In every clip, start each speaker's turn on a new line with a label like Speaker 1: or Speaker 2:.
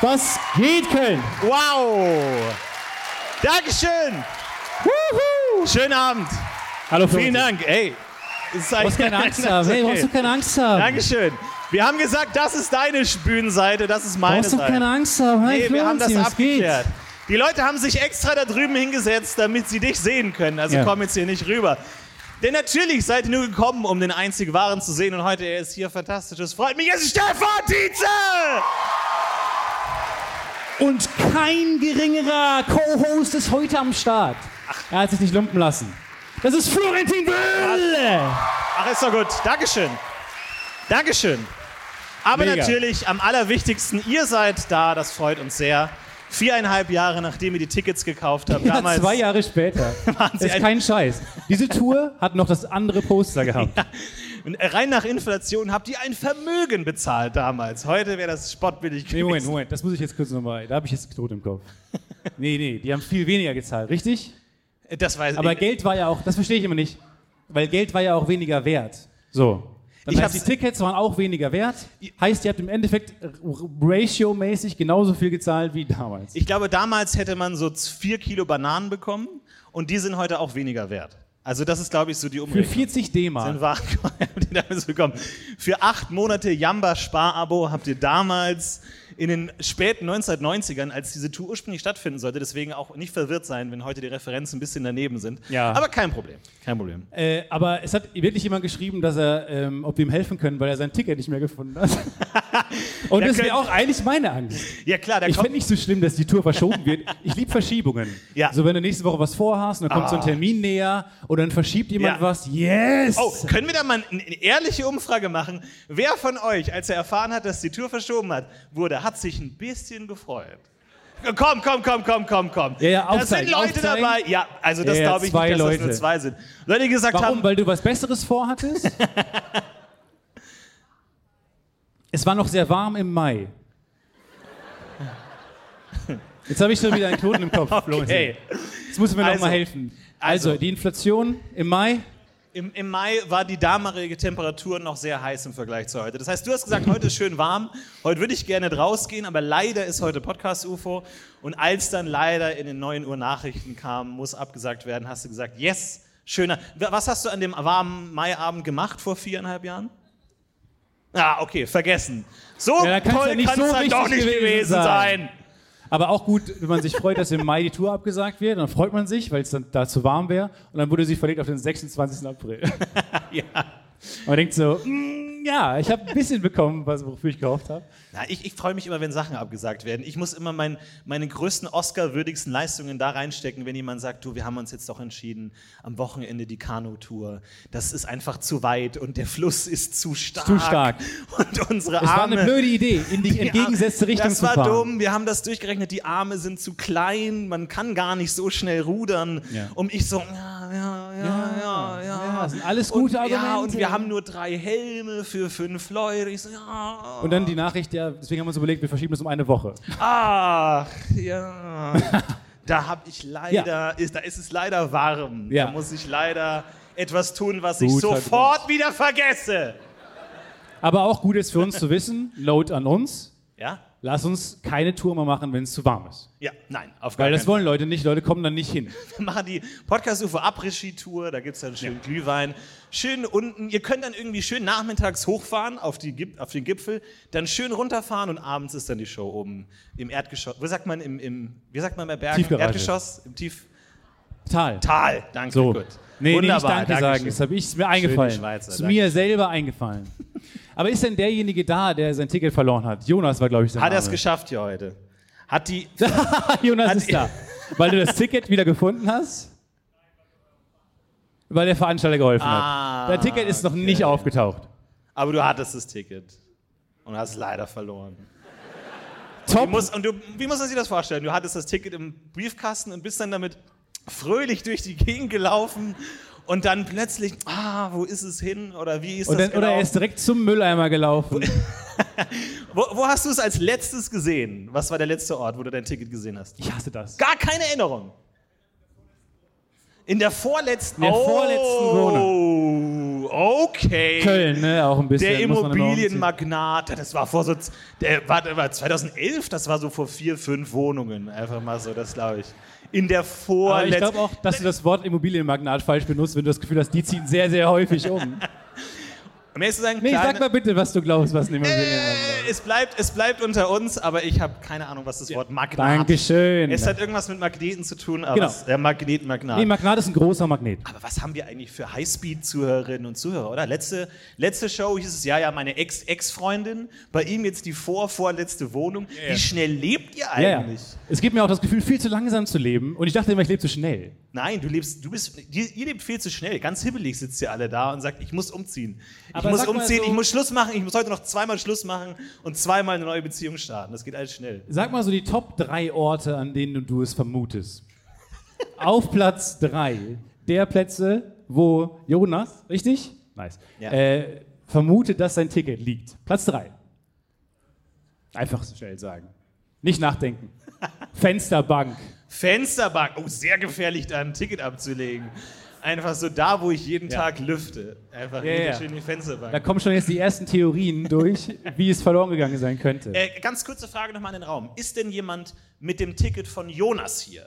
Speaker 1: Das geht, Köln.
Speaker 2: Wow! Dankeschön!
Speaker 1: Wuhu.
Speaker 2: Schönen Abend!
Speaker 1: Hallo,
Speaker 2: Vielen
Speaker 1: Florentin.
Speaker 2: Dank, ey! Es ist
Speaker 1: Du
Speaker 2: eigentlich
Speaker 1: musst keine Angst haben. Hey, brauchst du keine Angst haben.
Speaker 2: Dankeschön. Wir haben gesagt, das ist deine Bühnenseite, das ist meine
Speaker 1: Brauchst du
Speaker 2: Seite.
Speaker 1: keine Angst haben. Hey,
Speaker 2: nee, wir haben das
Speaker 1: Florentin, es geht.
Speaker 2: abgeklärt. Die Leute haben sich extra da drüben hingesetzt, damit sie dich sehen können. Also
Speaker 1: Ja.
Speaker 2: komm jetzt hier nicht rüber. Denn natürlich seid ihr nur gekommen, um den einzig Wahren zu sehen. Und heute er ist hier fantastisch. Es freut mich, es ist Stefan Tietze!
Speaker 1: Und kein geringerer Co-Host ist heute am Start. Er hat sich nicht lumpen lassen. Das ist Florentin Will.
Speaker 2: Ach, ist doch gut. Dankeschön. Dankeschön. Aber
Speaker 1: Mega.
Speaker 2: natürlich am allerwichtigsten, ihr seid da, das freut uns sehr. Viereinhalb Jahre, nachdem ihr die Tickets gekauft habt.
Speaker 1: Ja,
Speaker 2: damals
Speaker 1: zwei Jahre später.
Speaker 2: waren
Speaker 1: Das
Speaker 2: sie
Speaker 1: ist
Speaker 2: ein,
Speaker 1: kein Scheiß. Diese Tour hat noch das andere Poster gehabt.
Speaker 2: rein nach Inflation habt ihr ein Vermögen bezahlt damals. Heute wäre das spottbillig gewesen.
Speaker 1: Nee, Moment, Moment, das muss ich jetzt kurz nochmal. Da habe ich jetzt Tod im Kopf. Nee, nee, die haben viel weniger gezahlt, richtig?
Speaker 2: Das weiß
Speaker 1: Aber
Speaker 2: ich.
Speaker 1: Geld war ja auch, das verstehe ich immer nicht, weil Geld war ja auch weniger wert. So. Dann
Speaker 2: Ich
Speaker 1: heißt, die
Speaker 2: hab's-
Speaker 1: Tickets waren auch weniger wert. Heißt, ihr habt im Endeffekt r- ratio-mäßig genauso viel gezahlt wie damals.
Speaker 2: Ich glaube, damals hätte man so z- vier Kilo Bananen bekommen und die sind heute auch weniger wert. Also das ist, glaube ich, so die
Speaker 1: Für
Speaker 2: Umrechnung.
Speaker 1: 40 D-Mark.
Speaker 2: Dann war- habt ihr damals bekommen. Für acht Monate Jamba-Sparabo habt ihr damals in den späten 1990ern, als diese Tour ursprünglich stattfinden sollte, deswegen auch nicht verwirrt sein, wenn heute die Referenzen ein bisschen daneben sind.
Speaker 1: Ja.
Speaker 2: Aber kein Problem, kein Problem.
Speaker 1: Äh, aber es hat wirklich jemand geschrieben, dass er, ähm, ob wir ihm helfen können, weil er sein Ticket nicht mehr gefunden hat. Und
Speaker 2: Da
Speaker 1: das
Speaker 2: könnt-
Speaker 1: wäre auch eigentlich meine Angst.
Speaker 2: Ja klar, da
Speaker 1: Ich
Speaker 2: kommt
Speaker 1: fände nicht so schlimm, dass die Tour verschoben wird. Ich liebe Verschiebungen.
Speaker 2: Ja. Ah.
Speaker 1: So, wenn du nächste Woche was vorhast, und dann kommt so ein Termin näher und dann verschiebt jemand
Speaker 2: Ja.
Speaker 1: was. Yes!
Speaker 2: Oh, können wir da mal eine ehrliche Umfrage machen? Wer von euch, als er erfahren hat, dass die Tour verschoben hat, wurde, hat sich ein bisschen gefreut? Komm, komm, komm, komm, komm, komm.
Speaker 1: Ja, ja,
Speaker 2: da sind
Speaker 1: aufzeigen,
Speaker 2: Leute
Speaker 1: aufzeigen.
Speaker 2: dabei. Ja, also das
Speaker 1: Ja, ja,
Speaker 2: glaube ich
Speaker 1: zwei
Speaker 2: nicht, dass das nur
Speaker 1: Leute.
Speaker 2: zwei sind. Leute, die gesagt
Speaker 1: Warum?
Speaker 2: haben,
Speaker 1: Weil du was Besseres vorhattest? es war noch sehr warm im Mai. Jetzt habe ich schon wieder einen Knoten im Kopf, Florentin.
Speaker 2: hey,
Speaker 1: Jetzt musst du mir
Speaker 2: Also,
Speaker 1: nochmal helfen. Also,
Speaker 2: also.
Speaker 1: die Inflation im Mai.
Speaker 2: im, im Mai war die damalige Temperatur noch sehr heiß im Vergleich zu heute. Das heißt, du hast gesagt, heute ist schön warm, heute würde ich gerne rausgehen, aber leider ist heute Podcast-UFO. Und als dann leider in den 9 Uhr Nachrichten kam, muss abgesagt werden, hast du gesagt, yes, schöner. Was hast du an dem warmen Maiabend gemacht vor viereinhalb Jahren? Ah, okay, vergessen. So
Speaker 1: Ja, da kann's
Speaker 2: toll
Speaker 1: ja nicht
Speaker 2: kann's
Speaker 1: so
Speaker 2: dann
Speaker 1: wichtig
Speaker 2: doch nicht
Speaker 1: gewesen
Speaker 2: gewesen
Speaker 1: sein.
Speaker 2: sein.
Speaker 1: Aber auch gut, wenn man sich freut, dass im Mai die Tour abgesagt wird, dann freut man sich, weil es dann da zu warm wäre. Und dann wurde sie verlegt auf den 26. April.
Speaker 2: Ja.
Speaker 1: Und man denkt so, mm, ja, ich habe ein bisschen bekommen, was, wofür ich gehofft habe.
Speaker 2: Na, ich ich freue mich immer, wenn Sachen abgesagt werden. Ich muss immer mein, meine größten Oscar-würdigsten Leistungen da reinstecken, wenn jemand sagt, du, wir haben uns jetzt doch entschieden, am Wochenende die Kanu-Tour. Das ist einfach zu weit und der Fluss ist zu stark.
Speaker 1: Zu stark.
Speaker 2: Und unsere
Speaker 1: Es war
Speaker 2: Arme...
Speaker 1: eine blöde Idee, in die
Speaker 2: die
Speaker 1: entgegengesetzte
Speaker 2: Arme-
Speaker 1: Richtung
Speaker 2: Das
Speaker 1: zu
Speaker 2: war
Speaker 1: fahren.
Speaker 2: dumm, wir haben das durchgerechnet, die Arme sind zu klein, man kann gar nicht so schnell rudern.
Speaker 1: Ja.
Speaker 2: Und ich so, ja, ja, ja, ja, ja.
Speaker 1: ja, das sind alles gute
Speaker 2: und, Ja, und
Speaker 1: Argumente.
Speaker 2: wir haben nur drei Helme für fünf Leute. Ich so, ja.
Speaker 1: Und dann die Nachricht, ja, deswegen haben wir uns überlegt, wir verschieben das um eine Woche.
Speaker 2: Ach, ja. Da habe ich leider, ist, da ist es leider warm.
Speaker 1: Ja.
Speaker 2: Da muss ich leider etwas tun, was ich
Speaker 1: Guter
Speaker 2: sofort wieder vergesse.
Speaker 1: Aber auch gut ist für uns zu wissen, Load an uns,
Speaker 2: Ja?
Speaker 1: lass uns keine Tour mehr machen, wenn es zu warm ist.
Speaker 2: Ja, nein, auf gar
Speaker 1: Weil
Speaker 2: keinen
Speaker 1: das wollen Leute nicht, Leute kommen dann nicht hin.
Speaker 2: Wir machen die Podcast-UFO Abregie-Tour, da gibt es dann schön Glühwein. Schön unten, ihr könnt dann irgendwie schön nachmittags hochfahren auf, die, Gip- auf den Gipfel, dann schön runterfahren und abends ist dann die Show oben im Erdgeschoss. Wie sagt man im, im wie sagt man bei Bergen?
Speaker 1: Tiefgarage.
Speaker 2: Erdgeschoss, im Tieftal.
Speaker 1: Tal.
Speaker 2: Danke,
Speaker 1: So.
Speaker 2: gut.
Speaker 1: Nee, nee, nicht
Speaker 2: Wunderbar,
Speaker 1: Danke sagen.
Speaker 2: Dankeschön.
Speaker 1: Das habe ich mir eingefallen.
Speaker 2: Schweizer,
Speaker 1: Ist mir selber eingefallen. Aber ist denn derjenige da, der sein Ticket verloren hat? Jonas war, glaube ich, sein
Speaker 2: Hat er es
Speaker 1: Name.
Speaker 2: geschafft hier heute? Hat die.
Speaker 1: Jonas
Speaker 2: Hat-
Speaker 1: ist da. Weil du das Ticket wieder gefunden hast? Weil der Veranstalter geholfen
Speaker 2: Ah,
Speaker 1: hat. Dein Ticket ist noch nicht aufgetaucht.
Speaker 2: Aber du hattest das Ticket. Und hast es leider verloren. Du
Speaker 1: Top.
Speaker 2: musst, und du, wie muss man sich das vorstellen? Du hattest das Ticket im Briefkasten und bist dann damit fröhlich durch die Gegend gelaufen und dann plötzlich, ah, wo ist es hin? Oder wie ist
Speaker 1: Und
Speaker 2: das? genau?
Speaker 1: dann, oder er ist direkt zum Mülleimer gelaufen.
Speaker 2: wo, wo hast du es als letztes gesehen? Was war der letzte Ort, wo du dein Ticket gesehen hast?
Speaker 1: Ich hasse das.
Speaker 2: Gar keine Erinnerung. In der vorletzten
Speaker 1: In der
Speaker 2: oh,
Speaker 1: vorletzten Wohnung.
Speaker 2: Oh, okay.
Speaker 1: Köln, ne? Auch ein bisschen.
Speaker 2: Der
Speaker 1: muss man immer
Speaker 2: Immobilienmagnat, das war vor so, der war, der war 2011, das war so vor vier, fünf Wohnungen, einfach mal so, das glaube ich. In der
Speaker 1: Aber ich
Speaker 2: vorletzten.
Speaker 1: glaube auch, dass du das Wort Immobilienmagnat falsch benutzt, wenn du das Gefühl hast, die ziehen sehr, sehr häufig um.
Speaker 2: Um ehrlich zu sagen,
Speaker 1: Nee,
Speaker 2: kleine-
Speaker 1: sag mal bitte, was du glaubst,
Speaker 2: Äh,
Speaker 1: was ein Immobilienmagnat ist.
Speaker 2: es bleibt, es bleibt unter uns, aber ich habe keine Ahnung, was das Wort Magnat.
Speaker 1: Dankeschön.
Speaker 2: Es hat irgendwas mit Magneten zu tun, aber
Speaker 1: Genau.
Speaker 2: es, der Magnet, Magnat.
Speaker 1: Nee, Magnat ist ein großer Magnet.
Speaker 2: Aber was haben wir eigentlich für Highspeed-Zuhörerinnen und Zuhörer, oder? Letzte, letzte Show hieß es, ja, ja, meine Ex- Ex-Freundin, bei ihm jetzt die vor, vorletzte Wohnung. Wie schnell lebt ihr
Speaker 1: Ja, ja.
Speaker 2: eigentlich?
Speaker 1: Es gibt mir auch das Gefühl, viel zu langsam zu leben. Und ich dachte immer, ich lebe zu schnell.
Speaker 2: Nein, du lebst, du bist, ihr, ihr lebt viel zu schnell. Ganz hibbelig sitzt ihr alle da und sagt, ich muss umziehen. Ich
Speaker 1: Aber
Speaker 2: muss
Speaker 1: sag mal
Speaker 2: umziehen,
Speaker 1: so-
Speaker 2: ich muss Schluss machen, ich muss heute noch zweimal Schluss machen und zweimal eine neue Beziehung starten. Das geht alles schnell.
Speaker 1: Sag mal so die Top 3 Orte, an denen du es vermutest. Auf Platz 3 der Plätze, wo Jonas, richtig? Nice.
Speaker 2: Ja.
Speaker 1: Äh, vermutet, dass sein Ticket liegt. Platz 3. Einfach so schnell sagen. Nicht nachdenken. Fensterbank.
Speaker 2: Fensterbank, oh, sehr gefährlich, da ein Ticket abzulegen. Einfach so da, wo ich jeden Tag lüfte. Einfach
Speaker 1: Ja,
Speaker 2: yeah,
Speaker 1: ja.
Speaker 2: schön in die Fensterbank.
Speaker 1: Da kommen schon jetzt die ersten Theorien durch, wie es verloren gegangen sein könnte.
Speaker 2: Äh, ganz kurze Frage nochmal in den Raum. Ist denn jemand mit dem Ticket von Jonas hier?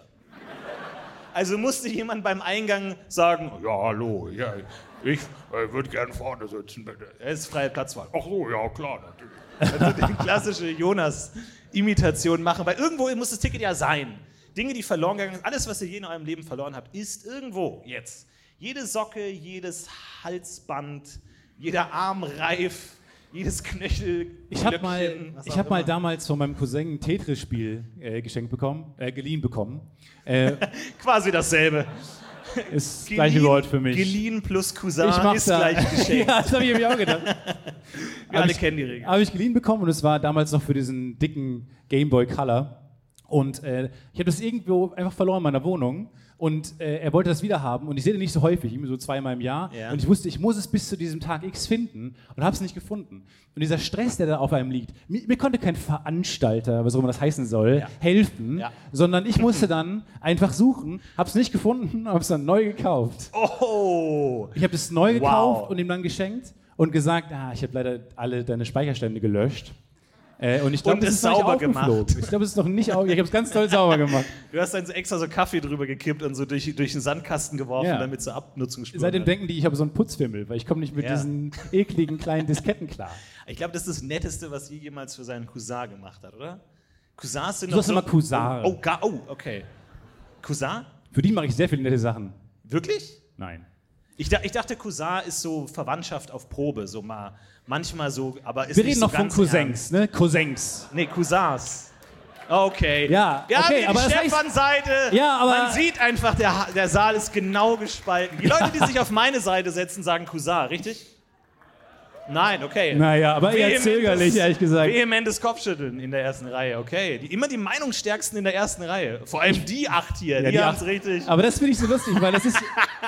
Speaker 2: Also musste jemand beim Eingang sagen,
Speaker 3: Ja, hallo, ja, ich äh, würde gern vorne sitzen, bitte.
Speaker 2: er ist freie Platzwahl.
Speaker 3: Ach so, ja, klar, natürlich.
Speaker 2: Also die klassische Jonas-Imitation machen, weil irgendwo muss das Ticket ja sein. Dinge, die verloren gegangen sind, alles, was ihr je in eurem Leben verloren habt, ist irgendwo jetzt. Jede Socke, jedes Halsband, jeder Armreif, jedes Knöchel.
Speaker 1: Ich habe mal,
Speaker 2: Glöckchen, was
Speaker 1: ich
Speaker 2: auch
Speaker 1: hab mal
Speaker 2: immer.
Speaker 1: damals von meinem Cousin ein Tetris-Spiel äh, geschenkt bekommen, äh, geliehen bekommen. Äh,
Speaker 2: quasi dasselbe.
Speaker 1: ist das gleiche Wort für mich.
Speaker 2: Geliehen plus Cousin
Speaker 1: ich mach's
Speaker 2: ist
Speaker 1: da.
Speaker 2: gleich geschenkt.
Speaker 1: ja, das habe ich mir auch gedacht.
Speaker 2: Wir alle kennen die Regeln.
Speaker 1: Habe ich geliehen bekommen und es war damals noch für diesen dicken Game Boy Color. Und äh, ich habe das irgendwo einfach verloren in meiner Wohnung. Und äh, er wollte das wieder haben und ich sehe den nicht so häufig, irgendwie so zweimal im Jahr.
Speaker 2: Ja.
Speaker 1: Und ich wusste, ich muss es bis zu diesem Tag X finden und habe es nicht gefunden. Und dieser Stress, der da auf einem liegt, mir, mir konnte kein Veranstalter, was auch immer das heißen soll,
Speaker 2: Ja.
Speaker 1: helfen,
Speaker 2: Ja.
Speaker 1: sondern ich musste dann einfach suchen, habe es nicht gefunden, habe es dann neu gekauft.
Speaker 2: Oh,
Speaker 1: Ich habe das neu
Speaker 2: Wow.
Speaker 1: gekauft und ihm dann geschenkt und gesagt, ah, ich habe leider alle deine Speicherstände gelöscht. Äh, und ich glaube,
Speaker 2: Und
Speaker 1: das
Speaker 2: es
Speaker 1: ist noch
Speaker 2: sauber
Speaker 1: nicht aufgeflogen.
Speaker 2: gemacht.
Speaker 1: Ich glaube, es ist noch nicht auf. Ich habe es ganz toll sauber gemacht.
Speaker 2: du hast dann so extra so Kaffee drüber gekippt und so durch, durch den Sandkasten geworfen,
Speaker 1: Ja.
Speaker 2: damit zur Abnutzung spürt.
Speaker 1: Seitdem denken die, ich habe so einen Putzfimmel, weil ich komme nicht mit
Speaker 2: Ja.
Speaker 1: diesen ekligen kleinen Disketten klar.
Speaker 2: Ich glaube, das ist das Netteste, was ihr jemals für seinen Cousin gemacht hat, oder? Cousins sind
Speaker 1: Du
Speaker 2: doch
Speaker 1: hast immer Cousins.
Speaker 2: Oh, ga, oh, okay. Cousin?
Speaker 1: Für die mache ich sehr viele nette Sachen.
Speaker 2: Wirklich?
Speaker 1: Nein.
Speaker 2: Ich, da, ich dachte, Cousin ist so Verwandtschaft auf Probe, so mal, manchmal so, aber ist
Speaker 1: Wir
Speaker 2: nicht
Speaker 1: reden
Speaker 2: so
Speaker 1: noch von
Speaker 2: ganz ernst.
Speaker 1: Cousins, ne? Cousins.
Speaker 2: Nee, Cousins. Ah, Okay.
Speaker 1: Ja,
Speaker 2: Wir haben
Speaker 1: okay,
Speaker 2: hier
Speaker 1: aber
Speaker 2: die
Speaker 1: das heißt-
Speaker 2: Stefan-Seite.
Speaker 1: Ja, aber-
Speaker 2: Man sieht einfach, der, Ha- der Saal ist genau gespalten. Die Leute, die sich auf meine Seite setzen, sagen Cousin, richtig? Nein, okay.
Speaker 1: Naja, aber eher
Speaker 2: Vehementes-
Speaker 1: zögerlich, ehrlich gesagt.
Speaker 2: Vehementes Kopfschütteln in der ersten Reihe, okay. Die, immer die Meinungsstärksten in der ersten Reihe. Vor allem die acht hier, die,
Speaker 1: die
Speaker 2: haben's
Speaker 1: acht.
Speaker 2: richtig.
Speaker 1: Aber das finde ich so lustig, weil das ist,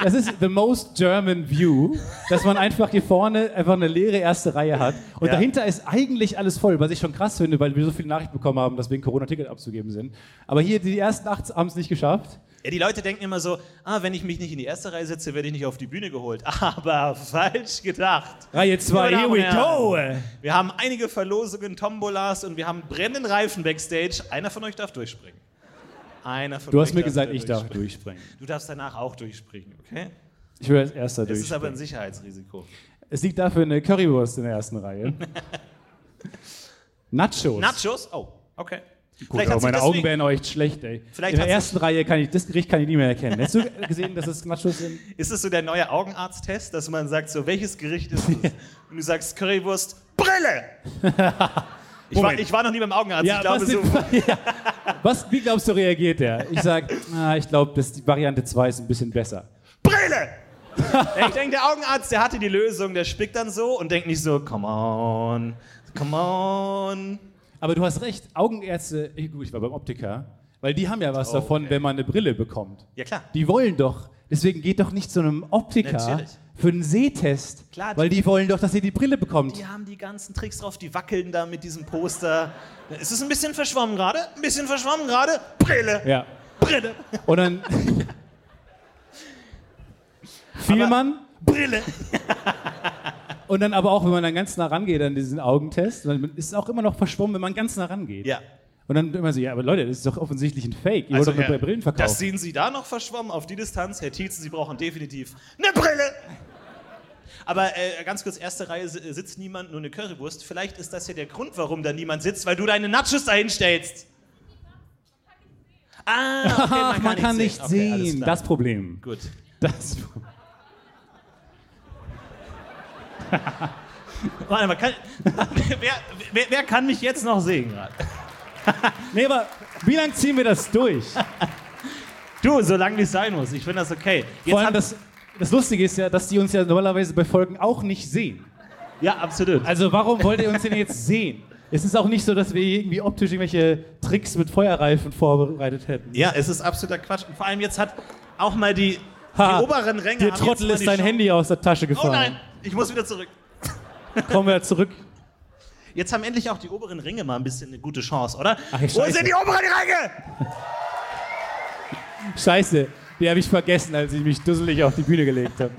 Speaker 1: das ist the most German view, dass man einfach hier vorne einfach eine leere erste Reihe hat und
Speaker 2: Ja.
Speaker 1: dahinter ist eigentlich alles voll, was ich schon krass finde, weil wir so viele Nachrichten bekommen haben, dass wegen Corona Ticket abzugeben sind. Aber hier, die ersten acht haben es nicht geschafft.
Speaker 2: Ja, die Leute denken immer so, ah, wenn ich mich nicht in die erste Reihe setze, werde ich nicht auf die Bühne geholt. Aber falsch gedacht.
Speaker 1: Reihe 2,
Speaker 2: Meine
Speaker 1: Ah, here we
Speaker 2: Damen und
Speaker 1: go!
Speaker 2: Herren, Wir haben einige Verlosungen, Tombolas und wir haben brennenden Reifen backstage. Einer von euch darf durchspringen. Einer von
Speaker 1: Du
Speaker 2: euch
Speaker 1: hast mir
Speaker 2: darf
Speaker 1: gesagt,
Speaker 2: da
Speaker 1: ich darf
Speaker 2: durchspringen.
Speaker 1: durchspringen.
Speaker 2: Du darfst danach auch durchspringen, okay?
Speaker 1: Ich will als erster
Speaker 2: Das ist aber ein
Speaker 1: durchspringen.
Speaker 2: Sicherheitsrisiko.
Speaker 1: Es liegt dafür eine Currywurst in der ersten Reihe. Nachos.
Speaker 2: Nachos? Oh, okay.
Speaker 1: Gut,
Speaker 2: Vielleicht
Speaker 1: aber
Speaker 2: hat's mir
Speaker 1: meine Augen
Speaker 2: deswegen-
Speaker 1: wären euch schlecht, ey.
Speaker 2: Vielleicht
Speaker 1: in der
Speaker 2: hat's-
Speaker 1: ersten Reihe kann ich, das Gericht kann ich nie mehr erkennen. Hast du gesehen, dass es Nachos sind?
Speaker 2: Ist es so der neue Augenarzt-Test, dass man sagt, so welches Gericht ist es? Und du sagst Currywurst, Brille! ich, war,
Speaker 1: Moment.
Speaker 2: ich war noch nie beim Augenarzt. ich glaube,
Speaker 1: was,
Speaker 2: so,
Speaker 1: ja. was, wie glaubst du, reagiert der? Ich sag, ah, ich glaube, die Variante 2 ist ein bisschen besser.
Speaker 2: Brille! ich denke, der Augenarzt, der hatte die Lösung, der spickt dann so und denkt nicht so, come on, come on.
Speaker 1: Aber du hast recht, Augenärzte, eh, gut, ich war beim Optiker, weil die haben ja was
Speaker 2: Oh,
Speaker 1: davon,
Speaker 2: okay.
Speaker 1: wenn man eine Brille bekommt.
Speaker 2: Ja, klar.
Speaker 1: Die wollen doch, deswegen geht doch nicht zu einem Optiker
Speaker 2: Natürlich.
Speaker 1: für einen Sehtest,
Speaker 2: Klar, die-
Speaker 1: weil die wollen doch, dass ihr die Brille bekommt.
Speaker 2: Die haben die ganzen Tricks drauf, die wackeln da mit diesem Poster. Ist es ein bisschen verschwommen gerade? Ein bisschen verschwommen gerade? Brille!
Speaker 1: Ja.
Speaker 2: Brille!
Speaker 1: Und dann. Vielmann,
Speaker 2: Brille.
Speaker 1: Und dann aber auch, wenn man dann ganz nah rangeht an diesen Augentest, dann ist es auch immer noch verschwommen, wenn man ganz nah rangeht.
Speaker 2: Ja.
Speaker 1: Und dann immer so, ja, aber Leute, das ist doch offensichtlich ein Fake. Ihr
Speaker 2: Also,
Speaker 1: wollt doch
Speaker 2: Herr,
Speaker 1: nur Brillen verkaufen.
Speaker 2: das sehen Sie da noch verschwommen auf die Distanz. Herr Tietze, Sie brauchen definitiv eine Brille. Aber äh, ganz kurz, erste Reihe si- sitzt niemand, nur eine Currywurst. Vielleicht ist das ja der Grund, warum da niemand sitzt, weil du deine Nachos dahin stellst. Ah, okay, man
Speaker 1: Ach,
Speaker 2: kann,
Speaker 1: man kann nicht
Speaker 2: Okay,
Speaker 1: sehen.
Speaker 2: alles klar.
Speaker 1: das Problem.
Speaker 2: Gut.
Speaker 1: Das,
Speaker 2: Warte mal, kann, wer, wer, wer kann mich jetzt noch sehen gerade?
Speaker 1: nee, aber wie lange ziehen wir das durch?
Speaker 2: Du, solange es sein muss. Ich finde das okay. Jetzt
Speaker 1: Vor allem
Speaker 2: hab-
Speaker 1: das, das Lustige ist ja, dass die uns ja normalerweise bei Folgen auch nicht sehen.
Speaker 2: ja, absolut.
Speaker 1: Also warum wollt ihr uns denn jetzt sehen? Es ist auch nicht so, dass wir irgendwie optisch irgendwelche Tricks mit Feuerreifen vorbereitet hätten.
Speaker 2: Ja, es ist absoluter Quatsch. Und vor allem jetzt hat auch mal die,
Speaker 1: Ha,
Speaker 2: die oberen Ränge.
Speaker 1: Der
Speaker 2: haben
Speaker 1: Trottel
Speaker 2: jetzt
Speaker 1: ist
Speaker 2: mal die Chance-
Speaker 1: sein Handy aus der Tasche
Speaker 2: Oh
Speaker 1: gefahren.
Speaker 2: nein, ich muss wieder zurück.
Speaker 1: Kommen wir zurück.
Speaker 2: Jetzt haben endlich auch die oberen Ränge mal ein bisschen eine gute Chance, oder?
Speaker 1: Ach,
Speaker 2: Wo
Speaker 1: scheiße.
Speaker 2: sind die oberen Ränge?
Speaker 1: Scheiße, die habe ich vergessen, als ich mich dusselig auf die Bühne gelegt habe.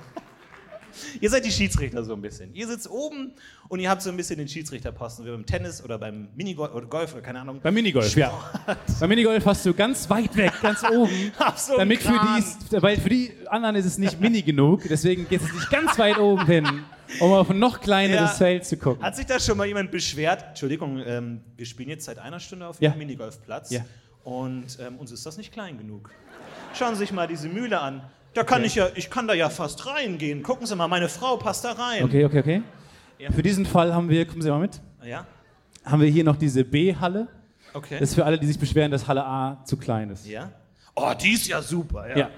Speaker 2: Ihr seid die Schiedsrichter so ein bisschen. Ihr sitzt oben und ihr habt so ein bisschen den Schiedsrichterposten, wie beim Tennis oder beim Minigolf oder Golf oder keine Ahnung.
Speaker 1: Beim Minigolf, ja. Beim Minigolf hast du ganz weit weg, ganz oben.
Speaker 2: Hab so einen
Speaker 1: damit für
Speaker 2: Kran.
Speaker 1: die, ist, weil für die anderen ist es nicht mini genug, deswegen geht es nicht ganz weit oben hin, um auf ein noch kleineres
Speaker 2: Ja.
Speaker 1: Feld zu gucken.
Speaker 2: Hat sich da schon mal jemand beschwert? Entschuldigung, ähm, wir spielen jetzt seit einer Stunde auf
Speaker 1: Ja.
Speaker 2: dem Minigolfplatz
Speaker 1: Ja.
Speaker 2: und ähm, uns ist das nicht klein genug. Schauen Sie sich mal diese Mühle an. Da kann ich ja, ich kann da ja fast reingehen. Gucken Sie mal, meine Frau passt da rein.
Speaker 1: Okay, okay, okay.
Speaker 2: Ja.
Speaker 1: Für diesen Fall haben wir, kommen Sie mal mit,
Speaker 2: Ja?
Speaker 1: haben wir hier noch diese B-Halle.
Speaker 2: Okay.
Speaker 1: Das ist für alle, die sich beschweren, dass Halle A zu klein ist.
Speaker 2: ja? Oh, die ist ja super. Ja.
Speaker 1: Ja.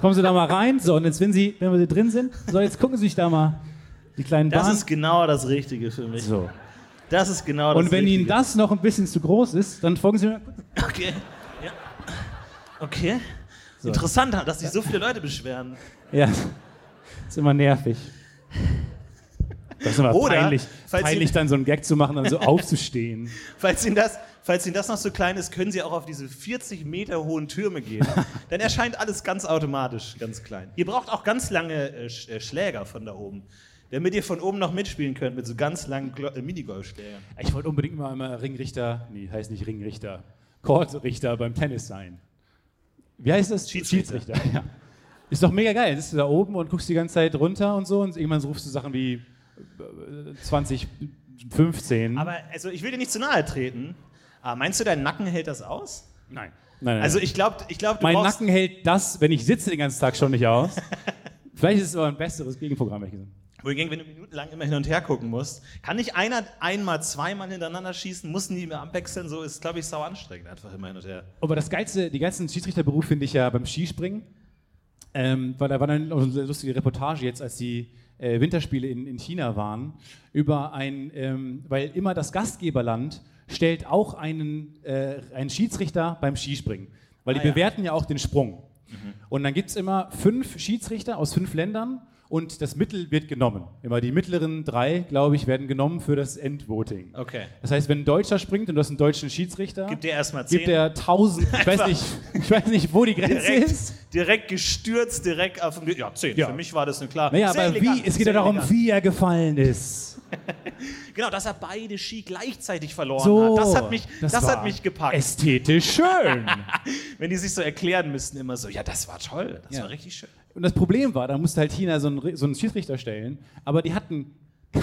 Speaker 1: Kommen Sie da mal rein. So, und jetzt, wenn Sie, wenn wir hier drin sind, so, jetzt gucken Sie sich da mal die kleinen
Speaker 2: Das
Speaker 1: Bahnen.
Speaker 2: ist genau das Richtige für mich.
Speaker 1: so.
Speaker 2: Das ist genau das
Speaker 1: Und wenn Ihnen
Speaker 2: Richtige.
Speaker 1: das noch ein bisschen zu groß ist, dann folgen Sie mir.
Speaker 2: Okay. Ja. Okay. Interessant, dass sich so viele Leute beschweren.
Speaker 1: Ja, ist immer nervig. Das ist immer
Speaker 2: Oder,
Speaker 1: peinlich,
Speaker 2: falls Sie-
Speaker 1: peinlich dann so einen Gag zu machen, dann so aufzustehen.
Speaker 2: Falls Ihnen, das, falls Ihnen das noch zu klein ist, können Sie auch auf diese 40 Meter hohen Türme gehen. Dann erscheint alles ganz automatisch ganz klein. Ihr braucht auch ganz lange äh, Sch äh, Schläger von da oben, damit ihr von oben noch mitspielen könnt mit so ganz langen Glo- äh, Minigolfschlägern.
Speaker 1: Ich wollte unbedingt mal immer Ringrichter, nee, heißt nicht Ringrichter, Chordrichter beim Tennis sein. Wie heißt das?
Speaker 2: Schiedsrichter.
Speaker 1: Schiedsrichter, ja. Ist doch mega geil. Sitzt du da oben und guckst die ganze Zeit runter und so und irgendwann rufst du Sachen wie äh, 2015.
Speaker 2: Aber also ich will dir nicht zu nahe treten. Aber meinst du, dein Nacken hält das aus?
Speaker 1: nein. nein, nein
Speaker 2: Also ich glaube, ich glaub, du
Speaker 1: mein
Speaker 2: brauchst...
Speaker 1: Nacken hält das, wenn ich sitze den ganzen Tag schon nicht aus. Vielleicht ist es aber ein besseres Gegenprogramm, ehrlich gesagt.
Speaker 2: Wohingegen, wenn du minutenlang immer hin und her gucken musst, kann nicht einer einmal, zweimal hintereinander schießen, muss nie mehr abwechseln, so ist, glaube ich, sau anstrengend, einfach immer hin und her.
Speaker 1: Aber das geilste, die ganzen Schiedsrichterberuf finde ich ja beim Skispringen. Ähm, weil da war dann auch so eine lustige Reportage jetzt, als die äh, Winterspiele in, in China waren, über ein, ähm, weil immer das Gastgeberland stellt auch einen, äh, einen Schiedsrichter beim Skispringen. Weil die
Speaker 2: Ah ja. Mhm.
Speaker 1: bewerten ja auch den Sprung. Und dann gibt es immer fünf Schiedsrichter aus fünf Ländern und das Mittel wird genommen. Immer die mittleren drei, glaube ich, werden genommen für das Endvoting.
Speaker 2: Okay. Genau.
Speaker 1: Das heißt, wenn ein Deutscher springt und du hast einen deutschen Schiedsrichter,
Speaker 2: Gib dir erstmal 10.
Speaker 1: gibt er 1000. Ich weiß,
Speaker 2: Einfach.
Speaker 1: nicht, ich weiß nicht, wo die Grenze
Speaker 2: direkt,
Speaker 1: ist.
Speaker 2: direkt gestürzt, direkt auf den. Ja, 10.
Speaker 1: Ja.
Speaker 2: Für mich war das eine klare.
Speaker 1: Naja,
Speaker 2: Sehr
Speaker 1: aber
Speaker 2: elegant,
Speaker 1: wie, es geht
Speaker 2: sehr
Speaker 1: ja darum,
Speaker 2: elegant.
Speaker 1: wie er gefallen ist.
Speaker 2: Genau, dass er beide Ski gleichzeitig verloren
Speaker 1: So,
Speaker 2: hat. Das hat mich, das
Speaker 1: war
Speaker 2: hat mich gepackt.
Speaker 1: Ästhetisch schön.
Speaker 2: Wenn die sich so erklären müssen, immer so: Ja, das war toll, das
Speaker 1: Ja.
Speaker 2: war richtig schön.
Speaker 1: Und das Problem war, da musste halt China so einen, Re- so einen Schiedsrichter stellen, aber die hatten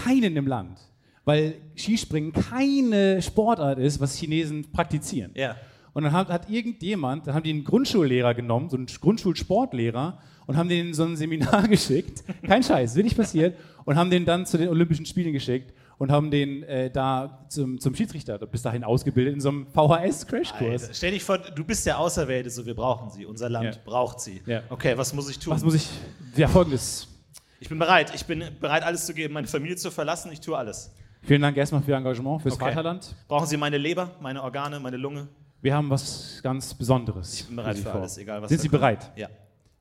Speaker 1: keinen im Land, weil Skispringen keine Sportart ist, was Chinesen praktizieren.
Speaker 2: Ja.
Speaker 1: Und dann hat, hat irgendjemand, dann haben die einen Grundschullehrer genommen, so einen Grundschulsportlehrer, und haben den in so ein Seminar geschickt. Kein Scheiß, wirklich passiert. Und haben den dann zu den Olympischen Spielen geschickt und haben den äh, da zum, zum Schiedsrichter bis dahin ausgebildet in so einem
Speaker 2: Alter,
Speaker 1: VHS-Crashkurs.
Speaker 2: stell dich vor, du bist der Auserwählte, so wir brauchen sie. Unser Land
Speaker 1: Ja.
Speaker 2: braucht sie.
Speaker 1: Ja.
Speaker 2: Okay, was muss ich tun?
Speaker 1: Was muss ich. Ja, folgendes.
Speaker 2: ich bin bereit. Ich bin bereit, alles zu geben, meine Familie zu verlassen. Ich tue alles.
Speaker 1: Vielen Dank erstmal für Ihr Engagement, fürs
Speaker 2: Okay.
Speaker 1: Vaterland.
Speaker 2: Brauchen Sie meine Leber, meine Organe, meine Lunge?
Speaker 1: Wir haben was ganz Besonderes.
Speaker 2: Ich bin bereit
Speaker 1: Sie
Speaker 2: für
Speaker 1: vor.
Speaker 2: alles, egal was.
Speaker 1: Sind
Speaker 2: da
Speaker 1: Sie
Speaker 2: kommt.
Speaker 1: bereit?
Speaker 2: Ja.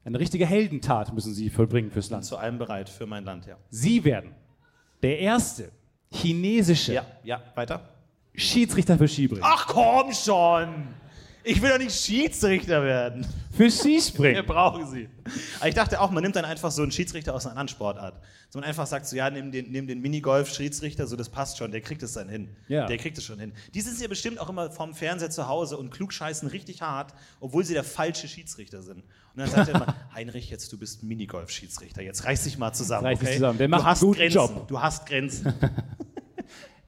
Speaker 1: Eine richtige Heldentat müssen Sie vollbringen fürs Land.
Speaker 2: Zu allem bereit für mein Land, ja.
Speaker 1: Sie werden der erste chinesische
Speaker 2: Ja, ja, weiter.
Speaker 1: Schiedsrichter für Skibringen.
Speaker 2: Ach komm schon! Ich will doch nicht Schiedsrichter werden.
Speaker 1: Für
Speaker 2: Wir
Speaker 1: Skispringen.
Speaker 2: brauchen sie. Aber ich dachte auch, man nimmt dann einfach so einen Schiedsrichter aus einer anderen Sportart. Dass man einfach sagt, so, ja, nimm den, nimm den Minigolf-Schiedsrichter, so, das passt schon, der kriegt es dann hin.
Speaker 1: Ja.
Speaker 2: Der kriegt es schon hin. Die sitzen ja bestimmt auch immer vorm Fernseher zu Hause und klugscheißen richtig hart, obwohl sie der falsche Schiedsrichter sind. Und dann sagt er immer, Heinrich, jetzt du bist Minigolf-Schiedsrichter, jetzt reiß dich mal zusammen.
Speaker 1: Reiß dich
Speaker 2: okay?
Speaker 1: zusammen, der macht
Speaker 2: du
Speaker 1: einen
Speaker 2: hast
Speaker 1: guten
Speaker 2: Grenzen,
Speaker 1: Job.
Speaker 2: Du hast Grenzen.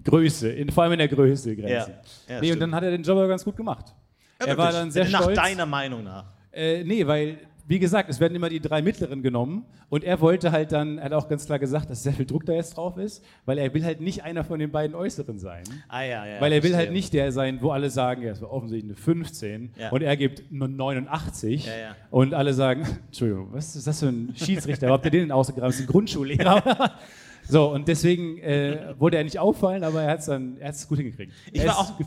Speaker 1: Größe, in, vor allem in der
Speaker 2: ja.
Speaker 1: Größe Grenzen.
Speaker 2: Ja,
Speaker 1: nee, und
Speaker 2: stimmt.
Speaker 1: dann hat er den Job aber ganz gut gemacht.
Speaker 2: Ja,
Speaker 1: er war
Speaker 2: wirklich.
Speaker 1: dann sehr
Speaker 2: Nach
Speaker 1: stolz.
Speaker 2: deiner Meinung nach.
Speaker 1: Äh, nee, weil, wie gesagt, es werden immer die drei Mittleren genommen und er wollte halt dann, er hat auch ganz klar gesagt, dass sehr viel Druck da jetzt drauf ist, weil er will halt nicht einer von den beiden Äußeren sein.
Speaker 2: Ah, ja, ja,
Speaker 1: Weil er will
Speaker 2: verstehe.
Speaker 1: halt nicht der sein, wo alle sagen, ja, es war offensichtlich eine 15
Speaker 2: Ja.
Speaker 1: und er gibt eine 89
Speaker 2: Ja, ja.
Speaker 1: und alle sagen, Entschuldigung, was ist das für ein Schiedsrichter? Habt ihr den denn ausgegraben? Das ist ein Grundschullehrer. so, und deswegen äh, wollte er nicht auffallen, aber er hat es dann, er hat's gut hingekriegt.
Speaker 2: Ich
Speaker 1: er
Speaker 2: war
Speaker 1: ist
Speaker 2: auch-
Speaker 1: ge-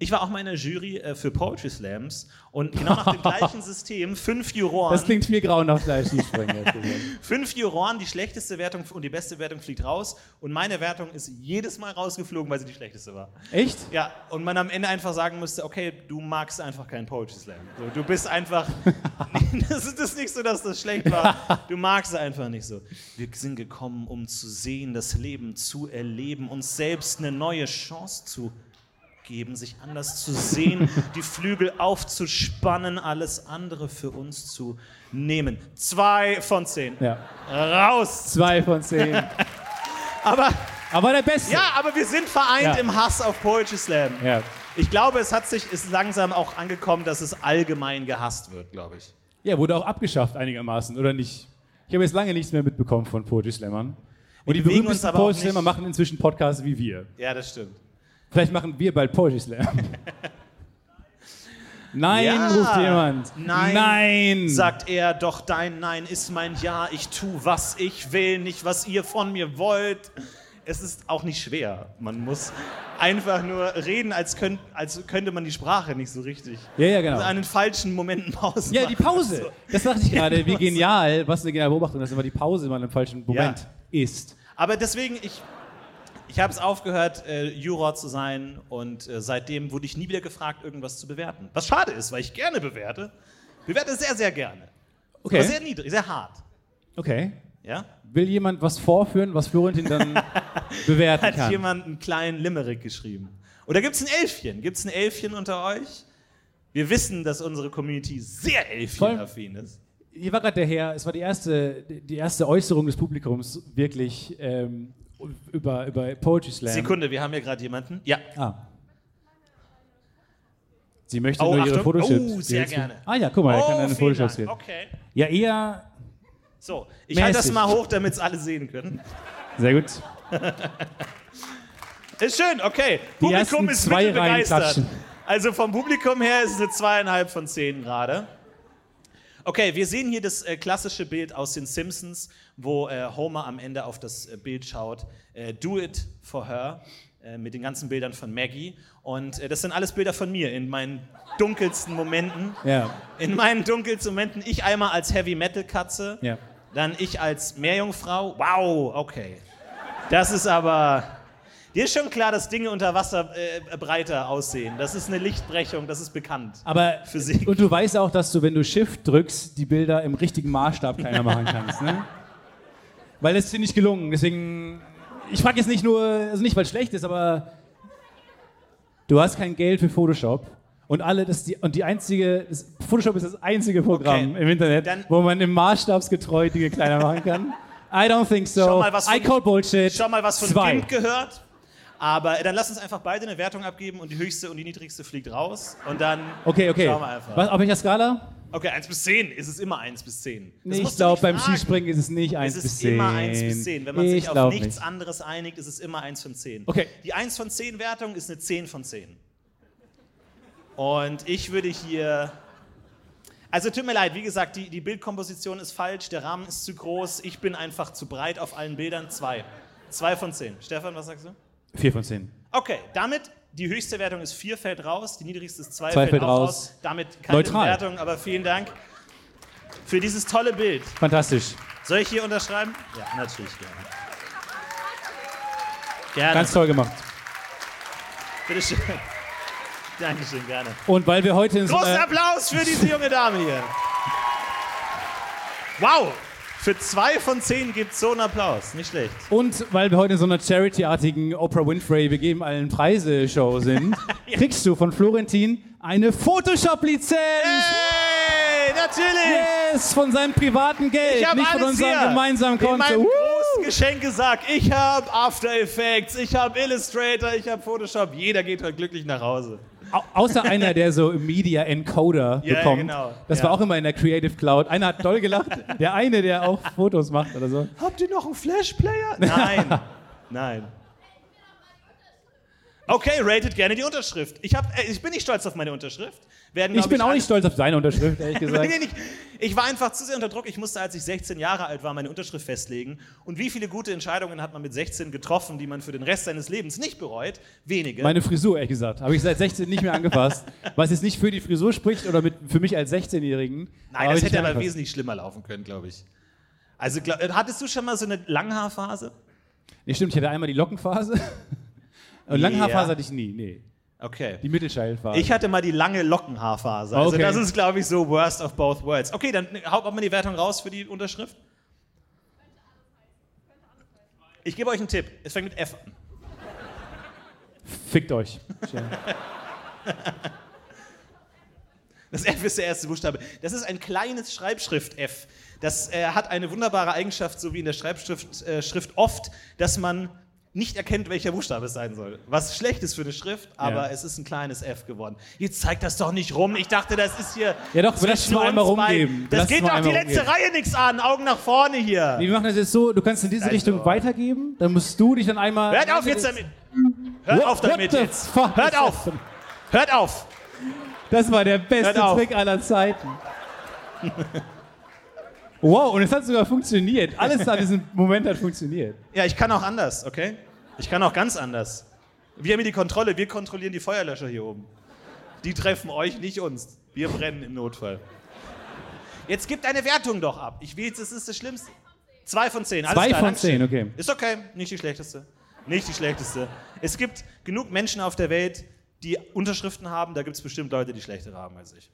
Speaker 2: Ich war auch mal in der Jury äh, für Poetry Slams und genau nach dem gleichen System, fünf Juroren,
Speaker 1: Das klingt viel grauenhaft als Skispringen. ehrlich gesagt.
Speaker 2: fünf Juroren, die schlechteste Wertung und die beste Wertung fliegt raus und meine Wertung ist jedes Mal rausgeflogen, weil sie die schlechteste war.
Speaker 1: Echt?
Speaker 2: Ja, und man am Ende einfach sagen müsste, okay, du magst einfach keinen Poetry Slam. So, du bist einfach, das ist das ist nicht so, dass das schlecht war. Du magst es einfach nicht so. Wir sind gekommen, um zu sehen, das Leben zu erleben, uns selbst eine neue Chance zu geben, sich anders zu sehen, die Flügel aufzuspannen, alles andere für uns zu nehmen. Zwei von zehn.
Speaker 1: Ja.
Speaker 2: Raus!
Speaker 1: Zwei von zehn.
Speaker 2: Aber,
Speaker 1: Aber der Beste.
Speaker 2: ja, aber wir sind vereint
Speaker 1: Ja.
Speaker 2: im Hass auf Poetry Slam.
Speaker 1: ja.
Speaker 2: Ich glaube, es hat sich ist langsam auch angekommen, dass es allgemein gehasst wird, glaube ich.
Speaker 1: Ja, wurde auch abgeschafft einigermaßen, oder nicht? Ich habe jetzt lange nichts mehr mitbekommen von Poetry Slammern. Und die
Speaker 2: bewegen uns
Speaker 1: berühmtesten
Speaker 2: aber auch
Speaker 1: Poetry Slammer
Speaker 2: nicht-
Speaker 1: machen inzwischen Podcasts wie wir.
Speaker 2: Ja, das stimmt.
Speaker 1: Vielleicht machen wir bald Poetry Slam. Nein,
Speaker 2: Ja.
Speaker 1: ruft jemand.
Speaker 2: Nein.
Speaker 1: Nein.
Speaker 2: Hm. Sagt er, doch dein Nein ist mein Ja, ich tu, was ich will, nicht was ihr von mir wollt. Es ist auch nicht schwer. Man muss einfach nur reden, als, könnt, als könnte man die Sprache nicht so richtig.
Speaker 1: Ja, ja, genau.
Speaker 2: Also einen falschen Momenten Pause.
Speaker 1: Ja, die
Speaker 2: machen.
Speaker 1: Pause. Das dachte ich gerade, wie genial, was eine geniale Beobachtung, dass immer die Pause immer im falschen Moment ist.
Speaker 2: Aber deswegen, ich, ich habe es aufgehört, äh, Juror zu sein und äh, seitdem wurde ich nie wieder gefragt, irgendwas zu bewerten. Was schade ist, weil ich gerne bewerte. Bewerte sehr, sehr gerne. Aber sehr
Speaker 1: Okay.
Speaker 2: niedrig, sehr hart.
Speaker 1: okay.
Speaker 2: Ja?
Speaker 1: Will jemand was vorführen, was Florentin dann bewerten
Speaker 2: Hat
Speaker 1: kann?
Speaker 2: jemand einen kleinen Limerick geschrieben. Oder gibt es ein Elfchen? Gibt es ein Elfchen unter euch? Wir wissen, dass unsere Community sehr Elfchen-affin ist.
Speaker 1: Hier war gerade der Herr, es war die erste, die erste Äußerung des Publikums wirklich ähm, über, über Poetry Slam.
Speaker 2: Sekunde, wir haben hier gerade jemanden. Ja,
Speaker 1: Ah. Sie möchte
Speaker 2: Oh,
Speaker 1: nur ihre
Speaker 2: Achtung.
Speaker 1: Photoshops.
Speaker 2: Oh,
Speaker 1: die
Speaker 2: sehr
Speaker 1: jetzt-
Speaker 2: gerne.
Speaker 1: Ah ja, guck mal, er kann eine
Speaker 2: Oh, vielen Dank.
Speaker 1: Photoshops sehen.
Speaker 2: Okay.
Speaker 1: Ja, eher.
Speaker 2: So, ich halte das
Speaker 1: Mäßig.
Speaker 2: mal hoch, damit es alle sehen können.
Speaker 1: Sehr gut.
Speaker 2: Ist schön, okay.
Speaker 1: Die
Speaker 2: Publikum
Speaker 1: ersten
Speaker 2: ist
Speaker 1: zwei
Speaker 2: mittelbegeistert.
Speaker 1: reinklatschen.
Speaker 2: Also vom Publikum her ist es eine zweieinhalb von zehn gerade. Okay, wir sehen hier das äh, klassische Bild aus den Simpsons, wo äh, Homer am Ende auf das äh, Bild schaut. Äh, Do it for her äh, mit den ganzen Bildern von Maggie. Und äh, das sind alles Bilder von mir in meinen dunkelsten Momenten.
Speaker 1: Ja,
Speaker 2: In meinen dunkelsten Momenten ich einmal als Heavy Metal Katze.
Speaker 1: ja.
Speaker 2: Dann ich als Meerjungfrau. Wow, okay. Das ist aber. Dir ist schon klar, dass Dinge unter Wasser äh, breiter aussehen. Das ist eine Lichtbrechung, das ist bekannt.
Speaker 1: Aber
Speaker 2: Physik.
Speaker 1: Und du weißt auch, dass du, wenn du Shift drückst, die Bilder im richtigen Maßstab kleiner machen kannst, ne? Weil das ist dir nicht gelungen. Deswegen. Ich frage jetzt nicht nur, also nicht weil es schlecht ist, aber du hast kein Geld für Photoshop. Und alle, das ist die, und die einzige, das Photoshop ist das einzige Programm
Speaker 2: Okay,
Speaker 1: im Internet,
Speaker 2: dann-
Speaker 1: wo man im Maßstabsgetreu Dinge kleiner machen kann. I don't think so.
Speaker 2: Schau mal, was
Speaker 1: I
Speaker 2: von-
Speaker 1: call bullshit.
Speaker 2: Schon mal was von
Speaker 1: Zwei.
Speaker 2: Gimp gehört. Aber äh, dann lass uns einfach beide eine Wertung abgeben und die höchste und die niedrigste fliegt raus. Und dann
Speaker 1: Okay, okay.
Speaker 2: schauen wir einfach.
Speaker 1: Was, auf welcher Skala?
Speaker 2: Okay, 1 bis 10 ist es immer 1 bis 10. Das
Speaker 1: Nee,
Speaker 2: musst
Speaker 1: ich
Speaker 2: du
Speaker 1: glaube,
Speaker 2: nicht
Speaker 1: beim
Speaker 2: fragen.
Speaker 1: Skispringen ist es nicht 1
Speaker 2: es
Speaker 1: bis
Speaker 2: ist
Speaker 1: 10.
Speaker 2: immer 1 bis 10. Wenn man
Speaker 1: ich
Speaker 2: sich auf
Speaker 1: glaub
Speaker 2: nichts
Speaker 1: nicht.
Speaker 2: anderes einigt, ist es immer 1 von 10.
Speaker 1: Okay.
Speaker 2: Die 1 von 10 Wertung ist eine 10 von 10. Und ich würde hier. Also tut mir leid, wie gesagt, die, die Bildkomposition ist falsch, der Rahmen ist zu groß, ich bin einfach zu breit auf allen Bildern. Zwei. Zwei von zehn. Stefan, was sagst du?
Speaker 1: 4 von 10.
Speaker 2: Okay, damit die höchste Wertung ist 4 fällt raus, die niedrigste ist 2
Speaker 1: Zwei
Speaker 2: fällt,
Speaker 1: fällt
Speaker 2: auch
Speaker 1: raus.
Speaker 2: raus. Damit keine
Speaker 1: Neutral.
Speaker 2: Wertung, aber vielen Dank für dieses tolle Bild.
Speaker 1: Fantastisch.
Speaker 2: Soll ich hier unterschreiben? Ja, natürlich gerne. Gerne.
Speaker 1: Ganz toll gemacht.
Speaker 2: Bitte schön. Dankeschön, gerne. Äh,
Speaker 1: Und weil wir heute in so
Speaker 2: Großen
Speaker 1: einer,
Speaker 2: Applaus für diese junge Dame hier. Wow! Für zwei von zehn gibt es so einen Applaus. Nicht schlecht.
Speaker 1: und weil wir heute in so einer Charity-artigen Oprah Winfrey, wir geben allen Preise-Show sind, kriegst du von Florentin eine Photoshop-Lizenz.
Speaker 2: Hey, natürlich!
Speaker 1: Yes, von seinem privaten Geld,
Speaker 2: Ich habe
Speaker 1: nicht von
Speaker 2: alles
Speaker 1: unserem
Speaker 2: hier.
Speaker 1: gemeinsamen
Speaker 2: In meinem
Speaker 1: Konto. Woo!
Speaker 2: großen Geschenkesack. Ich habe After Effects, ich habe Illustrator, ich habe Photoshop. Jeder geht heute glücklich nach Hause.
Speaker 1: Au- Außer einer, der so Media Encoder
Speaker 2: Ja,
Speaker 1: bekommt.
Speaker 2: genau.
Speaker 1: Das
Speaker 2: Ja.
Speaker 1: war auch immer in der Creative Cloud. Einer hat doll gelacht, der eine, der auch Fotos macht oder so.
Speaker 2: Habt ihr noch einen Flashplayer? Nein, nein. Okay, rated gerne die Unterschrift. Ich, hab, äh, ich bin nicht stolz auf meine Unterschrift. Werden, glaub
Speaker 1: Ich bin auch
Speaker 2: alle-
Speaker 1: nicht stolz auf seine Unterschrift, ehrlich gesagt.
Speaker 2: Nee, nee, nicht. Ich war einfach zu sehr unter Druck. Ich musste, als ich 16 Jahre alt war, meine Unterschrift festlegen. Und wie viele gute Entscheidungen hat man mit 16 getroffen, die man für den Rest seines Lebens nicht bereut? Wenige.
Speaker 1: Meine Frisur, ehrlich gesagt, habe ich seit 16 nicht mehr angepasst. Was jetzt nicht für die Frisur spricht oder mit, für mich als 16-Jährigen.
Speaker 2: Nein,
Speaker 1: aber
Speaker 2: das
Speaker 1: hab ich
Speaker 2: hätte
Speaker 1: nicht
Speaker 2: aber
Speaker 1: angepasst.
Speaker 2: wesentlich schlimmer laufen können, glaube ich. Also, glaub, äh, hattest du schon mal so eine Langhaarphase?
Speaker 1: Nee, stimmt, ich hatte einmal die Lockenphase. Und Langhaarphase
Speaker 2: Ja.
Speaker 1: hatte ich nie, nee.
Speaker 2: Okay.
Speaker 1: Die Mittelscheidphase.
Speaker 2: Ich hatte mal die lange Lockenhaarphase. Also
Speaker 1: Okay.
Speaker 2: das ist, glaube ich, so worst of both worlds. Okay, dann haut mal die Wertung raus für die Unterschrift. Ich gebe euch einen Tipp. Es fängt mit F an.
Speaker 1: Fickt euch.
Speaker 2: Das F ist der erste Buchstabe. Das ist ein kleines Schreibschrift-F. Das äh, hat eine wunderbare Eigenschaft, so wie in der Schreibschrift äh, Schrift oft, dass man nicht erkennt, welcher Buchstabe es sein soll. Was schlecht ist für eine Schrift, aber
Speaker 1: Ja.
Speaker 2: es ist ein kleines F geworden. Jetzt zeigt das doch nicht rum. Ich dachte, das ist hier.
Speaker 1: Ja doch, wir lassen
Speaker 2: zwischen
Speaker 1: es mal einmal
Speaker 2: uns beiden.
Speaker 1: rumgeben. Wir
Speaker 2: Das
Speaker 1: lassen es
Speaker 2: geht
Speaker 1: mal
Speaker 2: doch die
Speaker 1: einmal
Speaker 2: letzte
Speaker 1: rumgeben.
Speaker 2: Reihe nichts an. Augen nach vorne hier.
Speaker 1: Nee, wir machen das jetzt so, du kannst in diese
Speaker 2: Also.
Speaker 1: Richtung weitergeben, dann musst du dich dann einmal...
Speaker 2: Hört auf jetzt damit. Hört auf
Speaker 1: What
Speaker 2: damit
Speaker 1: the
Speaker 2: jetzt.
Speaker 1: fuck
Speaker 2: Hört
Speaker 1: ist
Speaker 2: auf.
Speaker 1: das denn?
Speaker 2: Hört auf.
Speaker 1: Das war der beste
Speaker 2: Hört auf.
Speaker 1: Trick aller Zeiten. Wow, und es hat sogar funktioniert. Alles an diesem Moment hat funktioniert.
Speaker 2: Ja, ich kann auch anders, okay? Ich kann auch ganz anders. Wir haben hier die Kontrolle, wir kontrollieren die Feuerlöscher hier oben. Die treffen euch, nicht uns. Wir brennen im Notfall. Jetzt gibt eine Wertung doch ab. Ich will jetzt, das ist das Schlimmste. Zwei von zehn. Alles
Speaker 1: Zwei
Speaker 2: klar,
Speaker 1: von
Speaker 2: Dankeschön.
Speaker 1: zehn, okay.
Speaker 2: Ist okay, nicht die schlechteste. Nicht die schlechteste. Es gibt genug Menschen auf der Welt, die Unterschriften haben. Da gibt es bestimmt Leute, die schlechtere haben als ich.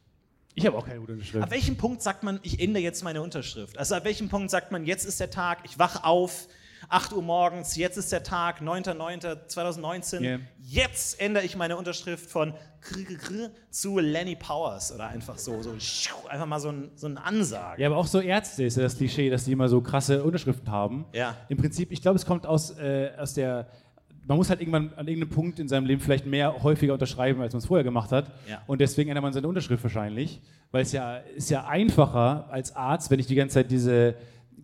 Speaker 1: Ich habe auch keine gute Schrift.
Speaker 2: Ab welchem Punkt sagt man, ich ändere jetzt meine Unterschrift? Also ab welchem Punkt sagt man, jetzt ist der Tag, ich wach auf, 8 Uhr morgens, jetzt ist der Tag, 9.9.2019.
Speaker 1: Yeah.
Speaker 2: Jetzt ändere ich meine Unterschrift von kr kr kr zu Lenny Powers oder einfach so, so schiu, einfach mal so ein, so ein Ansage.
Speaker 1: Ja, aber auch so Ärzte ist ja das Klischee, dass die immer so krasse Unterschriften haben.
Speaker 2: Ja.
Speaker 1: Im Prinzip, ich glaube, es kommt aus, äh, aus der. Man muss halt irgendwann an irgendeinem Punkt in seinem Leben vielleicht mehr häufiger unterschreiben, als man es vorher gemacht hat.
Speaker 2: Ja.
Speaker 1: Und deswegen ändert man seine Unterschrift wahrscheinlich. Weil es ja, ist ja einfacher als Arzt, wenn ich die ganze Zeit diese,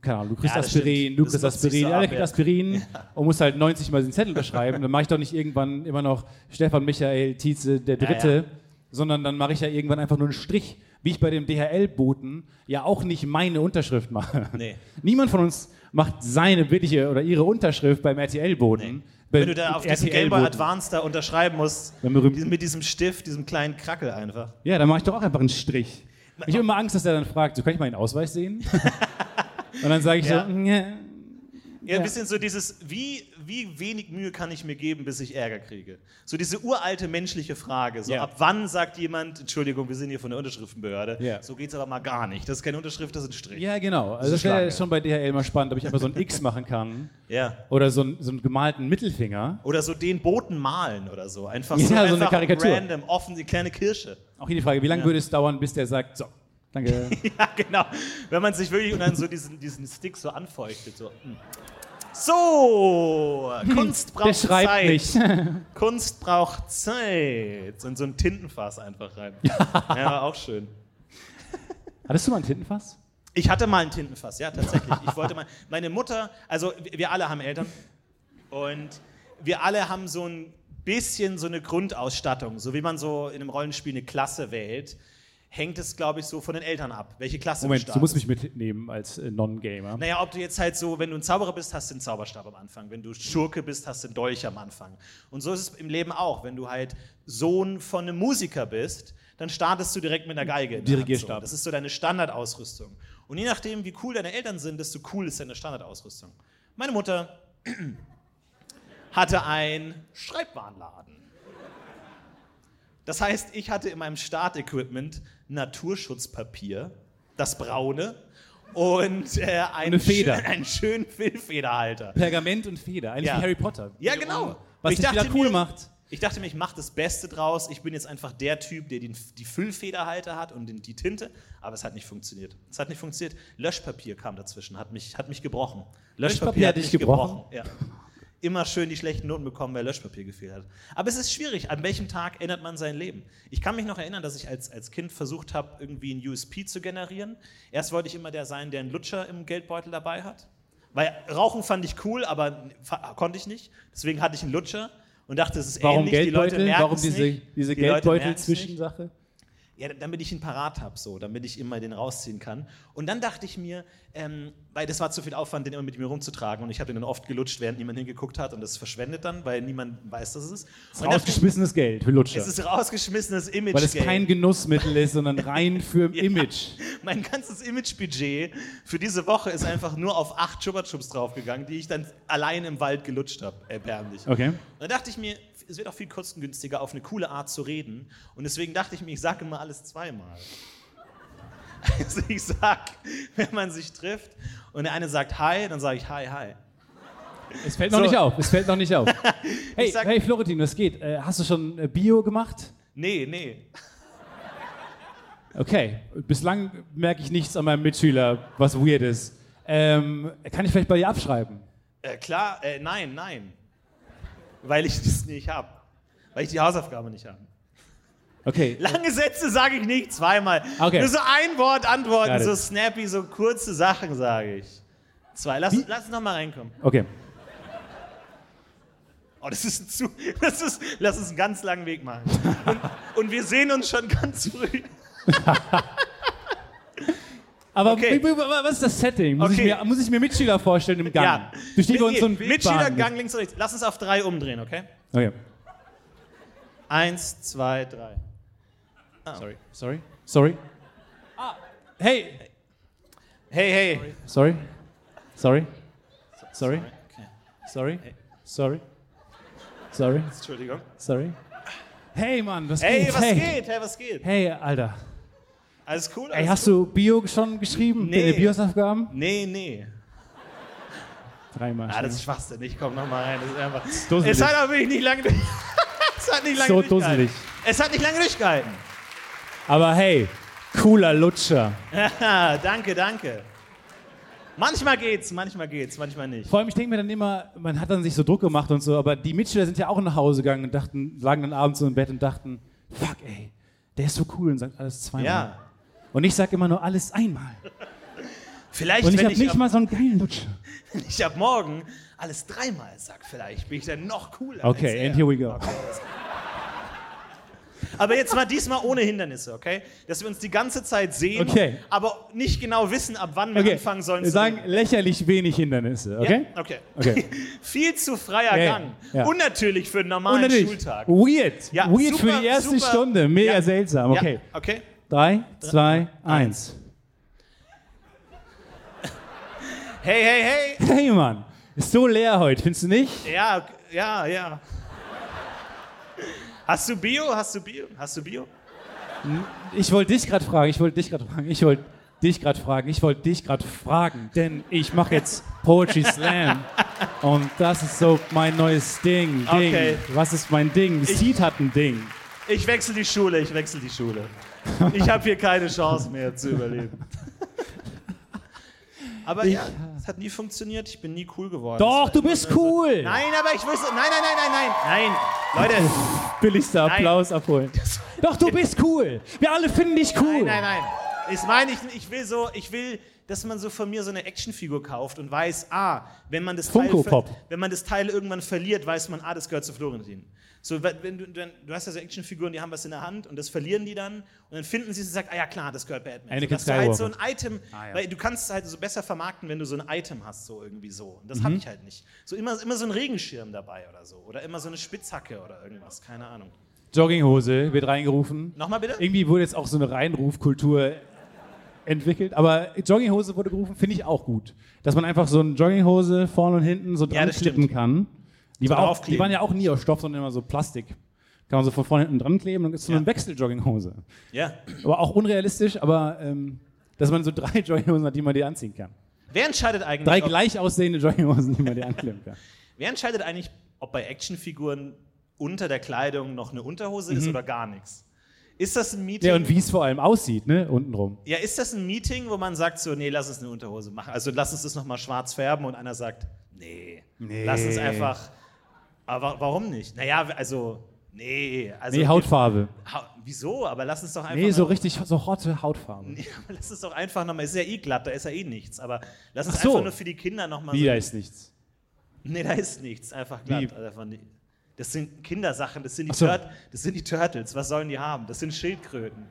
Speaker 1: keine Ahnung, du kriegst
Speaker 2: Ja, das
Speaker 1: Aspirin,
Speaker 2: stimmt.
Speaker 1: du
Speaker 2: Das
Speaker 1: kriegst
Speaker 2: nutzt sich
Speaker 1: Aspirin,
Speaker 2: so
Speaker 1: ja, der
Speaker 2: ab,
Speaker 1: kriegt
Speaker 2: ja.
Speaker 1: Aspirin und musst halt 90 Mal den Zettel unterschreiben. dann mache ich doch nicht irgendwann immer noch Stefan Michael Tietze, der
Speaker 2: ja.
Speaker 1: Dritte sondern dann mache ich ja irgendwann einfach nur einen Strich, wie ich bei dem DHL-Boten ja auch nicht meine Unterschrift mache.
Speaker 2: Nee.
Speaker 1: Niemand von uns macht seine wirkliche oder ihre Unterschrift beim RTL-Boten.
Speaker 2: Nee. Wenn du da auf diesem Gelber Advance da unterschreiben musst,
Speaker 1: Beim berühmten-
Speaker 2: diesen- mit diesem Stift, diesem kleinen Krackel einfach.
Speaker 1: Ja, dann mache ich doch auch einfach einen Strich. Ich habe immer Angst, dass er dann fragt, so kann ich meinen Ausweis sehen? Und dann sage ich
Speaker 2: Ja.
Speaker 1: so, "Nja."
Speaker 2: Ja,
Speaker 1: Ja.
Speaker 2: ein bisschen so dieses, wie, wie wenig Mühe kann ich mir geben, bis ich Ärger kriege? So diese uralte menschliche Frage. So
Speaker 1: Ja.
Speaker 2: ab wann sagt jemand, Entschuldigung, wir sind hier von der Unterschriftenbehörde.
Speaker 1: Ja.
Speaker 2: So geht's aber mal gar nicht. Das ist keine Unterschrift, das ist ein Strich.
Speaker 1: ja, genau. Also
Speaker 2: eine
Speaker 1: das wäre
Speaker 2: Schlange.
Speaker 1: schon bei DHL mal spannend, ob ich einfach so ein X machen kann
Speaker 2: Ja.
Speaker 1: oder so einen, so einen gemalten Mittelfinger.
Speaker 2: Oder so den Boten malen oder so. Einfach
Speaker 1: Ja,
Speaker 2: so,
Speaker 1: so eine
Speaker 2: einfach
Speaker 1: Karikatur.
Speaker 2: random, offen, die kleine Kirsche.
Speaker 1: Auch hier die Frage, wie lange
Speaker 2: Ja.
Speaker 1: würde es dauern, bis der sagt, so, danke.
Speaker 2: Ja, genau. Wenn man sich wirklich und dann so diesen, diesen Stick so anfeuchtet. So, hm. so Kunst braucht
Speaker 1: der schreibt
Speaker 2: Zeit.
Speaker 1: nicht.
Speaker 2: Kunst braucht Zeit. Und so ein Tintenfass einfach rein. Ja, war auch schön.
Speaker 1: Hattest du mal ein Tintenfass?
Speaker 2: Ich hatte mal ein Tintenfass, ja, tatsächlich. Ich wollte mal. Meine Mutter, also wir alle haben Eltern und wir alle haben so ein bisschen so eine Grundausstattung. So wie man so in einem Rollenspiel eine Klasse wählt, hängt es, glaube ich, so von den Eltern ab, welche Klasse du
Speaker 1: Moment, du
Speaker 2: startest.
Speaker 1: musst mich mitnehmen als äh, Non-Gamer.
Speaker 2: Naja, ob du jetzt halt so, wenn du ein Zauberer bist, hast du einen Zauberstab am Anfang. Wenn du Schurke bist, hast du einen Dolch am Anfang. Und so ist es im Leben auch. Wenn du halt Sohn von einem Musiker bist, dann startest du direkt mit einer Geige. in der Hand.
Speaker 1: Dirigierstab.
Speaker 2: So. Das ist so deine Standardausrüstung. Und je nachdem, wie cool deine Eltern sind, desto cool ist deine Standardausrüstung. Meine Mutter hatte einen Schreibwarenladen. Das heißt, ich hatte in meinem Startequipment Naturschutzpapier, das braune, und äh, einen,
Speaker 1: Eine Feder.
Speaker 2: schö- einen schönen Filmfederhalter.
Speaker 1: Pergament und Feder, eigentlich
Speaker 2: Ja.
Speaker 1: wie Harry Potter.
Speaker 2: Ja, genau.
Speaker 1: Was
Speaker 2: Ich
Speaker 1: dich wieder
Speaker 2: dachte
Speaker 1: cool
Speaker 2: mir-
Speaker 1: macht.
Speaker 2: Ich dachte mir, ich mache das Beste draus. Ich bin jetzt einfach der Typ, der den, die Füllfederhalter hat und den, die Tinte. Aber es hat nicht funktioniert. Es hat nicht funktioniert. Löschpapier kam dazwischen, hat mich, hat mich gebrochen.
Speaker 1: Löschpapier hat dich gebrochen?
Speaker 2: Ja. Immer schön die schlechten Noten bekommen, weil Löschpapier gefehlt hat. Aber es ist schwierig. An welchem Tag ändert man sein Leben? Ich kann mich noch erinnern, dass ich als, als Kind versucht habe, irgendwie ein USP zu generieren. Erst wollte ich immer der sein, der einen Lutscher im Geldbeutel dabei hat. Weil Rauchen fand ich cool, aber fa- konnte ich nicht. Deswegen hatte ich einen Lutscher und dachte, es ist
Speaker 1: Warum
Speaker 2: ähnlich. Die
Speaker 1: Geldbeutel?
Speaker 2: Leute merken's
Speaker 1: Warum diese,
Speaker 2: nicht.
Speaker 1: diese
Speaker 2: Die Leute merken's nicht.
Speaker 1: Geldbeutel-Zwischensache?
Speaker 2: Ja, damit ich ihn parat habe, so, damit ich immer den rausziehen kann. Und dann dachte ich mir, ähm, weil das war zu viel Aufwand, den immer mit mir rumzutragen. Und ich habe den dann oft gelutscht, während niemand hingeguckt hat. Und das verschwendet dann, weil niemand weiß, dass es ist.
Speaker 1: Das ist
Speaker 2: Und dachte ich,
Speaker 1: rausgeschmissenes Geld für Lutscher.
Speaker 2: es ist rausgeschmissenes Image.
Speaker 1: Weil es kein Genussmittel ist, sondern rein für
Speaker 2: Ja.
Speaker 1: Image.
Speaker 2: mein ganzes Imagebudget für diese Woche ist einfach nur auf acht Chupa Chups draufgegangen, die ich dann allein im Wald gelutscht habe. Erbärmlich.
Speaker 1: Okay.
Speaker 2: Und da dachte ich mir, es wird auch viel kostengünstiger, auf eine coole Art zu reden. Und deswegen dachte ich mir, ich sage immer alles zweimal. Also ich sag, wenn man sich trifft und der eine sagt Hi, dann sage ich Hi, Hi.
Speaker 1: Es fällt noch
Speaker 2: So.
Speaker 1: nicht auf. Es fällt noch nicht auf. Hey,
Speaker 2: Ich sag-
Speaker 1: hey Florentin, das geht. Äh, hast du schon äh, Bio gemacht?
Speaker 2: Nee, nee.
Speaker 1: Okay. Bislang merke ich nichts an meinem Mitschüler, was weird ist. Ähm, kann ich vielleicht bei dir abschreiben?
Speaker 2: Äh, klar, äh, nein, nein. Weil ich das nicht habe. Weil ich die Hausaufgabe nicht habe.
Speaker 1: Okay.
Speaker 2: Lange Sätze sage ich nicht zweimal.
Speaker 1: Okay.
Speaker 2: Nur so ein Wort antworten,
Speaker 1: Got it.
Speaker 2: so snappy, so kurze Sachen sage ich. Zwei. Lass, lass uns nochmal reinkommen.
Speaker 1: Okay.
Speaker 2: Oh, das ist ein zu. Das ist, lass uns einen ganz langen Weg machen. Und, und wir sehen uns schon ganz früh.
Speaker 1: Aber
Speaker 2: Okay.
Speaker 1: w- w- w- was ist das Setting? Muss,
Speaker 2: Okay.
Speaker 1: ich, mir, muss ich mir Mitschüler vorstellen im Gang?
Speaker 2: Ja.
Speaker 1: Du stehst uns so einen Weg
Speaker 2: Mitschüler,
Speaker 1: bahnen.
Speaker 2: Gang links und rechts. Lass uns auf drei umdrehen, okay?
Speaker 1: Okay.
Speaker 2: Eins, zwei, drei.
Speaker 1: Sorry. Sorry. Sorry. Ah. Hey.
Speaker 2: Hey, hey.
Speaker 1: Sorry. Sorry. Sorry.
Speaker 2: Okay.
Speaker 1: Sorry. Sorry. Sorry.
Speaker 2: Entschuldigung.
Speaker 1: Sorry. Hey Mann, was
Speaker 2: Hey,
Speaker 1: geht?
Speaker 2: was
Speaker 1: hey.
Speaker 2: geht? Hey, was geht?
Speaker 1: Hey, Alter.
Speaker 2: Alles cool?
Speaker 1: Ey,
Speaker 2: Alles
Speaker 1: hast du Bio schon geschrieben?
Speaker 2: Nee.
Speaker 1: Deine Biosaufgaben?
Speaker 2: Nee, nee.
Speaker 1: Dreimal.
Speaker 2: Ja, das ist schwachsinnig. Komm nochmal rein. Das ist einfach.
Speaker 1: dusselig.
Speaker 2: Es hat aber wirklich nicht lange. es hat nicht lange
Speaker 1: So
Speaker 2: durchgehalten.
Speaker 1: dusselig.
Speaker 2: Es hat nicht lange durchgehalten.
Speaker 1: Aber hey, cooler Lutscher.
Speaker 2: Ja, Ah, danke, danke. Manchmal geht's, manchmal geht's, manchmal nicht.
Speaker 1: Vor allem, ich denke mir dann immer, man hat dann sich so Druck gemacht und so, aber die Mitschüler sind ja auch nach Hause gegangen und dachten, lagen dann abends so im Bett und dachten, fuck ey, der ist so cool und sagt alles zweimal.
Speaker 2: Ja.
Speaker 1: Und ich sag immer nur alles einmal.
Speaker 2: Vielleicht,
Speaker 1: Und ich
Speaker 2: wenn
Speaker 1: habe
Speaker 2: ich,
Speaker 1: nicht
Speaker 2: ab,
Speaker 1: mal so einen geilen Lutscher.
Speaker 2: ich ab morgen alles dreimal sag, vielleicht bin ich dann noch cooler. als
Speaker 1: Okay,
Speaker 2: er.
Speaker 1: and here we go.
Speaker 2: Aber jetzt mal diesmal ohne Hindernisse, okay? Dass wir uns die ganze Zeit sehen,
Speaker 1: Okay.
Speaker 2: aber nicht genau wissen, ab wann wir
Speaker 1: Okay,
Speaker 2: anfangen sollen
Speaker 1: wir
Speaker 2: zu
Speaker 1: sagen
Speaker 2: reden.
Speaker 1: lächerlich wenig Hindernisse, okay?
Speaker 2: Ja? Okay.
Speaker 1: Okay.
Speaker 2: Viel zu freier
Speaker 1: Ja, ja.
Speaker 2: Gang.
Speaker 1: Ja. Uh,
Speaker 2: Unnatürlich für einen normalen
Speaker 1: Und natürlich,
Speaker 2: Schultag.
Speaker 1: weird,
Speaker 2: Ja,
Speaker 1: weird
Speaker 2: super,
Speaker 1: für die erste
Speaker 2: super.
Speaker 1: Stunde, mega
Speaker 2: Ja.
Speaker 1: seltsam, okay.
Speaker 2: Ja, okay.
Speaker 1: Drei, zwei, eins.
Speaker 2: Hey, hey, hey.
Speaker 1: Hey Mann, ist so leer heute, findest du nicht?
Speaker 2: Ja, ok- ja, ja. Hast du Bio? Hast du Bio? Hast du Bio?
Speaker 1: Ich wollte dich gerade fragen, ich wollte dich gerade fragen, ich wollte dich gerade fragen, ich wollte dich gerade fragen, denn ich mache jetzt Poetry Slam. Und das ist so mein neues Ding. Ding.
Speaker 2: Okay.
Speaker 1: Was ist mein Ding? Seed hat ein Ding.
Speaker 2: Ich wechsle die Schule, ich wechsle die Schule. Ich habe hier keine Chance mehr zu überleben. Aber ja, es hat nie funktioniert, ich bin nie cool geworden.
Speaker 1: Doch,
Speaker 2: Es war
Speaker 1: du
Speaker 2: immer
Speaker 1: bist
Speaker 2: nur so-
Speaker 1: cool.
Speaker 2: Nein, aber ich wusste. Nein, nein, nein, nein, nein. Nein, Leute.
Speaker 1: Billigster
Speaker 2: Nein.
Speaker 1: Applaus abholen. Doch, du bist cool. Wir alle finden dich
Speaker 2: Nein,
Speaker 1: cool.
Speaker 2: nein, nein. Ich meine, ich, ich will so, ich will, dass man so von mir so eine Actionfigur kauft und weiß, ah, wenn man das Teil,
Speaker 1: Funko
Speaker 2: ver-
Speaker 1: Pop.
Speaker 2: wenn man das Teil irgendwann verliert, weiß man, ah, das gehört zu Florentin. So, wenn wenn du, wenn, du hast ja so Actionfiguren, die haben was in der Hand und das verlieren die dann und dann finden sie es und sagen, ah ja klar, das gehört Batman.
Speaker 1: Anakin
Speaker 2: so, dass du halt so ein
Speaker 1: Skywalker.
Speaker 2: Item, weil du kannst es halt so besser vermarkten, wenn du so ein Item hast, so irgendwie so. Und das
Speaker 1: Mhm.
Speaker 2: habe ich halt nicht. So immer, immer so ein Regenschirm dabei oder so oder immer so eine Spitzhacke oder irgendwas, keine Ahnung.
Speaker 1: Jogginghose wird reingerufen.
Speaker 2: Nochmal bitte.
Speaker 1: Irgendwie wurde jetzt auch so eine Reinrufkultur entwickelt, aber Jogginghose wurde gerufen, finde ich auch gut. Dass man einfach so eine Jogginghose vorne und hinten so dran
Speaker 2: das
Speaker 1: klippen
Speaker 2: stimmt.
Speaker 1: kann. Die, war auch, die
Speaker 2: draufkleben.
Speaker 1: waren ja auch nie aus Stoff, sondern immer so Plastik. Kann man so von vorne hinten dran kleben und ist so
Speaker 2: Ja.
Speaker 1: eine Wechseljogginghose.
Speaker 2: Ja.
Speaker 1: Aber auch unrealistisch, aber ähm, dass man so drei Jogginghosen hat, die man dir anziehen kann.
Speaker 2: Wer entscheidet eigentlich?
Speaker 1: Drei
Speaker 2: ob-
Speaker 1: gleich aussehende Jogginghosen, die man dir anklemmen kann.
Speaker 2: Wer entscheidet eigentlich, ob bei Actionfiguren unter der Kleidung noch eine Unterhose ist oder gar nichts? Ist das ein Meeting?
Speaker 1: Mhm. Ja, und wie es vor allem aussieht, ne, untenrum.
Speaker 2: Ja, ist das ein Meeting, wo man sagt so, nee, lass uns eine Unterhose machen. Also lass uns das nochmal schwarz färben und einer sagt, nee, lass uns einfach. Aber warum nicht? Naja, also, nee. Also,
Speaker 1: Nee, Hautfarbe.
Speaker 2: Ha wieso? Aber lass uns doch einfach.
Speaker 1: Nee, so
Speaker 2: noch-
Speaker 1: richtig, so rotte Hautfarbe.
Speaker 2: Nee, aber lass uns doch einfach nochmal. Ist ja eh glatt, da ist ja eh nichts. Aber lass uns
Speaker 1: Ach so.
Speaker 2: einfach nur für die Kinder nochmal.
Speaker 1: Wie, da ist nichts.
Speaker 2: Nee, da ist nichts. Einfach glatt.
Speaker 1: Wie?
Speaker 2: Also einfach nie- Das sind Kindersachen, das sind, die
Speaker 1: Ach so.
Speaker 2: Turt- das sind die Turtles. Was sollen die haben? Das sind Schildkröten.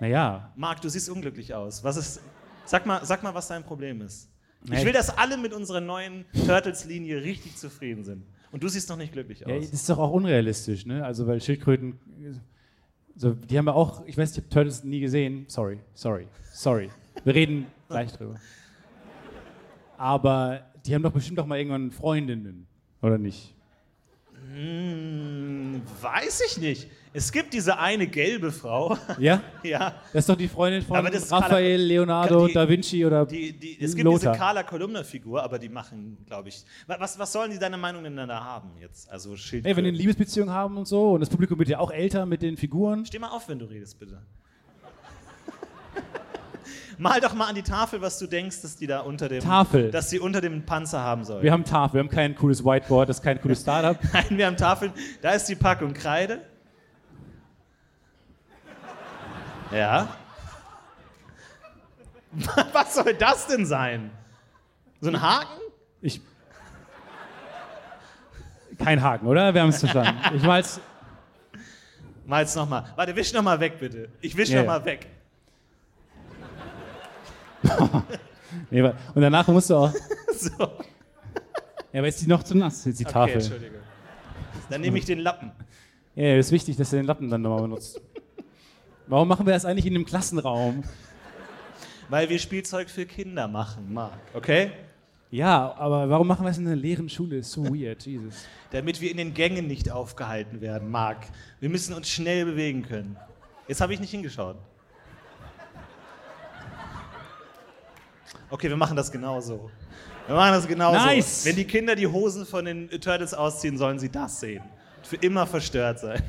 Speaker 1: Naja,
Speaker 2: Marc, du siehst unglücklich aus. Was ist. Sag mal, sag mal was dein Problem ist.
Speaker 1: Nee.
Speaker 2: Ich will, dass alle mit unserer neuen Turtles-Linie richtig zufrieden sind. Und du siehst noch nicht glücklich
Speaker 1: Ja,
Speaker 2: aus.
Speaker 1: das ist doch auch unrealistisch, ne? Also, weil Schildkröten, so, die haben ja auch, ich weiß, ich habe Turtles nie gesehen. Sorry, sorry, sorry. Wir reden gleich drüber. Aber die haben doch bestimmt auch mal irgendwann Freundinnen, oder nicht?
Speaker 2: Hm, weiß ich nicht. Es gibt diese eine gelbe Frau.
Speaker 1: Ja?
Speaker 2: ja.
Speaker 1: Das ist doch die Freundin von
Speaker 2: Aber das ist
Speaker 1: Raphael,
Speaker 2: Carla-
Speaker 1: Leonardo,
Speaker 2: die-
Speaker 1: Da Vinci oder
Speaker 2: Die, die, es gibt diese
Speaker 1: Lothar.
Speaker 2: Carla Kolumna-Figur, aber die machen, glaube ich. Wa- Was, was sollen die deiner Meinung miteinander haben jetzt? Also Schildkröten.
Speaker 1: Ey, wenn die eine Liebesbeziehung haben und so und das Publikum wird ja auch älter mit den Figuren.
Speaker 2: Steh mal auf, wenn du redest, bitte. Mal doch mal an die Tafel, was du denkst, dass die da unter dem
Speaker 1: Tafel.
Speaker 2: dass sie unter dem Panzer haben sollen.
Speaker 1: Wir haben Tafel, wir haben kein cooles Whiteboard, das ist kein cooles Startup.
Speaker 2: Nein, wir haben Tafeln. Da ist die Packung Kreide. Ja. Was soll das denn sein? So ein Haken?
Speaker 1: Ich. Kein Haken, oder? Wir haben es verstanden. Ich mal's.
Speaker 2: Mal's nochmal. Warte, wisch nochmal weg, bitte. Ich wisch
Speaker 1: Ja,
Speaker 2: noch
Speaker 1: ja.
Speaker 2: nochmal weg.
Speaker 1: Nee, wa- und danach musst du auch.
Speaker 2: So.
Speaker 1: Ja, aber ist die noch zu nass, jetzt die
Speaker 2: Okay,
Speaker 1: Tafel.
Speaker 2: Entschuldigung. Dann nehme ich den Lappen.
Speaker 1: Ja, ja, ist wichtig, dass du den Lappen dann nochmal benutzt. Warum machen wir das eigentlich in einem Klassenraum?
Speaker 2: Weil wir Spielzeug für Kinder machen, Marc. Okay?
Speaker 1: Ja, aber warum machen wir es in einer leeren Schule? Ist so weird, Jesus.
Speaker 2: Damit wir in den Gängen nicht aufgehalten werden, Marc. Wir müssen uns schnell bewegen können. Jetzt habe ich nicht hingeschaut. Okay, wir machen das genauso. Wir machen das genauso.
Speaker 1: Nice.
Speaker 2: Wenn die Kinder die Hosen von den Turtles ausziehen, sollen sie das sehen. Für immer verstört sein.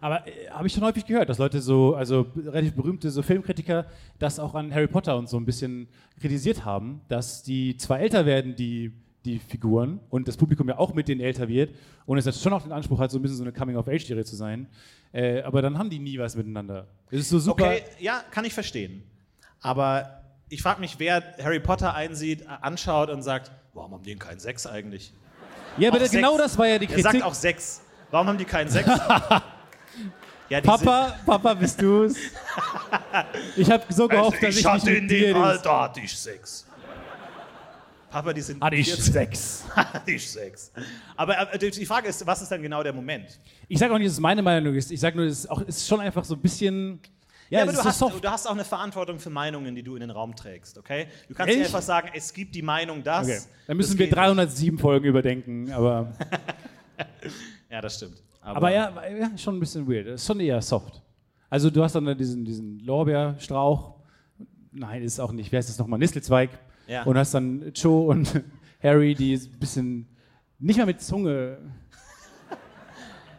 Speaker 1: Aber äh, habe ich schon häufig gehört, dass Leute so, also relativ berühmte so Filmkritiker, das auch an Harry Potter und so ein bisschen kritisiert haben, dass die zwar älter werden, die, die Figuren, und das Publikum ja auch mit denen älter wird, und es jetzt schon auch den Anspruch hat, so ein bisschen so eine Coming-of-Age-Serie zu sein, äh, aber dann haben die nie was miteinander. Das ist so super.
Speaker 2: Okay, ja, kann ich verstehen. Aber ich frage mich, wer Harry Potter einsieht, anschaut und sagt, warum haben die denn keinen Sex eigentlich?
Speaker 1: ja, aber
Speaker 2: auch
Speaker 1: das- genau
Speaker 2: Sex.
Speaker 1: das war ja die
Speaker 2: Er sagt
Speaker 1: Kritik.
Speaker 2: auch Sex. Warum haben die keinen Sex? ja, die
Speaker 1: Papa, Papa, bist du's? Ich habe so
Speaker 3: Also
Speaker 1: gehofft,
Speaker 3: ich
Speaker 1: dass ich nicht
Speaker 3: hatte in
Speaker 1: mit dir...
Speaker 3: dem
Speaker 1: dieses-
Speaker 3: Alter hatte ich Sex.
Speaker 2: Sind, Papa, die sind
Speaker 1: Hatte ich
Speaker 2: 14.
Speaker 1: Sex.
Speaker 2: hatte ich Sex. Aber äh, die Frage ist, was ist dann genau der Moment?
Speaker 1: Ich sage auch nicht, dass es meine Meinung ist. Ich sage nur, es ist, auch, es ist schon einfach so ein bisschen...
Speaker 2: Ja,
Speaker 1: Ja, es
Speaker 2: aber
Speaker 1: ist
Speaker 2: du
Speaker 1: so
Speaker 2: hast,
Speaker 1: soft.
Speaker 2: du hast auch eine Verantwortung für Meinungen, die du in den Raum trägst, okay? Du kannst nicht
Speaker 1: Echt?
Speaker 2: einfach sagen, es gibt die Meinung, das.
Speaker 1: Okay.
Speaker 2: das
Speaker 1: Dann müssen wir
Speaker 2: geht
Speaker 1: 307 Folgen überdenken, aber,
Speaker 2: nicht. Ja, das stimmt.
Speaker 1: aber ja, ja, schon ein bisschen weird. Das ist schon eher soft. Also du hast dann diesen, diesen Lorbeerstrauch. Nein, ist auch nicht. Wer ist das nochmal? Nistelzweig.
Speaker 2: Ja.
Speaker 1: Und hast dann Joe und Harry, die ein bisschen nicht mal mit Zunge.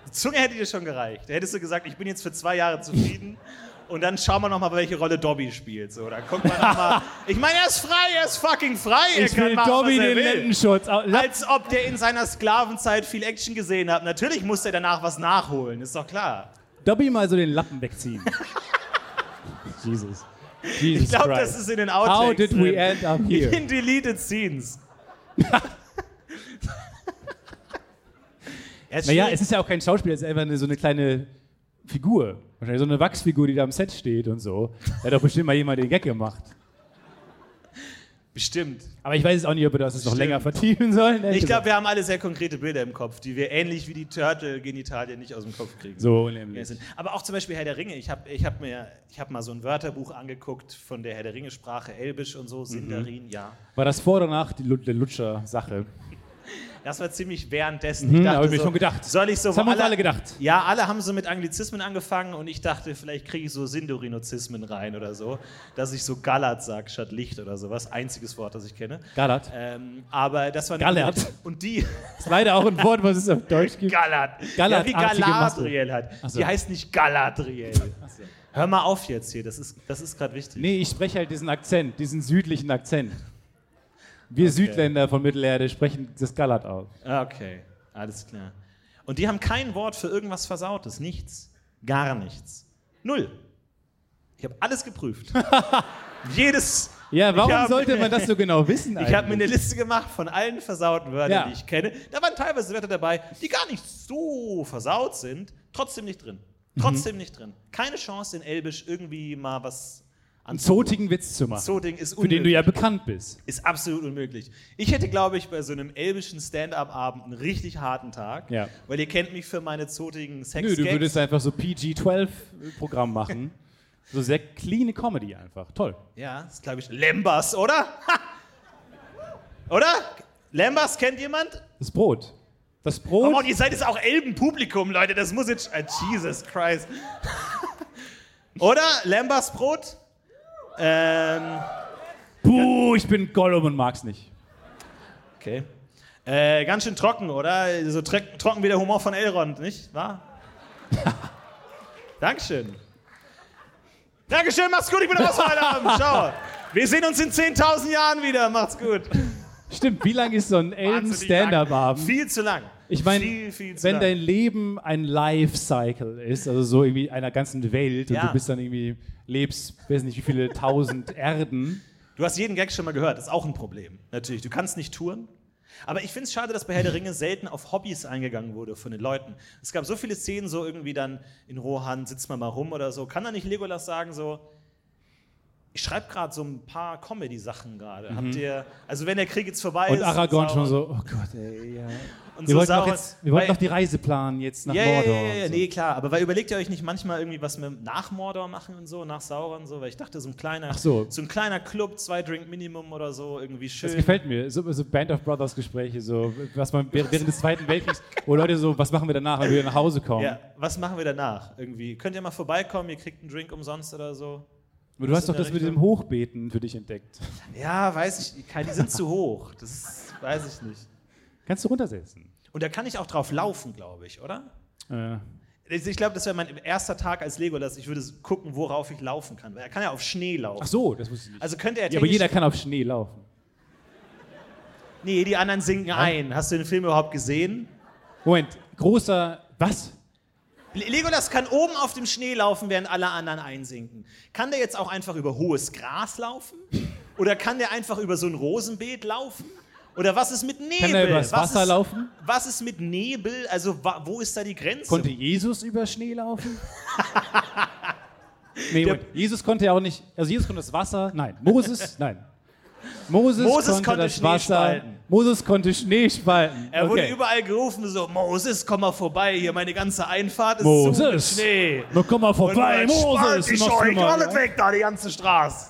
Speaker 2: Die Zunge hätte dir schon gereicht. Da hättest du gesagt, ich bin jetzt für zwei Jahre zufrieden. Und dann schauen wir nochmal, welche Rolle Dobby spielt. So, dann gucken wir nochmal. Ich meine, er ist frei, er ist fucking frei. Er
Speaker 1: Ich
Speaker 2: kann
Speaker 1: will
Speaker 2: machen,
Speaker 1: Dobby
Speaker 2: was er
Speaker 1: den
Speaker 2: will.
Speaker 1: Lendenschutz. au- la-
Speaker 2: Als ob der in seiner Sklavenzeit viel Action gesehen hat. Natürlich muss er danach was nachholen, ist doch klar.
Speaker 1: Dobby mal so den Lappen wegziehen. Jesus. Jesus
Speaker 2: Ich glaube,
Speaker 1: Christ.
Speaker 2: das ist in den Outtakes
Speaker 1: How did we
Speaker 2: drin.
Speaker 1: end up here?
Speaker 2: In deleted scenes. ja, ist
Speaker 1: Naja,
Speaker 2: schwierig.
Speaker 1: es ist ja auch kein Schauspieler, es ist einfach eine, so eine kleine Figur. Wahrscheinlich so eine Wachsfigur, die da am Set steht und so. Da hat doch bestimmt mal jemand den Gag gemacht.
Speaker 2: bestimmt.
Speaker 1: Aber ich weiß es auch nicht, ob wir das jetzt noch
Speaker 2: Stimmt.
Speaker 1: länger vertiefen sollen. ehrlich
Speaker 2: Ich glaube,
Speaker 1: gesagt.
Speaker 2: wir haben alle sehr konkrete Bilder im Kopf, die wir ähnlich wie die Turtle-Genitalien nicht aus dem Kopf kriegen.
Speaker 1: So,
Speaker 2: Ja,
Speaker 1: nämlich.
Speaker 2: sind- Aber auch zum Beispiel Herr der Ringe. Ich habe ich hab mir ich hab mal so ein Wörterbuch angeguckt von der Herr der Ringe-Sprache, Elbisch und
Speaker 1: Mhm.
Speaker 2: so, Sindarin, ja.
Speaker 1: War das vor oder nach die, Lu- der Lutscher-Sache?
Speaker 2: Das war ziemlich währenddessen.
Speaker 1: Mhm, hab ich mir schon gedacht.
Speaker 2: Soll ich so
Speaker 1: Das haben
Speaker 2: wo
Speaker 1: uns alle gedacht.
Speaker 2: Ja, alle haben so mit Anglizismen angefangen und ich dachte, vielleicht kriege ich so Sindorinozismen rein oder so, dass ich so Gallert sage statt Licht oder sowas. Einziges Wort, das ich kenne.
Speaker 1: Gallert.
Speaker 2: Ähm, aber das war eine-
Speaker 1: Gallert.
Speaker 2: Und die
Speaker 1: Das ist leider auch ein Wort, was es auf Deutsch gibt.
Speaker 2: Gallert.
Speaker 1: Gallert,
Speaker 2: ja, wie
Speaker 1: artige
Speaker 2: Galadriel halt.
Speaker 1: Ach so.
Speaker 2: Die heißt nicht Galadriel. Hör mal auf jetzt hier, das ist, das ist gerade wichtig.
Speaker 1: Nee, ich spreche halt diesen Akzent, diesen südlichen Akzent. Wir Südländer von Mittelerde sprechen das Gallert aus.
Speaker 2: Ah, Okay, alles klar. Und die haben kein Wort für irgendwas Versautes, nichts, gar nichts. Null. Ich habe alles geprüft. Jedes.
Speaker 1: Ja, warum
Speaker 2: hab-
Speaker 1: sollte man das so genau wissen eigentlich?
Speaker 2: Ich habe mir eine Liste gemacht von allen versauten Wörtern,
Speaker 1: Ja.
Speaker 2: die ich kenne. Da waren teilweise Wörter dabei, die gar nicht so versaut sind, trotzdem nicht drin.
Speaker 1: Mhm.
Speaker 2: Trotzdem nicht drin. Keine Chance in Elbisch irgendwie mal was an
Speaker 1: einen zotigen Witz zu machen,
Speaker 2: Zoting ist
Speaker 1: für den du
Speaker 2: unmöglich.
Speaker 1: ja bekannt bist.
Speaker 2: Ist absolut unmöglich. Ich hätte, glaube ich, bei so einem elbischen Stand-up-Abend einen richtig harten Tag,
Speaker 1: Ja.
Speaker 2: weil ihr kennt mich für meine zotigen sex
Speaker 1: Nö, du würdest einfach so PG-12-Programm machen. so sehr clean Comedy einfach. Toll.
Speaker 2: Ja, ist, glaube ich, Lembas, oder? Ha! Oder? Lembas kennt jemand?
Speaker 1: Das Brot. Das
Speaker 2: Oh
Speaker 1: Brot.
Speaker 2: Mann, ihr seid jetzt auch Elbenpublikum, Leute. Das muss jetzt. ah, Jesus Christ. oder? Lembas Brot? Ähm.
Speaker 1: Buh, ich bin Gollum und mag's nicht.
Speaker 2: Okay. Äh, ganz schön trocken, oder? So tre- trocken wie der Humor von Elrond, nicht wahr? Dankeschön. Dankeschön, macht's gut, ich bin der Abend. Ciao. Wir sehen uns in 10.000 Jahren wieder. Macht's gut.
Speaker 1: Stimmt, wie lang ist so ein
Speaker 2: Wahnsinnig lang.
Speaker 1: Elben-Stand-Up-Abend?
Speaker 2: Viel zu lang.
Speaker 1: Ich meine,
Speaker 2: viel, viel zu
Speaker 1: wenn
Speaker 2: lang.
Speaker 1: dein Leben ein Life-Cycle ist, also so irgendwie einer ganzen Welt
Speaker 2: Ja.
Speaker 1: und du bist dann irgendwie, lebst, weiß nicht wie viele tausend Erden.
Speaker 2: Du hast jeden Gag schon mal gehört, das ist auch ein Problem. Natürlich, du kannst nicht touren. Aber ich finde es schade, dass bei Herr der Ringe selten auf Hobbys eingegangen wurde von den Leuten. Es gab so viele Szenen, so irgendwie dann in Rohan sitzt man mal rum oder so. Kann da nicht Legolas sagen, so, ich schreibe gerade so ein paar Comedy-Sachen gerade. Habt ihr, also wenn der Krieg jetzt vorbei
Speaker 1: Mhm. Und
Speaker 2: ist.
Speaker 1: Aragorn
Speaker 2: Sauron-
Speaker 1: schon so, oh Gott, ey, ja.
Speaker 2: Und
Speaker 1: Wir
Speaker 2: so
Speaker 1: wollten doch
Speaker 2: Sauron-
Speaker 1: jetzt, wir wollten
Speaker 2: weil-
Speaker 1: doch die Reise planen jetzt nach
Speaker 2: ja, ja,
Speaker 1: Mordor.
Speaker 2: Ja, ja, ja,
Speaker 1: und so.
Speaker 2: nee, klar. Aber weil überlegt ihr euch nicht manchmal irgendwie was mit nach Mordor machen und so, nach Sauron so? Weil ich dachte, so ein kleiner,
Speaker 1: Ach so.
Speaker 2: ein kleiner Club, zwei Drink Minimum oder so, irgendwie schön.
Speaker 1: Das gefällt mir. So, so Band of Brothers Gespräche, so was man während während des Zweiten Weltkriegs, wo Leute so, was machen wir danach, wenn wir nach Hause kommen?
Speaker 2: Ja, was machen wir danach? Irgendwie könnt ihr mal vorbeikommen, ihr kriegt einen Drink umsonst oder so.
Speaker 1: Aber du hast doch
Speaker 2: in der
Speaker 1: das mit
Speaker 2: Richtung.
Speaker 1: dem Hochbeten für dich entdeckt.
Speaker 2: Ja, weiß ich, Kai, die sind zu hoch. Das ist, weiß ich nicht.
Speaker 1: Kannst du runtersetzen?
Speaker 2: Und da kann ich auch drauf laufen, glaube ich, oder? Also
Speaker 1: Äh,
Speaker 2: Ich glaube, das wäre mein erster Tag als Legolas. Ich würde gucken, worauf ich laufen kann. Weil er kann ja auf Schnee laufen.
Speaker 1: ach so, das wusste ich nicht.
Speaker 2: Also könnte er
Speaker 1: ja, aber
Speaker 2: technisch-
Speaker 1: jeder kann auf Schnee laufen.
Speaker 2: Nee, die anderen sinken ein. Hast du den Film überhaupt gesehen?
Speaker 1: Moment, großer. Was?
Speaker 2: Le- Legolas kann oben auf dem Schnee laufen, während alle anderen einsinken. Kann der jetzt auch einfach über hohes Gras laufen? Oder kann der einfach über so ein Rosenbeet laufen? Oder was ist mit Nebel?
Speaker 1: Kann er übers
Speaker 2: was
Speaker 1: Wasser
Speaker 2: ist,
Speaker 1: laufen?
Speaker 2: Was ist mit Nebel? Also wa- wo ist da die Grenze?
Speaker 1: Konnte Jesus über Schnee laufen? nee,
Speaker 2: Der-
Speaker 1: Moment. Jesus konnte ja auch nicht. Also Jesus konnte das Wasser. Nein. Moses? Nein. Moses,
Speaker 2: Moses
Speaker 1: konnte,
Speaker 2: konnte
Speaker 1: das
Speaker 2: Schnee
Speaker 1: Wasser.
Speaker 2: spalten.
Speaker 1: Moses konnte Schnee spalten.
Speaker 2: er wurde
Speaker 1: Okay.
Speaker 2: überall gerufen, so, Moses, komm mal vorbei, hier meine ganze Einfahrt ist zu mit
Speaker 1: Moses!
Speaker 2: Schnee.
Speaker 1: Na komm mal vorbei,
Speaker 2: Und man
Speaker 1: Moses!
Speaker 2: spart
Speaker 1: du machst
Speaker 2: euch
Speaker 1: du mal,
Speaker 2: alles weg da, die ganze Straße.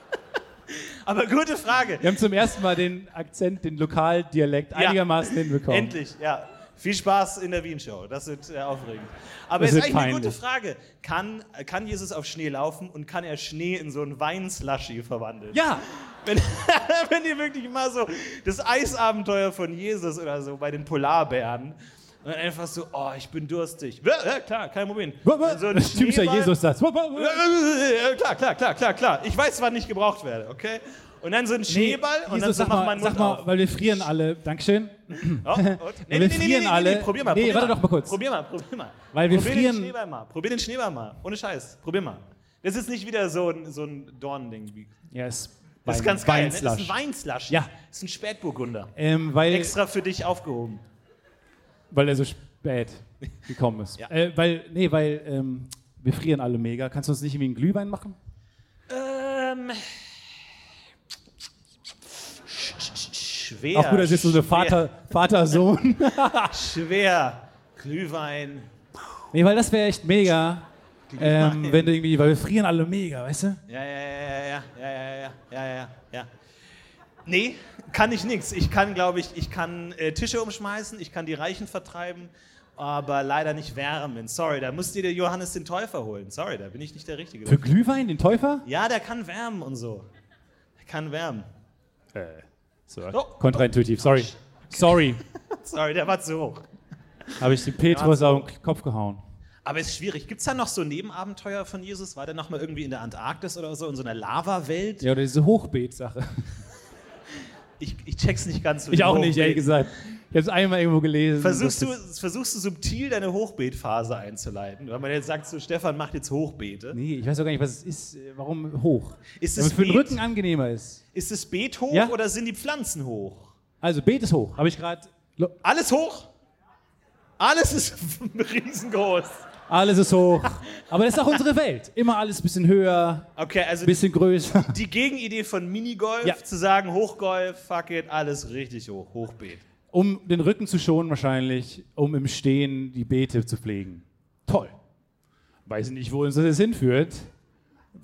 Speaker 2: Aber gute Frage.
Speaker 1: Wir haben zum ersten Mal den Akzent, den Lokaldialekt einigermaßen hinbekommen.
Speaker 2: Endlich, ja. Viel Spaß in der Wien-Show. Das wird äh, aufregend. Aber
Speaker 1: Das
Speaker 2: es ist
Speaker 1: wird
Speaker 2: eigentlich eine gute
Speaker 1: peinlich.
Speaker 2: Frage. Kann, kann Jesus auf Schnee laufen und kann er Schnee in so einen Weinslushy verwandeln?
Speaker 1: Ja,
Speaker 2: Wenn, wenn ihr wirklich mal so das Eisabenteuer von Jesus oder so bei den Polarbären und dann einfach so, oh, ich bin durstig. Ja, ja klar, kein Problem. So ein
Speaker 1: das typischer
Speaker 2: Schneeball-
Speaker 1: Jesus-Satz.
Speaker 2: Ja, ja, ja, Klar, klar, klar, klar, klar. Ich weiß, wann ich gebraucht werde, okay? Und dann so ein Schneeball und dann
Speaker 1: Jesus,
Speaker 2: so
Speaker 1: sag
Speaker 2: macht
Speaker 1: mal,
Speaker 2: man
Speaker 1: sag
Speaker 2: Mund
Speaker 1: mal weil wir frieren alle. Dankeschön.
Speaker 2: auf. Ja, und-
Speaker 1: wir frieren alle.
Speaker 2: probier mal.
Speaker 1: Nee,
Speaker 2: probier
Speaker 1: warte
Speaker 2: mal.
Speaker 1: doch mal kurz.
Speaker 2: Probier mal, probier mal.
Speaker 1: Weil wir
Speaker 2: probier
Speaker 1: frieren-
Speaker 2: Den Schneeball mal. Probier den Schneeball mal. Ohne Scheiß. Probier mal. Das ist nicht wieder so ein, so ein Dornending. wie-
Speaker 1: Ja, ist,
Speaker 2: Das ist
Speaker 1: Wein-
Speaker 2: ganz geil. Ne? Das ist
Speaker 1: Weinslash.
Speaker 2: ein Weinslush.
Speaker 1: Ja.
Speaker 2: Das ist ein Spätburgunder.
Speaker 1: ähm, weil,
Speaker 2: Extra für dich aufgehoben.
Speaker 1: weil er so spät gekommen ist.
Speaker 2: Ja.
Speaker 1: äh, weil, nee, weil ähm, wir frieren alle mega. Kannst du uns nicht irgendwie einen Glühwein machen?
Speaker 2: Ähm. sch- sch- Schwer.
Speaker 1: Auch gut, das ist so eine Vater, Vater-Sohn.
Speaker 2: Schwer. schwer. Glühwein.
Speaker 1: nee, weil das wäre echt mega. Ähm,
Speaker 2: Glühwein.
Speaker 1: wenn du irgendwie, weil wir frieren alle mega, weißt du?
Speaker 2: Ja, ja, ja, ja, ja, ja, ja, ja, ja, ja, ja. Nee, kann ich nix. Ich kann, glaube ich, ich kann äh, Tische umschmeißen, ich kann die Reichen vertreiben, aber leider nicht wärmen. Sorry, da muss dir der Johannes den Täufer holen. Sorry, da bin ich nicht der Richtige.
Speaker 1: Für Glühwein, den Täufer?
Speaker 2: Ja, der kann wärmen und so. Der kann wärmen.
Speaker 1: So.
Speaker 2: Oh.
Speaker 1: Kontraintuitiv, sorry. Sorry,
Speaker 2: Sorry, der war zu hoch.
Speaker 1: habe ich den Petrus auf den Kopf gehauen.
Speaker 2: Aber ist schwierig. Gibt's da noch so Nebenabenteuer von Jesus? War der nochmal irgendwie in der Antarktis oder so, in so einer Lavawelt?
Speaker 1: Ja, oder diese Hochbeet-Sache.
Speaker 2: Ich, ich check's nicht ganz. genau. mit
Speaker 1: Ich
Speaker 2: dem
Speaker 1: auch nicht,
Speaker 2: Hochbeet.
Speaker 1: ehrlich gesagt. Ich habe es einmal irgendwo gelesen.
Speaker 2: Versuchst
Speaker 1: dass
Speaker 2: du,
Speaker 1: das-
Speaker 2: versuchst du subtil deine Hochbeetphase einzuleiten? Wenn man jetzt sagt, so, Stefan macht jetzt Hochbeete.
Speaker 1: Nee, ich weiß auch gar nicht, was es ist. äh, Warum hoch?
Speaker 2: Ist
Speaker 1: Damit
Speaker 2: das
Speaker 1: für den
Speaker 2: Beet?
Speaker 1: Rücken angenehmer ist.
Speaker 2: Ist das Beet hoch
Speaker 1: Ja.
Speaker 2: oder sind die Pflanzen hoch?
Speaker 1: Also, Beet ist hoch. Habe ich gerade.
Speaker 2: Alles hoch? Alles ist riesengroß.
Speaker 1: Alles ist hoch. Aber das ist auch unsere Welt. Immer alles ein bisschen höher,
Speaker 2: Okay, also
Speaker 1: ein bisschen größer.
Speaker 2: die Gegenidee von Minigolf,
Speaker 1: Ja.
Speaker 2: zu sagen, Hochgolf, fuck it, alles richtig hoch, Hochbeet.
Speaker 1: Um den Rücken zu schonen, wahrscheinlich, um im Stehen die Beete zu pflegen. Toll. Weiß nicht, wo uns das hinführt.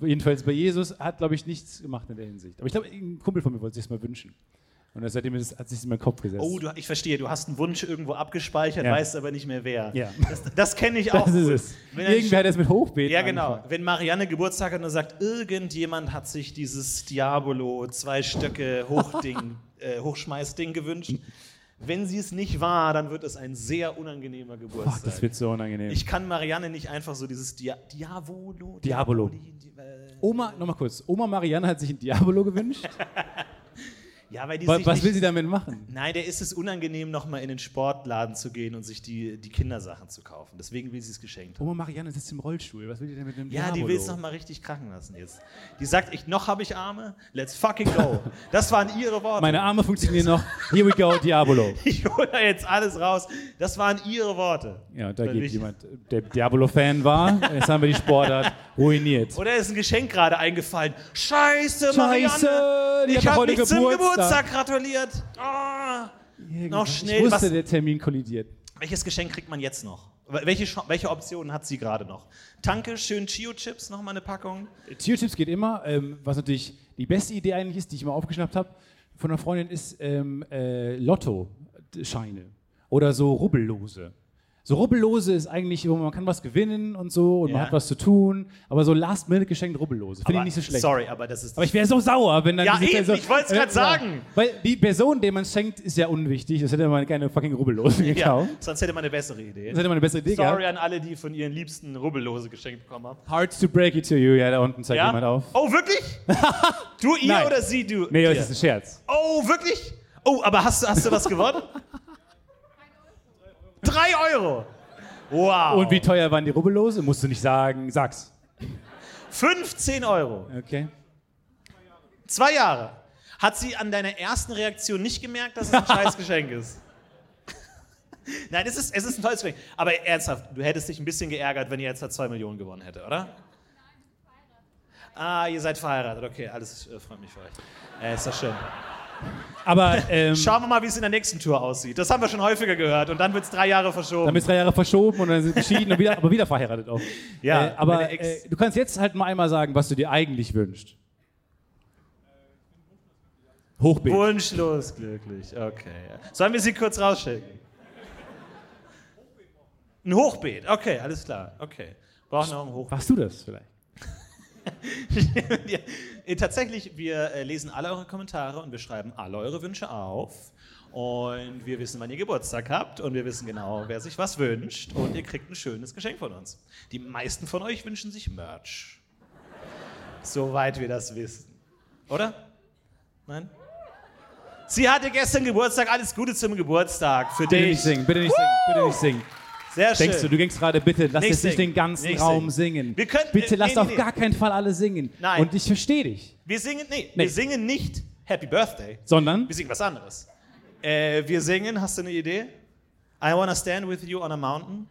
Speaker 1: Jedenfalls bei Jesus hat, glaube ich, nichts gemacht in der Hinsicht. Aber ich glaube, ein Kumpel von mir wollte es sich mal wünschen. Und das seitdem ist- hat sich in meinen Kopf gesetzt.
Speaker 2: Oh, du, ich verstehe, du hast einen Wunsch irgendwo abgespeichert,
Speaker 1: Ja.
Speaker 2: weißt aber nicht mehr wer.
Speaker 1: Ja.
Speaker 2: Das, das kenne ich auch.
Speaker 1: das ist
Speaker 2: gut.
Speaker 1: es.
Speaker 2: Wenn ein
Speaker 1: Irgendwer hat es mit Hochbeeten.
Speaker 2: Ja, genau.
Speaker 1: angefangen.
Speaker 2: Wenn Marianne Geburtstag hat und sagt, irgendjemand hat sich dieses Diabolo, zwei Stöcke Hochding, äh, Hochschmeißding gewünscht. Wenn sie es nicht war, dann wird es ein sehr unangenehmer
Speaker 1: Ach,
Speaker 2: Geburtstag.
Speaker 1: das wird so unangenehm.
Speaker 2: ich kann Marianne nicht einfach so dieses Dia Diavolo.
Speaker 1: Diabolo.
Speaker 2: Diaboli, Di äh,
Speaker 1: Oma, nochmal kurz. Oma Marianne hat sich ein Diabolo gewünscht.
Speaker 2: ja, weil die
Speaker 1: Wa-
Speaker 2: sich
Speaker 1: Was
Speaker 2: nicht,
Speaker 1: will sie damit machen?
Speaker 2: Nein, der ist es unangenehm, nochmal in den Sportladen zu gehen und sich die, die Kindersachen zu kaufen. Deswegen will sie es geschenkt haben.
Speaker 1: Oma Marianne sitzt im Rollstuhl. Was will die denn mit einem
Speaker 2: Ja,
Speaker 1: Diabolo?
Speaker 2: die will es nochmal richtig krachen lassen jetzt. Die sagt, ich, noch habe ich Arme, let's fucking go. Das waren ihre Worte.
Speaker 1: Meine Arme funktionieren noch. Here we go, Diabolo.
Speaker 2: ich hole da jetzt alles raus. Das waren ihre Worte.
Speaker 1: Ja, da
Speaker 2: Oder
Speaker 1: geht
Speaker 2: nicht?
Speaker 1: jemand, der Diabolo-Fan war. Jetzt haben wir die Sportart ruiniert.
Speaker 2: Oder ist ein Geschenk gerade eingefallen. Scheiße, Marianne.
Speaker 1: Scheiße, die hat
Speaker 2: ich
Speaker 1: doch
Speaker 2: habe
Speaker 1: heute
Speaker 2: nicht zum
Speaker 1: Geburtstag.
Speaker 2: Geburtstag gratuliert. Ah.
Speaker 1: Irgendwas-
Speaker 2: schnell,
Speaker 1: ich
Speaker 2: was-
Speaker 1: wusste, der Termin kollidiert.
Speaker 2: Welches Geschenk kriegt man jetzt noch? Wel- Welche, Sch- welche Optionen hat sie gerade noch? Tanke, schön Chio-Chips, nochmal eine Packung.
Speaker 1: Tierchips geht immer. Ähm, was natürlich die beste Idee eigentlich ist, die ich mal aufgeschnappt habe von einer Freundin, ist ähm, äh, Lotto-Scheine oder so Rubbellose. So Rubbellose ist eigentlich, wo man kann was gewinnen und so und
Speaker 2: Ja.
Speaker 1: man hat was zu tun, aber so Last-Minute-Geschenk Rubbellose finde ich nicht so schlecht.
Speaker 2: Sorry, aber das ist.
Speaker 1: Aber ich wäre so sauer, wenn dann
Speaker 2: Ja,
Speaker 1: diese
Speaker 2: eben,
Speaker 1: Person-
Speaker 2: ich wollt's grad
Speaker 1: Ja.
Speaker 2: sagen.
Speaker 1: Weil die Person, der man schenkt, ist ja unwichtig. Das hätte man keine fucking Rubbellose
Speaker 2: ja,
Speaker 1: gekauft.
Speaker 2: sonst hätte man eine bessere Idee.
Speaker 1: Das hätte man eine bessere Idee
Speaker 2: Sorry an
Speaker 1: gehabt.
Speaker 2: alle, die von ihren Liebsten Rubbellose geschenkt bekommen haben.
Speaker 1: Hard to break it to you. Ja, da unten zeigt
Speaker 2: Ja?
Speaker 1: jemand auf.
Speaker 2: Oh, wirklich? Du ihr
Speaker 1: Nein.
Speaker 2: oder sie du?
Speaker 1: Nee,
Speaker 2: ihr?
Speaker 1: das ist ein Scherz.
Speaker 2: Oh, wirklich? Oh, aber hast, du- hast du was gewonnen? Drei Euro. Wow.
Speaker 1: Und wie teuer waren die Rubbellose? Musst du nicht sagen. Sag's.
Speaker 2: 15 Euro.
Speaker 1: Okay.
Speaker 2: Zwei Jahre. Hat sie an deiner ersten Reaktion nicht gemerkt, dass es ein scheiß Geschenk ist? Nein, es ist, es ist ein tolles Geschenk. Aber ernsthaft, du hättest dich ein bisschen geärgert, wenn ihr jetzt da zwei Millionen gewonnen hätte, oder? Ah, ihr seid verheiratet. Okay, alles äh, freut mich für euch. Äh, ist doch schön.
Speaker 1: Aber ähm,
Speaker 2: Schauen wir mal, wie es in der nächsten Tour aussieht. Das haben wir schon häufiger gehört. Und dann wird es drei Jahre
Speaker 1: dann
Speaker 2: verschoben.
Speaker 1: bist du drei Jahre verschoben und dann sind geschieden, und wieder, aber wieder verheiratet auch.
Speaker 2: Ja,
Speaker 1: Äh, aber
Speaker 2: meine Ex-
Speaker 1: äh, du kannst jetzt halt mal einmal sagen, was du dir eigentlich wünschst. Hochbeet.
Speaker 2: Wunschlos glücklich. Okay. ja. Sollen wir sie kurz rausschicken? Ein Hochbeet. Okay, alles klar. Okay. Brauchen noch ein Hochbeet.
Speaker 1: Machst du das vielleicht?
Speaker 2: Ja, äh, Tatsächlich, wir äh, lesen alle eure Kommentare und wir schreiben alle eure Wünsche auf. Und wir wissen, wann ihr Geburtstag habt und wir wissen genau, wer sich was wünscht. Und ihr kriegt ein schönes Geschenk von uns. Die meisten von euch wünschen sich Merch. Soweit wir das wissen. Oder? Nein? Sie hatte gestern Geburtstag. Alles Gute zum Geburtstag für
Speaker 1: Bitte
Speaker 2: dich.
Speaker 1: nicht singen, bitte nicht singen, bitte nicht singen.
Speaker 2: Sehr schön.
Speaker 1: Denkst du, du denkst gerade, bitte lass
Speaker 2: Nicht
Speaker 1: jetzt nicht
Speaker 2: singen,
Speaker 1: den ganzen
Speaker 2: nicht
Speaker 1: Raum
Speaker 2: singen.
Speaker 1: singen.
Speaker 2: Wir könnten-
Speaker 1: bitte
Speaker 2: äh,
Speaker 1: lass
Speaker 2: nee, nee,
Speaker 1: auf
Speaker 2: nee.
Speaker 1: gar keinen Fall alle singen.
Speaker 2: Nein.
Speaker 1: Und ich verstehe dich.
Speaker 2: wir singen, nee,
Speaker 1: Nee.
Speaker 2: wir singen nicht Happy Birthday.
Speaker 1: Sondern,
Speaker 2: Wir singen was anderes. Äh, wir singen, hast du eine Idee? I wanna stand with you on a mountain.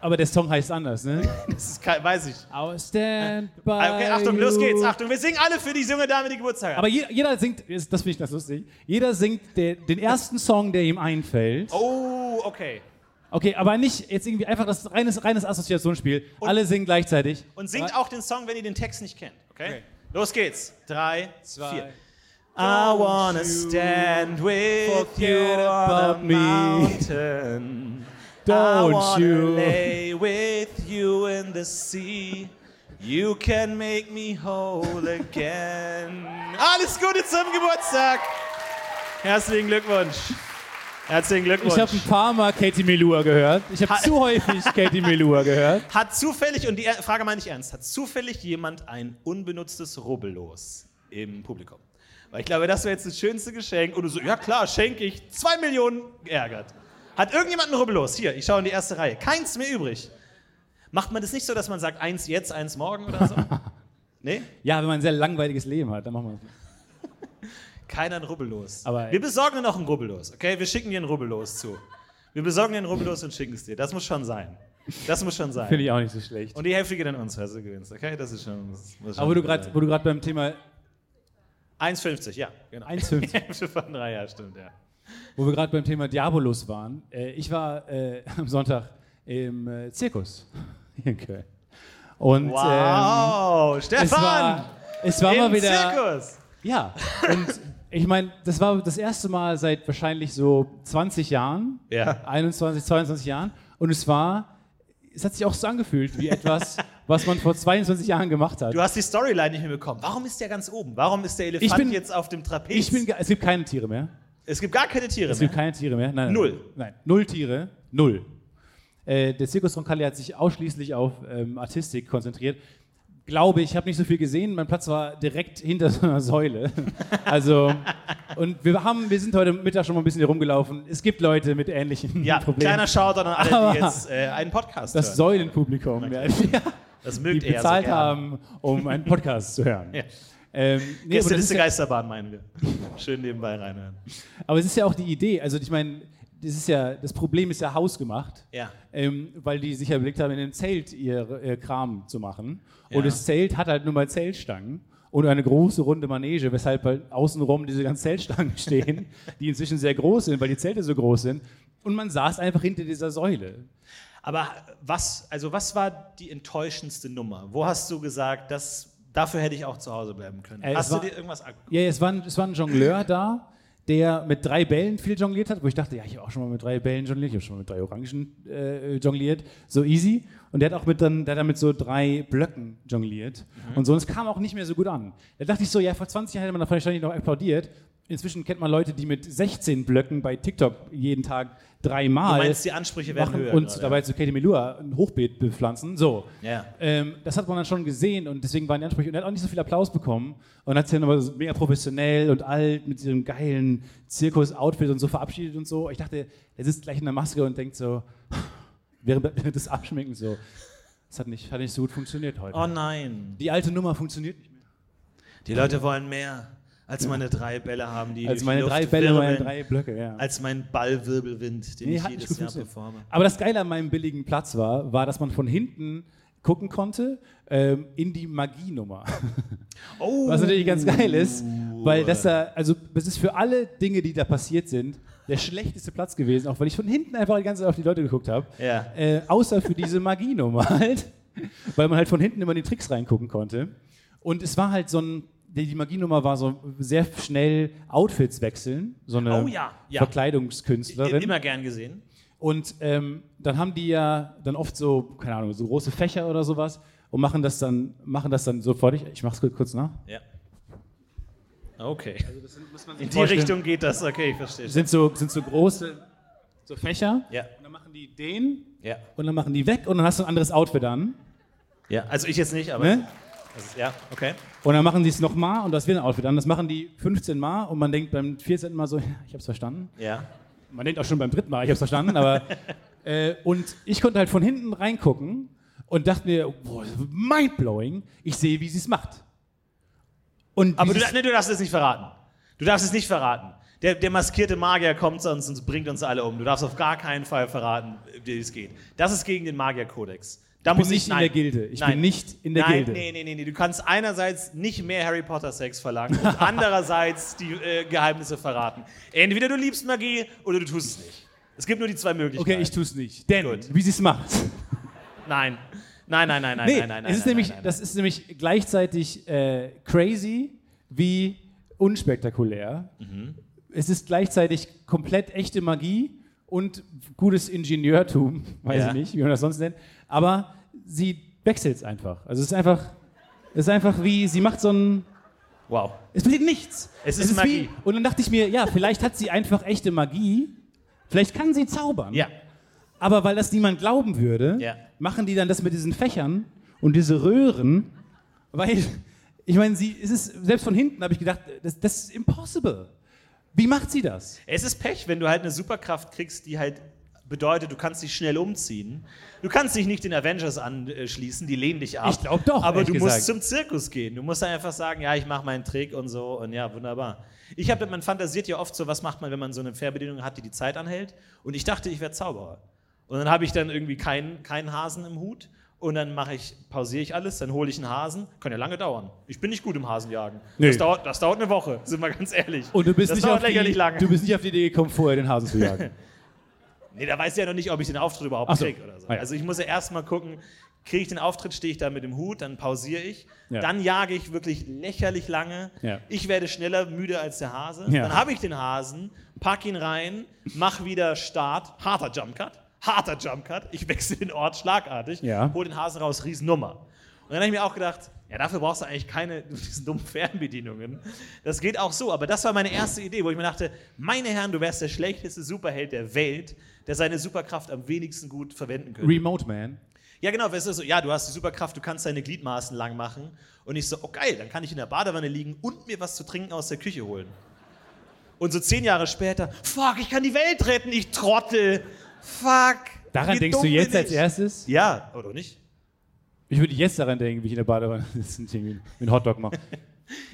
Speaker 1: aber der Song heißt anders, ne?
Speaker 2: Das ist kein, weiß ich. Ah,
Speaker 1: I'll stand by
Speaker 2: Okay, Achtung, los
Speaker 1: you.
Speaker 2: geht's. Achtung, wir singen alle für die junge Dame, die Geburtstag hat.
Speaker 1: Aber jeder, jeder singt, das finde ich ganz lustig, jeder singt der, den ersten Song, der ihm einfällt.
Speaker 2: oh, okay.
Speaker 1: Okay, aber nicht jetzt irgendwie einfach das reines, reines Assoziationsspiel. Alle singen gleichzeitig.
Speaker 2: Und singt auch den Song, wenn ihr den Text nicht kennt. Okay? Los geht's. Drei,
Speaker 1: Zwei.
Speaker 2: vier. I wanna stand with you
Speaker 1: forget about
Speaker 2: on a
Speaker 1: me.
Speaker 2: mountain. I
Speaker 1: Don't
Speaker 2: wanna
Speaker 1: you.
Speaker 2: lay with you in the sea. You can make me whole again. Alles Gute zum Geburtstag. Herzlichen Glückwunsch. Herzlichen
Speaker 1: Ich habe
Speaker 2: Glückwunsch.
Speaker 1: ein paar Mal Katie Melua gehört. Ich habe zu häufig Katie Melua gehört.
Speaker 2: Hat zufällig, und die Er- Frage meine ich ernst, hat zufällig jemand ein unbenutztes Rubbellos im Publikum? Weil ich glaube, das wäre jetzt das schönste Geschenk. Und du so, ja klar, schenke ich. Zwei Millionen geärgert. Hat irgendjemand ein Rubbellos? Hier, ich schaue in die erste Reihe. Keins mehr übrig. Macht man das nicht so, dass man sagt, eins jetzt, eins morgen oder so? nee?
Speaker 1: Ja, wenn man ein sehr langweiliges Leben hat, dann machen wir das.
Speaker 2: Keiner ein Rubbellos.
Speaker 1: Aber-
Speaker 2: wir besorgen dir noch ein Rubbellos, okay? Wir schicken dir ein Rubbellos zu. Wir besorgen dir ein Rubbellos und schicken es dir. Das muss schon sein. Das muss schon sein.
Speaker 1: Finde ich auch nicht so schlecht.
Speaker 2: Und die Hälfte geht an uns, also gewinnst, okay? Das ist schon. Das muss schon
Speaker 1: Aber wo du gerade, wo du gerade beim Thema
Speaker 2: 1,50, ja. Genau.
Speaker 1: 1,50.
Speaker 2: Hälfte von drei, ja, stimmt, ja.
Speaker 1: Wo wir gerade beim Thema Diabolus waren. Äh, ich war äh, am Sonntag im äh, Zirkus hier in Köln. Und ähm,
Speaker 2: Wow,
Speaker 1: es war,
Speaker 2: Stefan!
Speaker 1: es war mal
Speaker 2: Im
Speaker 1: wieder.
Speaker 2: Zirkus!
Speaker 1: Ja. Und ich meine, das war das erste Mal seit wahrscheinlich so 20 Jahren,
Speaker 2: Ja.
Speaker 1: 21, 22 Jahren. Und es war, es hat sich auch so angefühlt wie etwas, was man vor 22 Jahren gemacht hat.
Speaker 2: Du hast die Storyline nicht mehr bekommen. Warum ist der ganz oben? Warum ist der Elefant
Speaker 1: Ich bin-
Speaker 2: jetzt auf dem Trapez?
Speaker 1: Ich bin, ge- es gibt keine Tiere mehr.
Speaker 2: es gibt gar keine Tiere
Speaker 1: Es
Speaker 2: mehr.
Speaker 1: gibt keine Tiere mehr. Nein, nein,
Speaker 2: Null.
Speaker 1: Nein, null Tiere, null. Äh, der Zirkus Roncalli hat sich ausschließlich auf ähm, Artistik konzentriert. Glaube ich, habe nicht so viel gesehen. Mein Platz war direkt hinter so einer Säule. Also, und wir, haben, wir sind heute Mittag schon mal ein bisschen hier rumgelaufen. Es gibt Leute mit ähnlichen
Speaker 2: Ja,
Speaker 1: Problemen.
Speaker 2: kleiner Shoutout an alle,
Speaker 1: Aber
Speaker 2: die jetzt äh, einen Podcast
Speaker 1: das
Speaker 2: hören.
Speaker 1: Säulenpublikum, ja,
Speaker 2: Das
Speaker 1: die
Speaker 2: mögt er
Speaker 1: bezahlt
Speaker 2: so gern.
Speaker 1: haben, um einen Podcast zu hören.
Speaker 2: Ja.
Speaker 1: Ähm, nee, aber das ist
Speaker 2: Gästeliste
Speaker 1: ja-
Speaker 2: Geisterbahn, meinen wir. Schön nebenbei reinhören.
Speaker 1: aber es ist ja auch die Idee. Also ich meine, das ist ja das Problem ist ja hausgemacht.
Speaker 2: Ja.
Speaker 1: Ähm, weil die sich ja überlegt haben, in einem Zelt ihr äh, Kram zu machen.
Speaker 2: Ja.
Speaker 1: Und das Zelt hat halt nur mal Zeltstangen und eine große runde Manege, weshalb halt außenrum diese ganzen Zeltstangen stehen, die inzwischen sehr groß sind, weil die Zelte so groß sind. Und man saß einfach hinter dieser Säule.
Speaker 2: Aber was, also was war die enttäuschendste Nummer? Wo hast du gesagt, das, dafür hätte ich auch zu Hause bleiben können?
Speaker 1: Äh, es
Speaker 2: hast du
Speaker 1: war-
Speaker 2: dir irgendwas angeguckt?
Speaker 1: Ja, es war, ein- es war ein Jongleur da, der mit drei Bällen viel jongliert hat, wo ich dachte, ja, ich habe auch schon mal mit drei Bällen jongliert, ich habe schon mal mit drei Orangen äh, jongliert, so easy. Und der hat auch mit dann, der hat dann mit so drei Blöcken jongliert
Speaker 2: Mhm.
Speaker 1: und so. Und es kam auch nicht mehr so gut an. Da dachte ich so, ja, vor 20 Jahren hätte man da wahrscheinlich noch applaudiert. Inzwischen kennt man Leute, die mit 16 Blöcken bei TikTok jeden Tag dreimal
Speaker 2: Du meinst, die Ansprüche werden
Speaker 1: machen
Speaker 2: höher
Speaker 1: und
Speaker 2: gerade.
Speaker 1: dabei zu Katie Melua ein Hochbeet bepflanzen. So.
Speaker 2: Ja.
Speaker 1: Ähm, das hat man dann schon gesehen und deswegen waren die Ansprüche. Und er hat auch nicht so viel Applaus bekommen und hat sich dann aber so mega professionell und alt mit ihrem geilen Zirkus-Outfit und so verabschiedet und so. Ich dachte, er sitzt gleich in der Maske und denkt so, während während des Abschminkens so, das hat nicht, hat nicht so gut funktioniert heute.
Speaker 2: Oh nein.
Speaker 1: die alte Nummer funktioniert nicht mehr.
Speaker 2: Die Leute wollen mehr als meine drei Bälle haben, die durch
Speaker 1: Also
Speaker 2: die
Speaker 1: meine
Speaker 2: Luft
Speaker 1: drei Bälle, meine
Speaker 2: wirbeln,
Speaker 1: drei Blöcke, ja.
Speaker 2: als mein Ballwirbelwind, den
Speaker 1: Nee,
Speaker 2: ich
Speaker 1: hat nicht
Speaker 2: jedes
Speaker 1: gut
Speaker 2: Jahr
Speaker 1: funktioniert.
Speaker 2: performe.
Speaker 1: Aber das Geile an meinem billigen Platz war, war, dass man von hinten gucken konnte ähm, in die Magienummer.
Speaker 2: Oh,
Speaker 1: Was natürlich ganz geil ist, weil das da, also das ist für alle Dinge, die da passiert sind, der schlechteste Platz gewesen, auch weil ich von hinten einfach die ganze Zeit auf die Leute geguckt habe.
Speaker 2: Ja.
Speaker 1: Äh, außer für diese Magienummer halt, weil man halt von hinten immer in die Tricks reingucken konnte. Und es war halt so ein, die die Magienummer war so sehr schnell Outfits wechseln, so eine
Speaker 2: Oh ja, ja.
Speaker 1: Verkleidungskünstlerin.
Speaker 2: immer gern gesehen.
Speaker 1: Und ähm, dann haben die ja dann oft so, keine Ahnung, so große Fächer oder sowas und machen das dann, machen das dann sofort. Ich, ich mach's kurz, kurz nach.
Speaker 2: Ja. Okay. In die
Speaker 1: vorstellen.
Speaker 2: Richtung geht das, okay, ich verstehe.
Speaker 1: Sind Also so, sind so große so Fächer.
Speaker 2: Ja,
Speaker 1: Und dann machen die den
Speaker 2: ja,
Speaker 1: und dann machen die weg und dann hast du ein anderes Outfit an.
Speaker 2: ja. Also ich jetzt nicht, aber.
Speaker 1: Ne?
Speaker 2: Das ist, ja, okay.
Speaker 1: Und dann machen die es nochmal und das wieder ein Outfit an. Das machen die 15 Mal und man denkt beim 14. Mal so, ja, ich hab's verstanden.
Speaker 2: Ja.
Speaker 1: Man denkt auch schon beim dritten Mal, ich hab's verstanden, aber. äh, und ich konnte halt von hinten reingucken und dachte mir, boah, das ist mindblowing, ich sehe, wie sie es macht. Und
Speaker 2: Aber du,
Speaker 1: dieses-
Speaker 2: nee, du darfst es nicht verraten. Du darfst es nicht verraten. Der, der maskierte Magier kommt sonst und bringt uns alle um. Du darfst auf gar keinen Fall verraten, wie es geht. Das ist gegen den Magierkodex. Da
Speaker 1: bin
Speaker 2: muss ich
Speaker 1: nicht in
Speaker 2: nein.
Speaker 1: der Gilde. Ich
Speaker 2: nein.
Speaker 1: bin nicht in der
Speaker 2: nein,
Speaker 1: Gilde.
Speaker 2: Nee, nee, nee, nee. Du kannst einerseits nicht mehr Harry Potter Sex verlangen und andererseits die äh, Geheimnisse verraten. Entweder du liebst Magie oder du tust es nicht. Es gibt nur die zwei Möglichkeiten.
Speaker 1: okay, ich tue es nicht. Denn,
Speaker 2: Gut.
Speaker 1: wie sie es macht.
Speaker 2: Nein. Nein, nein, nein, nein, nein, nein, nein.
Speaker 1: es ist
Speaker 2: nein,
Speaker 1: nämlich,
Speaker 2: nein, nein,
Speaker 1: das ist nämlich gleichzeitig äh, crazy wie unspektakulär.
Speaker 2: Mhm.
Speaker 1: Es ist gleichzeitig komplett echte Magie und gutes Ingenieurtum, weiß
Speaker 2: Ja.
Speaker 1: ich nicht, wie man das sonst nennt. Aber sie wechselt es einfach. Also es ist einfach, es ist einfach wie, sie macht so ein
Speaker 2: Wow.
Speaker 1: es passiert nichts.
Speaker 2: Es ist Magie.
Speaker 1: Wie, und dann dachte ich mir, ja, vielleicht hat sie einfach echte Magie. Vielleicht kann sie zaubern.
Speaker 2: Ja.
Speaker 1: Aber weil das niemand glauben würde,
Speaker 2: Ja.
Speaker 1: machen die dann das mit diesen Fächern und diese Röhren, weil ich meine, sie es ist selbst von hinten habe ich gedacht, das, das ist impossible. Wie macht sie das?
Speaker 2: Es ist Pech, wenn du halt eine Superkraft kriegst, die halt bedeutet, du kannst dich schnell umziehen. Du kannst dich nicht den Avengers anschließen, die lehnen dich ab.
Speaker 1: Ich glaub doch,
Speaker 2: Aber
Speaker 1: ehrlich
Speaker 2: du musst
Speaker 1: gesagt.
Speaker 2: zum Zirkus gehen. Du musst dann einfach sagen, ja, ich mache meinen Trick und so und ja, wunderbar. Ich habe, man fantasiert ja oft so, was macht man, wenn man so eine Fernbedienung hat, die die Zeit anhält. Und ich dachte, ich wäre Zauberer. Und dann habe ich dann irgendwie keinen keinen Hasen im Hut. Und dann mache ich, pausiere ich alles, dann hole ich einen Hasen. Kann ja lange dauern. Ich bin nicht gut im Hasenjagen.
Speaker 1: Nee.
Speaker 2: Das, dauert, das dauert eine Woche, sind wir ganz ehrlich.
Speaker 1: Und du bist,
Speaker 2: das
Speaker 1: nicht
Speaker 2: dauert
Speaker 1: auf, die,
Speaker 2: lächerlich lange.
Speaker 1: du bist nicht auf die Idee gekommen, vorher den Hasen zu jagen.
Speaker 2: Nee, da weiß ich ja noch nicht, ob ich den Auftritt überhaupt
Speaker 1: Ach so.
Speaker 2: kriege oder so.
Speaker 1: Ah ja.
Speaker 2: Also ich muss ja erstmal gucken, kriege ich den Auftritt, stehe ich da mit dem Hut, dann pausiere ich,
Speaker 1: Ja.
Speaker 2: dann jage ich wirklich lächerlich lange.
Speaker 1: Ja.
Speaker 2: Ich werde schneller müde als der Hase.
Speaker 1: Ja.
Speaker 2: Dann habe ich den Hasen, pack ihn rein, mach wieder Start, harter Jumpcut, harter Jumpcut. Ich wechsle den Ort schlagartig,
Speaker 1: Ja.
Speaker 2: hol den Hasen raus, Riesennummer. Und dann habe ich mir auch gedacht, ja, dafür brauchst du eigentlich keine diesen dummen Fernbedienungen. Das geht auch so. Aber das war meine erste Idee, wo ich mir dachte, meine Herren, du wärst der schlechteste Superheld der Welt, der seine Superkraft am wenigsten gut verwenden könnte.
Speaker 1: Remote Man.
Speaker 2: Ja, genau, weißt du, so, ja, du hast die Superkraft, du kannst deine Gliedmaßen lang machen. Und ich so, oh geil, dann kann ich in der Badewanne liegen und mir was zu trinken aus der Küche holen. Und so zehn Jahre später, fuck, ich kann die Welt retten, ich Trottel. Fuck.
Speaker 1: Daran
Speaker 2: wie
Speaker 1: denkst du
Speaker 2: dumm
Speaker 1: jetzt
Speaker 2: bin
Speaker 1: als
Speaker 2: ich?
Speaker 1: erstes?
Speaker 2: Ja, oder nicht?
Speaker 1: Ich würde jetzt daran denken, wie ich in der Badewanne sitze und irgendwie einen Hotdog mache.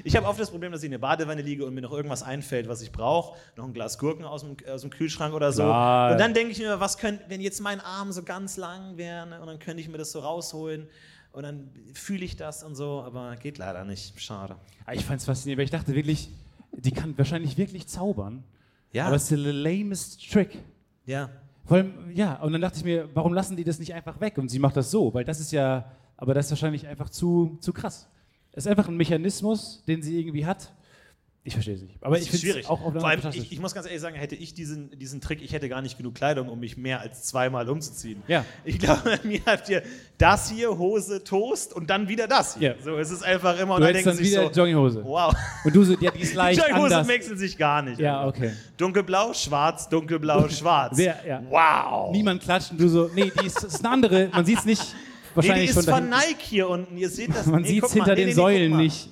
Speaker 2: Ich habe oft das Problem, dass ich in der Badewanne liege und mir noch irgendwas einfällt, was ich brauche. Noch ein Glas Gurken aus dem, aus dem Kühlschrank oder so.
Speaker 1: Klar.
Speaker 2: Und dann denke ich mir, was könnte, wenn jetzt mein Arm so ganz lang wäre ne, und dann könnte ich mir das so rausholen und dann fühle ich das und so, aber geht leider nicht. Schade.
Speaker 1: Ah, Ich fand es faszinierend, weil ich dachte wirklich, die kann wahrscheinlich wirklich zaubern.
Speaker 2: Ja,
Speaker 1: Aber es ist der lamest Trick.
Speaker 2: ja.
Speaker 1: Vor allem, ja, und dann dachte ich mir, warum lassen die das nicht einfach weg? Und sie macht das so, weil das ist ja, aber das ist wahrscheinlich einfach zu, zu krass. Es ist einfach ein Mechanismus, den sie irgendwie hat, Ich verstehe es nicht. Aber ich
Speaker 2: Das ist
Speaker 1: finde es
Speaker 2: schwierig.
Speaker 1: auch auf
Speaker 2: Vor allem, ich, ich muss ganz ehrlich sagen, hätte ich diesen, diesen Trick, ich hätte gar nicht genug Kleidung, um mich mehr als zweimal umzuziehen.
Speaker 1: Ja.
Speaker 2: Ich glaube, mir habt ihr das hier, Hose, Toast und dann wieder das hier.
Speaker 1: Ja.
Speaker 2: So, es ist einfach immer, und
Speaker 1: Du
Speaker 2: dann
Speaker 1: hättest
Speaker 2: denken
Speaker 1: dann
Speaker 2: sich
Speaker 1: wieder
Speaker 2: so,
Speaker 1: Jogginghose.
Speaker 2: wow.
Speaker 1: Und du so, ja, die ist
Speaker 2: Die
Speaker 1: leicht
Speaker 2: Jogginghose
Speaker 1: anders.
Speaker 2: wechseln sich gar nicht.
Speaker 1: Ja, okay.
Speaker 2: Dunkelblau, schwarz, dunkelblau, schwarz.
Speaker 1: Sehr, ja.
Speaker 2: Wow.
Speaker 1: Niemand klatscht und du so, nee, die ist, ist eine andere. Man sieht es nicht.
Speaker 2: nee, die
Speaker 1: Wahrscheinlich
Speaker 2: ist
Speaker 1: schon
Speaker 2: von
Speaker 1: dahin.
Speaker 2: Nike hier unten. Ihr seht das
Speaker 1: Man
Speaker 2: nee,
Speaker 1: sieht es
Speaker 2: guck mal.
Speaker 1: hinter
Speaker 2: Nee,
Speaker 1: den
Speaker 2: nee, nee, guck
Speaker 1: Säulen
Speaker 2: mal.
Speaker 1: nicht.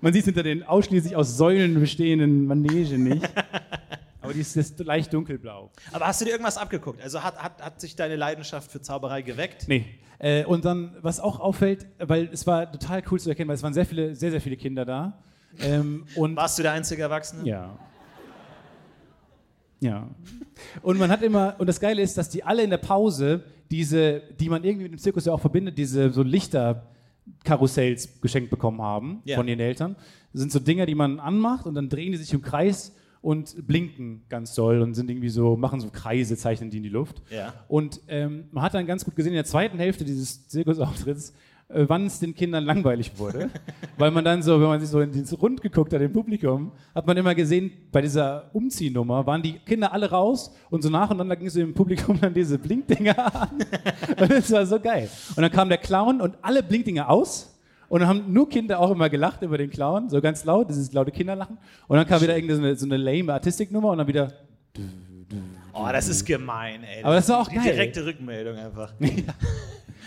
Speaker 1: Man sieht es hinter den ausschließlich aus Säulen bestehenden Manegen nicht. Aber die ist, ist leicht dunkelblau.
Speaker 2: Aber hast du dir irgendwas abgeguckt? Also hat, hat, hat sich deine Leidenschaft für Zauberei geweckt?
Speaker 1: Nee. Äh, und dann, was auch auffällt, weil es war total cool zu erkennen, weil es waren sehr viele, sehr, sehr viele Kinder da. Ähm, und
Speaker 2: Warst du der einzige Erwachsene?
Speaker 1: Ja. Ja. Und man hat immer, und das Geile ist, dass die alle in der Pause diese, die man irgendwie mit dem Zirkus ja auch verbindet, diese so Lichterkarussells geschenkt bekommen haben
Speaker 2: Ja.
Speaker 1: von ihren Eltern. Das sind so Dinger, die man anmacht und dann drehen die sich im Kreis und blinken ganz doll und sind irgendwie so, machen so Kreise, zeichnen die in die Luft.
Speaker 2: Ja.
Speaker 1: Und ähm, man hat dann ganz gut gesehen in der zweiten Hälfte dieses Zirkusauftritts, äh, wann es den Kindern langweilig wurde. Weil man dann so, wenn man sich so ins Rund geguckt hat im Publikum, hat man immer gesehen, bei dieser Umziehnummer waren die Kinder alle raus und so nacheinander ging so im Publikum dann diese Blinkdinger an. Und das war so geil. Und dann kam der Clown und alle Blinkdinger aus. Und dann haben nur Kinder auch immer gelacht über den Clown, so ganz laut, dieses laute Kinderlachen. Und dann kam wieder irgendeine so eine lame Artistiknummer und dann wieder
Speaker 2: Oh, das ist gemein, ey.
Speaker 1: Aber das war auch
Speaker 2: die
Speaker 1: geil.
Speaker 2: Direkte Rückmeldung einfach.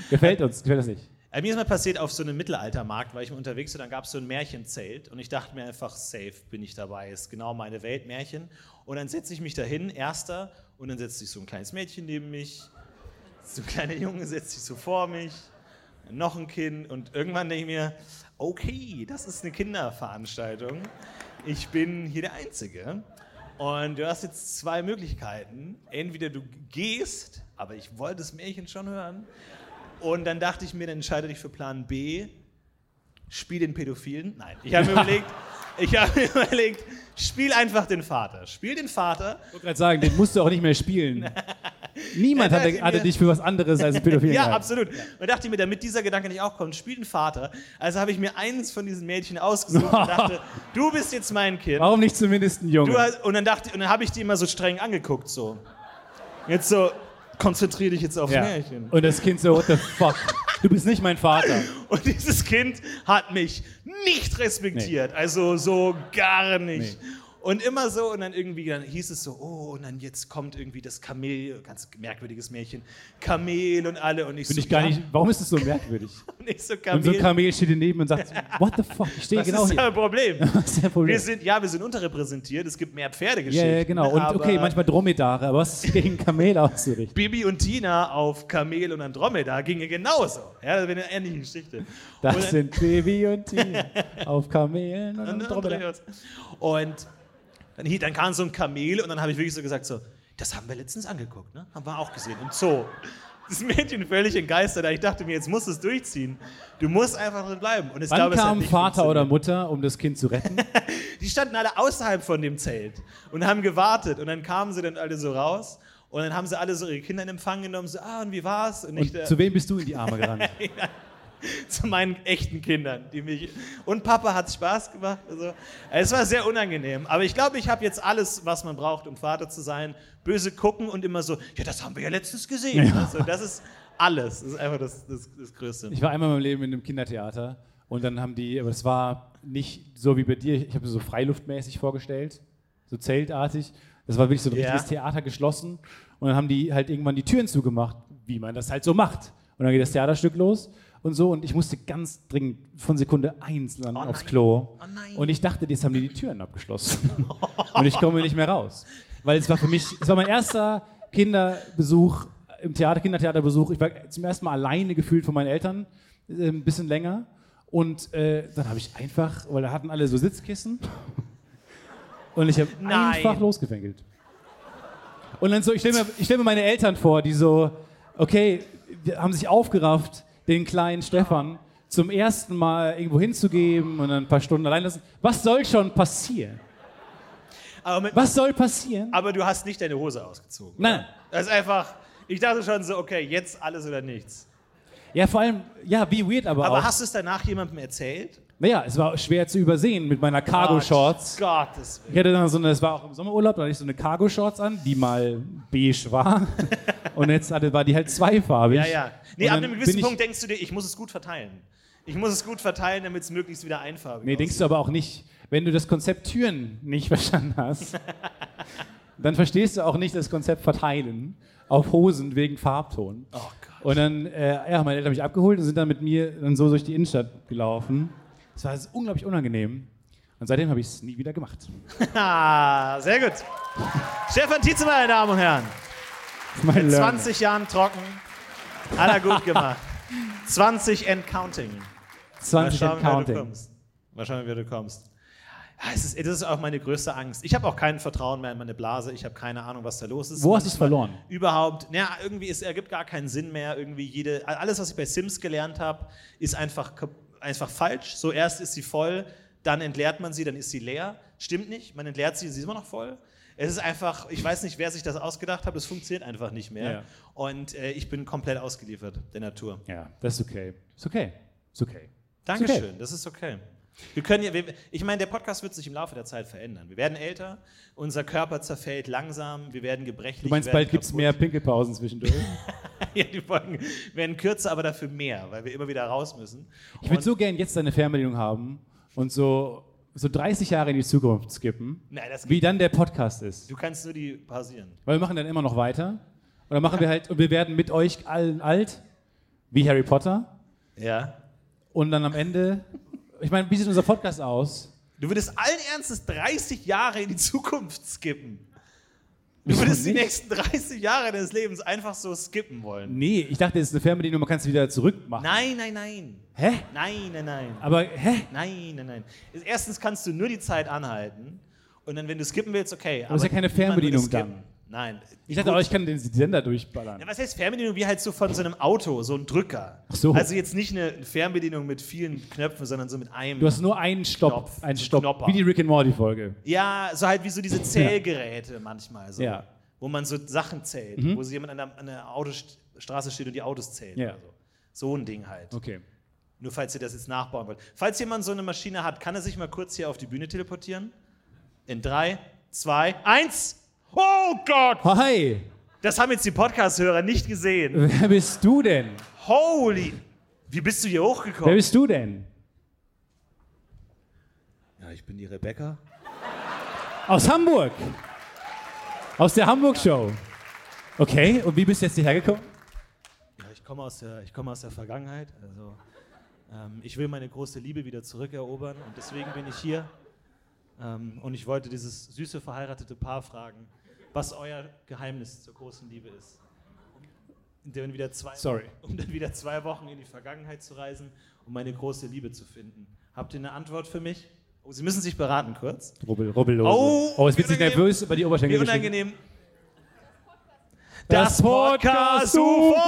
Speaker 1: gefällt uns, gefällt uns nicht.
Speaker 2: Äh, Mir ist mal passiert auf so einem Mittelaltermarkt, weil ich mal unterwegs war, dann gab es so ein Märchenzelt und ich dachte mir einfach, safe bin ich dabei, ist genau meine Welt, Märchen. Und dann setze ich mich dahin, erster, und dann setzt sich so ein kleines Mädchen neben mich, so ein kleiner Junge setzt sich so vor mich, noch ein Kind und irgendwann denke ich mir, okay, das ist eine Kinderveranstaltung, ich bin hier der Einzige. Und du hast jetzt zwei Möglichkeiten. Entweder du gehst, aber ich wollte das Märchen schon hören, und dann dachte ich mir, dann entscheide dich für Plan B. Spiel den Pädophilen. Nein, ich habe mir überlegt, ich habe mir überlegt, spiel einfach den Vater. Spiel den Vater.
Speaker 1: Ich wollte gerade sagen, den musst du auch nicht mehr spielen. Niemand
Speaker 2: Ja, da
Speaker 1: hatte,
Speaker 2: sind
Speaker 1: hatte
Speaker 2: wir-
Speaker 1: dich für was anderes als einen Pädophilen.
Speaker 2: Ja,
Speaker 1: gehalten.
Speaker 2: absolut. Und dachte mir, damit dieser Gedanke nicht auch kommt, spiel den Vater. Also habe ich mir eins von diesen Mädchen ausgesucht und dachte, du bist jetzt mein Kind.
Speaker 1: Warum nicht zumindest ein Junge?
Speaker 2: Du hast, und dann dachte und dann habe ich die immer so streng angeguckt so. Jetzt so konzentriere dich jetzt aufs
Speaker 1: ja.
Speaker 2: Märchen.
Speaker 1: Und das Kind so, what the fuck? Du bist nicht mein Vater.
Speaker 2: Und dieses Kind hat mich nicht respektiert. Also so gar nicht. Und immer so, und dann irgendwie, dann hieß es so, oh, und dann jetzt kommt irgendwie das Kamel, ganz merkwürdiges Märchen, Kamel und alle. Und ich
Speaker 1: Bin
Speaker 2: so,
Speaker 1: ich gar
Speaker 2: ja,
Speaker 1: nicht, warum ist das so merkwürdig?
Speaker 2: Und ich so,
Speaker 1: Und
Speaker 2: Kamel,
Speaker 1: so ein Kamel steht dir neben und sagt, what the fuck? Ich stehe
Speaker 2: das
Speaker 1: genau
Speaker 2: ist
Speaker 1: hier.
Speaker 2: ein Problem.
Speaker 1: Das ist der Problem.
Speaker 2: Wir sind, ja, wir sind unterrepräsentiert, es gibt mehr
Speaker 1: Ja,
Speaker 2: Pferdegeschichten.
Speaker 1: ja, genau. Und
Speaker 2: aber
Speaker 1: okay, manchmal Dromedare, aber was ist gegen Kamel auszurichten?
Speaker 2: Bibi und Tina auf Kamel und Andromeda ginge genauso. Ja, das wäre eine ähnliche Geschichte. Und
Speaker 1: Das
Speaker 2: dann-
Speaker 1: sind Baby und Tina auf Kamelen und Dromedare.
Speaker 2: Andreas. Und dann, hielt- dann kam so ein Kamel und dann habe ich wirklich so gesagt, so, das haben wir letztens angeguckt, ne? Haben wir auch gesehen im Zoo. Das Mädchen völlig entgeistert. Ich dachte mir, jetzt musst du es durchziehen. Du musst einfach drin bleiben. Und ich
Speaker 1: Wann
Speaker 2: glaube, es hat
Speaker 1: kam
Speaker 2: nicht
Speaker 1: Vater oder
Speaker 2: funktioniert.
Speaker 1: Mutter, um das Kind zu retten?
Speaker 2: Die standen alle außerhalb von dem Zelt und haben gewartet. Und dann kamen sie dann alle so raus. Und dann haben sie alle so ihre Kinder in Empfang genommen. So, ah, und wie war's? Und, ich,
Speaker 1: Und
Speaker 2: äh,
Speaker 1: zu wem bist du in die Arme gerannt?
Speaker 2: zu meinen echten Kindern, die mich und Papa hat Spaß gemacht. Also es war sehr unangenehm, aber ich glaube, ich habe jetzt alles, was man braucht, um Vater zu sein. Böse gucken und immer so, ja, das haben wir ja letztens gesehen. Also das ist alles. Das ist einfach das, das, das Größte.
Speaker 1: Ich war einmal in meinem Leben in einem Kindertheater und dann haben die, aber das war nicht so wie bei dir, ich habe mir so freiluftmäßig vorgestellt, so zeltartig. Das war wirklich so ein
Speaker 2: Ja.
Speaker 1: richtiges Theater geschlossen und dann haben die halt irgendwann die Türen zugemacht, wie man das halt so macht. Und dann geht das Theaterstück los und so und ich musste ganz dringend von Sekunde eins dann aufs
Speaker 2: nein.
Speaker 1: Klo.
Speaker 2: Oh nein.
Speaker 1: und ich dachte, jetzt haben die die Türen abgeschlossen und ich komme nicht mehr raus. Weil es war für mich, es war mein erster Kinderbesuch im Theater, Kindertheaterbesuch. Ich war zum ersten Mal alleine gefühlt von meinen Eltern, äh, ein bisschen länger. Und äh, dann habe ich einfach, weil da hatten alle so Sitzkissen. Und ich habe
Speaker 2: Nein.
Speaker 1: einfach losgefängelt. Und dann so, ich stelle mir, ich stell mir meine Eltern vor, die so, okay, die haben sich aufgerafft, den kleinen Stefan zum ersten Mal irgendwo hinzugeben und dann ein paar Stunden allein lassen. Was soll schon passieren?
Speaker 2: Aber, mit,
Speaker 1: Was soll passieren?
Speaker 2: aber du hast nicht deine Hose ausgezogen.
Speaker 1: Nein.
Speaker 2: Das ist einfach. Ich dachte schon so, okay, jetzt alles oder nichts.
Speaker 1: Ja, vor allem, ja, wie weird aber,
Speaker 2: Aber
Speaker 1: auch.
Speaker 2: hast du es danach jemandem erzählt?
Speaker 1: Naja, es war schwer zu übersehen mit meiner Cargo-Shorts.
Speaker 2: Gottes Willen.
Speaker 1: Ich hatte dann so eine, es war auch im Sommerurlaub, da hatte ich so eine Cargo-Shorts an, die mal beige war. Und jetzt hatte, war die halt zweifarbig.
Speaker 2: Ja, ja. Nee,
Speaker 1: Und
Speaker 2: ab
Speaker 1: dann
Speaker 2: einem
Speaker 1: bin
Speaker 2: gewissen
Speaker 1: ich-
Speaker 2: Punkt denkst du dir, ich muss es gut verteilen. Ich muss es gut verteilen, damit es möglichst wieder einfarbig
Speaker 1: Nee, denkst du aber auch nicht, wenn du das Konzept Türen nicht verstanden hast, dann verstehst du auch nicht das Konzept Verteilen auf Hosen wegen Farbton.
Speaker 2: Oh Gott.
Speaker 1: Und dann, äh, ja, meine Eltern haben mich abgeholt und sind dann mit mir dann so durch die Innenstadt gelaufen. Das war das unglaublich unangenehm. Und seitdem habe ich es nie wieder gemacht.
Speaker 2: Ah, sehr gut. Stefan Tietze, meine Damen und Herren.
Speaker 1: Das ist mein
Speaker 2: Mit
Speaker 1: Learning.
Speaker 2: 20 Jahren trocken. Hat er gut gemacht. 20 and counting.
Speaker 1: 20
Speaker 2: Mal
Speaker 1: and
Speaker 2: schauen, wer du
Speaker 1: counting.
Speaker 2: kommst. Mal schauen, wer du kommst. Ja, Es ist, das ist auch meine größte Angst. Ich habe auch kein Vertrauen mehr in meine Blase. Ich habe keine Ahnung, was da los ist.
Speaker 1: Wo hast du es verloren?
Speaker 2: Überhaupt, naja, irgendwie, es ergibt gar keinen Sinn mehr. Irgendwie jede, alles, was ich bei Sims gelernt habe, ist einfach, kap- einfach falsch. So erst ist sie voll, dann entleert man sie, dann ist sie leer. Stimmt nicht, man entleert sie, sie ist immer noch voll. Es ist einfach, ich weiß nicht, wer sich das ausgedacht hat, es funktioniert einfach nicht mehr.
Speaker 1: Ja.
Speaker 2: Und äh, ich bin komplett ausgeliefert der Natur.
Speaker 1: Ja, das ist okay. Ist okay. Ist okay.
Speaker 2: Dankeschön,
Speaker 1: okay.
Speaker 2: das ist okay. Wir können ja, wir, ich meine, der Podcast wird sich im Laufe der Zeit verändern. Wir werden älter, unser Körper zerfällt langsam, wir werden gebrechlich.
Speaker 1: Du meinst,
Speaker 2: wir werden
Speaker 1: bald gibt es
Speaker 2: kaputt.
Speaker 1: mehr Pinkelpausen zwischendurch?
Speaker 2: Ja, die Folgen werden kürzer, aber dafür mehr, weil wir immer wieder raus müssen.
Speaker 1: Ich würde so gern jetzt deine Fernbedienung haben und so, so 30 Jahre in die Zukunft skippen,
Speaker 2: Nein, das
Speaker 1: wie
Speaker 2: geht.
Speaker 1: dann der Podcast ist.
Speaker 2: Du kannst nur die pausieren.
Speaker 1: Weil wir machen dann immer noch weiter. Und dann machen wir halt, und wir werden mit euch allen alt, wie Harry Potter.
Speaker 2: Ja.
Speaker 1: Und dann am Ende, ich meine, wie sieht unser Podcast aus?
Speaker 2: Du würdest allen Ernstes 30 Jahre in die Zukunft skippen. Du würdest die
Speaker 1: nicht?
Speaker 2: nächsten 30 Jahre deines Lebens einfach so skippen wollen.
Speaker 1: Nee, ich dachte, es ist eine Fernbedienung, man kann es wieder zurückmachen.
Speaker 2: Nein, nein, nein.
Speaker 1: Hä?
Speaker 2: Nein, nein, nein.
Speaker 1: Aber, hä?
Speaker 2: Nein, nein, nein. Erstens kannst du nur die Zeit anhalten und dann, wenn du skippen willst, okay. Aber
Speaker 1: ist ja keine
Speaker 2: niemand würde
Speaker 1: Fernbedienung
Speaker 2: skippen. Nein.
Speaker 1: Ich dachte auch, ich kann den Sender durchballern.
Speaker 2: Ja, was heißt Fernbedienung? Wie halt so von so einem Auto, so ein Drücker.
Speaker 1: Ach so.
Speaker 2: Also jetzt nicht eine Fernbedienung mit vielen Knöpfen, sondern so mit einem.
Speaker 1: Du hast nur einen Stopp,
Speaker 2: Knopf,
Speaker 1: einen
Speaker 2: so ein
Speaker 1: Stopp,
Speaker 2: Knopper.
Speaker 1: wie die Rick and Morty Folge.
Speaker 2: ja, so halt wie so diese Zählgeräte manchmal. So,
Speaker 1: Ja. Mhm.
Speaker 2: Wo man so Sachen zählt, wo so jemand an der, an der Autostraße steht und die Autos zählt.
Speaker 1: Ja.
Speaker 2: Oder so. so ein Ding halt.
Speaker 1: Okay.
Speaker 2: Nur falls ihr das jetzt nachbauen wollt. Falls jemand so eine Maschine hat, kann er sich mal kurz hier auf die Bühne teleportieren? In drei, zwei, eins. Oh Gott!
Speaker 1: Hi,
Speaker 2: Das haben jetzt die Podcast-Hörer nicht gesehen.
Speaker 1: wer bist du denn?
Speaker 2: Holy! Wie bist du hier
Speaker 1: Wer
Speaker 2: hochgekommen?
Speaker 1: bist du denn?
Speaker 2: Ja, ich bin die Rebecca.
Speaker 1: Aus Hamburg. Aus der Hamburg-Show. Okay, und wie bist du jetzt hierher gekommen?
Speaker 2: Ja, ich komme aus, der- ich komme aus der Vergangenheit. Also, ähm, ich will meine große Liebe wieder zurückerobern und deswegen bin ich hier. Ähm, und ich wollte dieses süße verheiratete Paar fragen, was euer Geheimnis zur großen Liebe ist. Um dann wieder zwei,
Speaker 1: Sorry.
Speaker 2: Um dann wieder zwei Wochen in die Vergangenheit zu reisen, um meine große Liebe zu finden. Habt ihr eine Antwort für mich? Oh, Sie müssen sich beraten kurz.
Speaker 1: Rubbel, rubbellose.
Speaker 2: Oh,
Speaker 1: oh es wird
Speaker 2: wie
Speaker 1: sich
Speaker 2: unangenehm.
Speaker 1: nervös über die Oberschenkel
Speaker 2: Wie
Speaker 1: geschickt.
Speaker 2: unangenehm.
Speaker 1: Das Podcast UFO.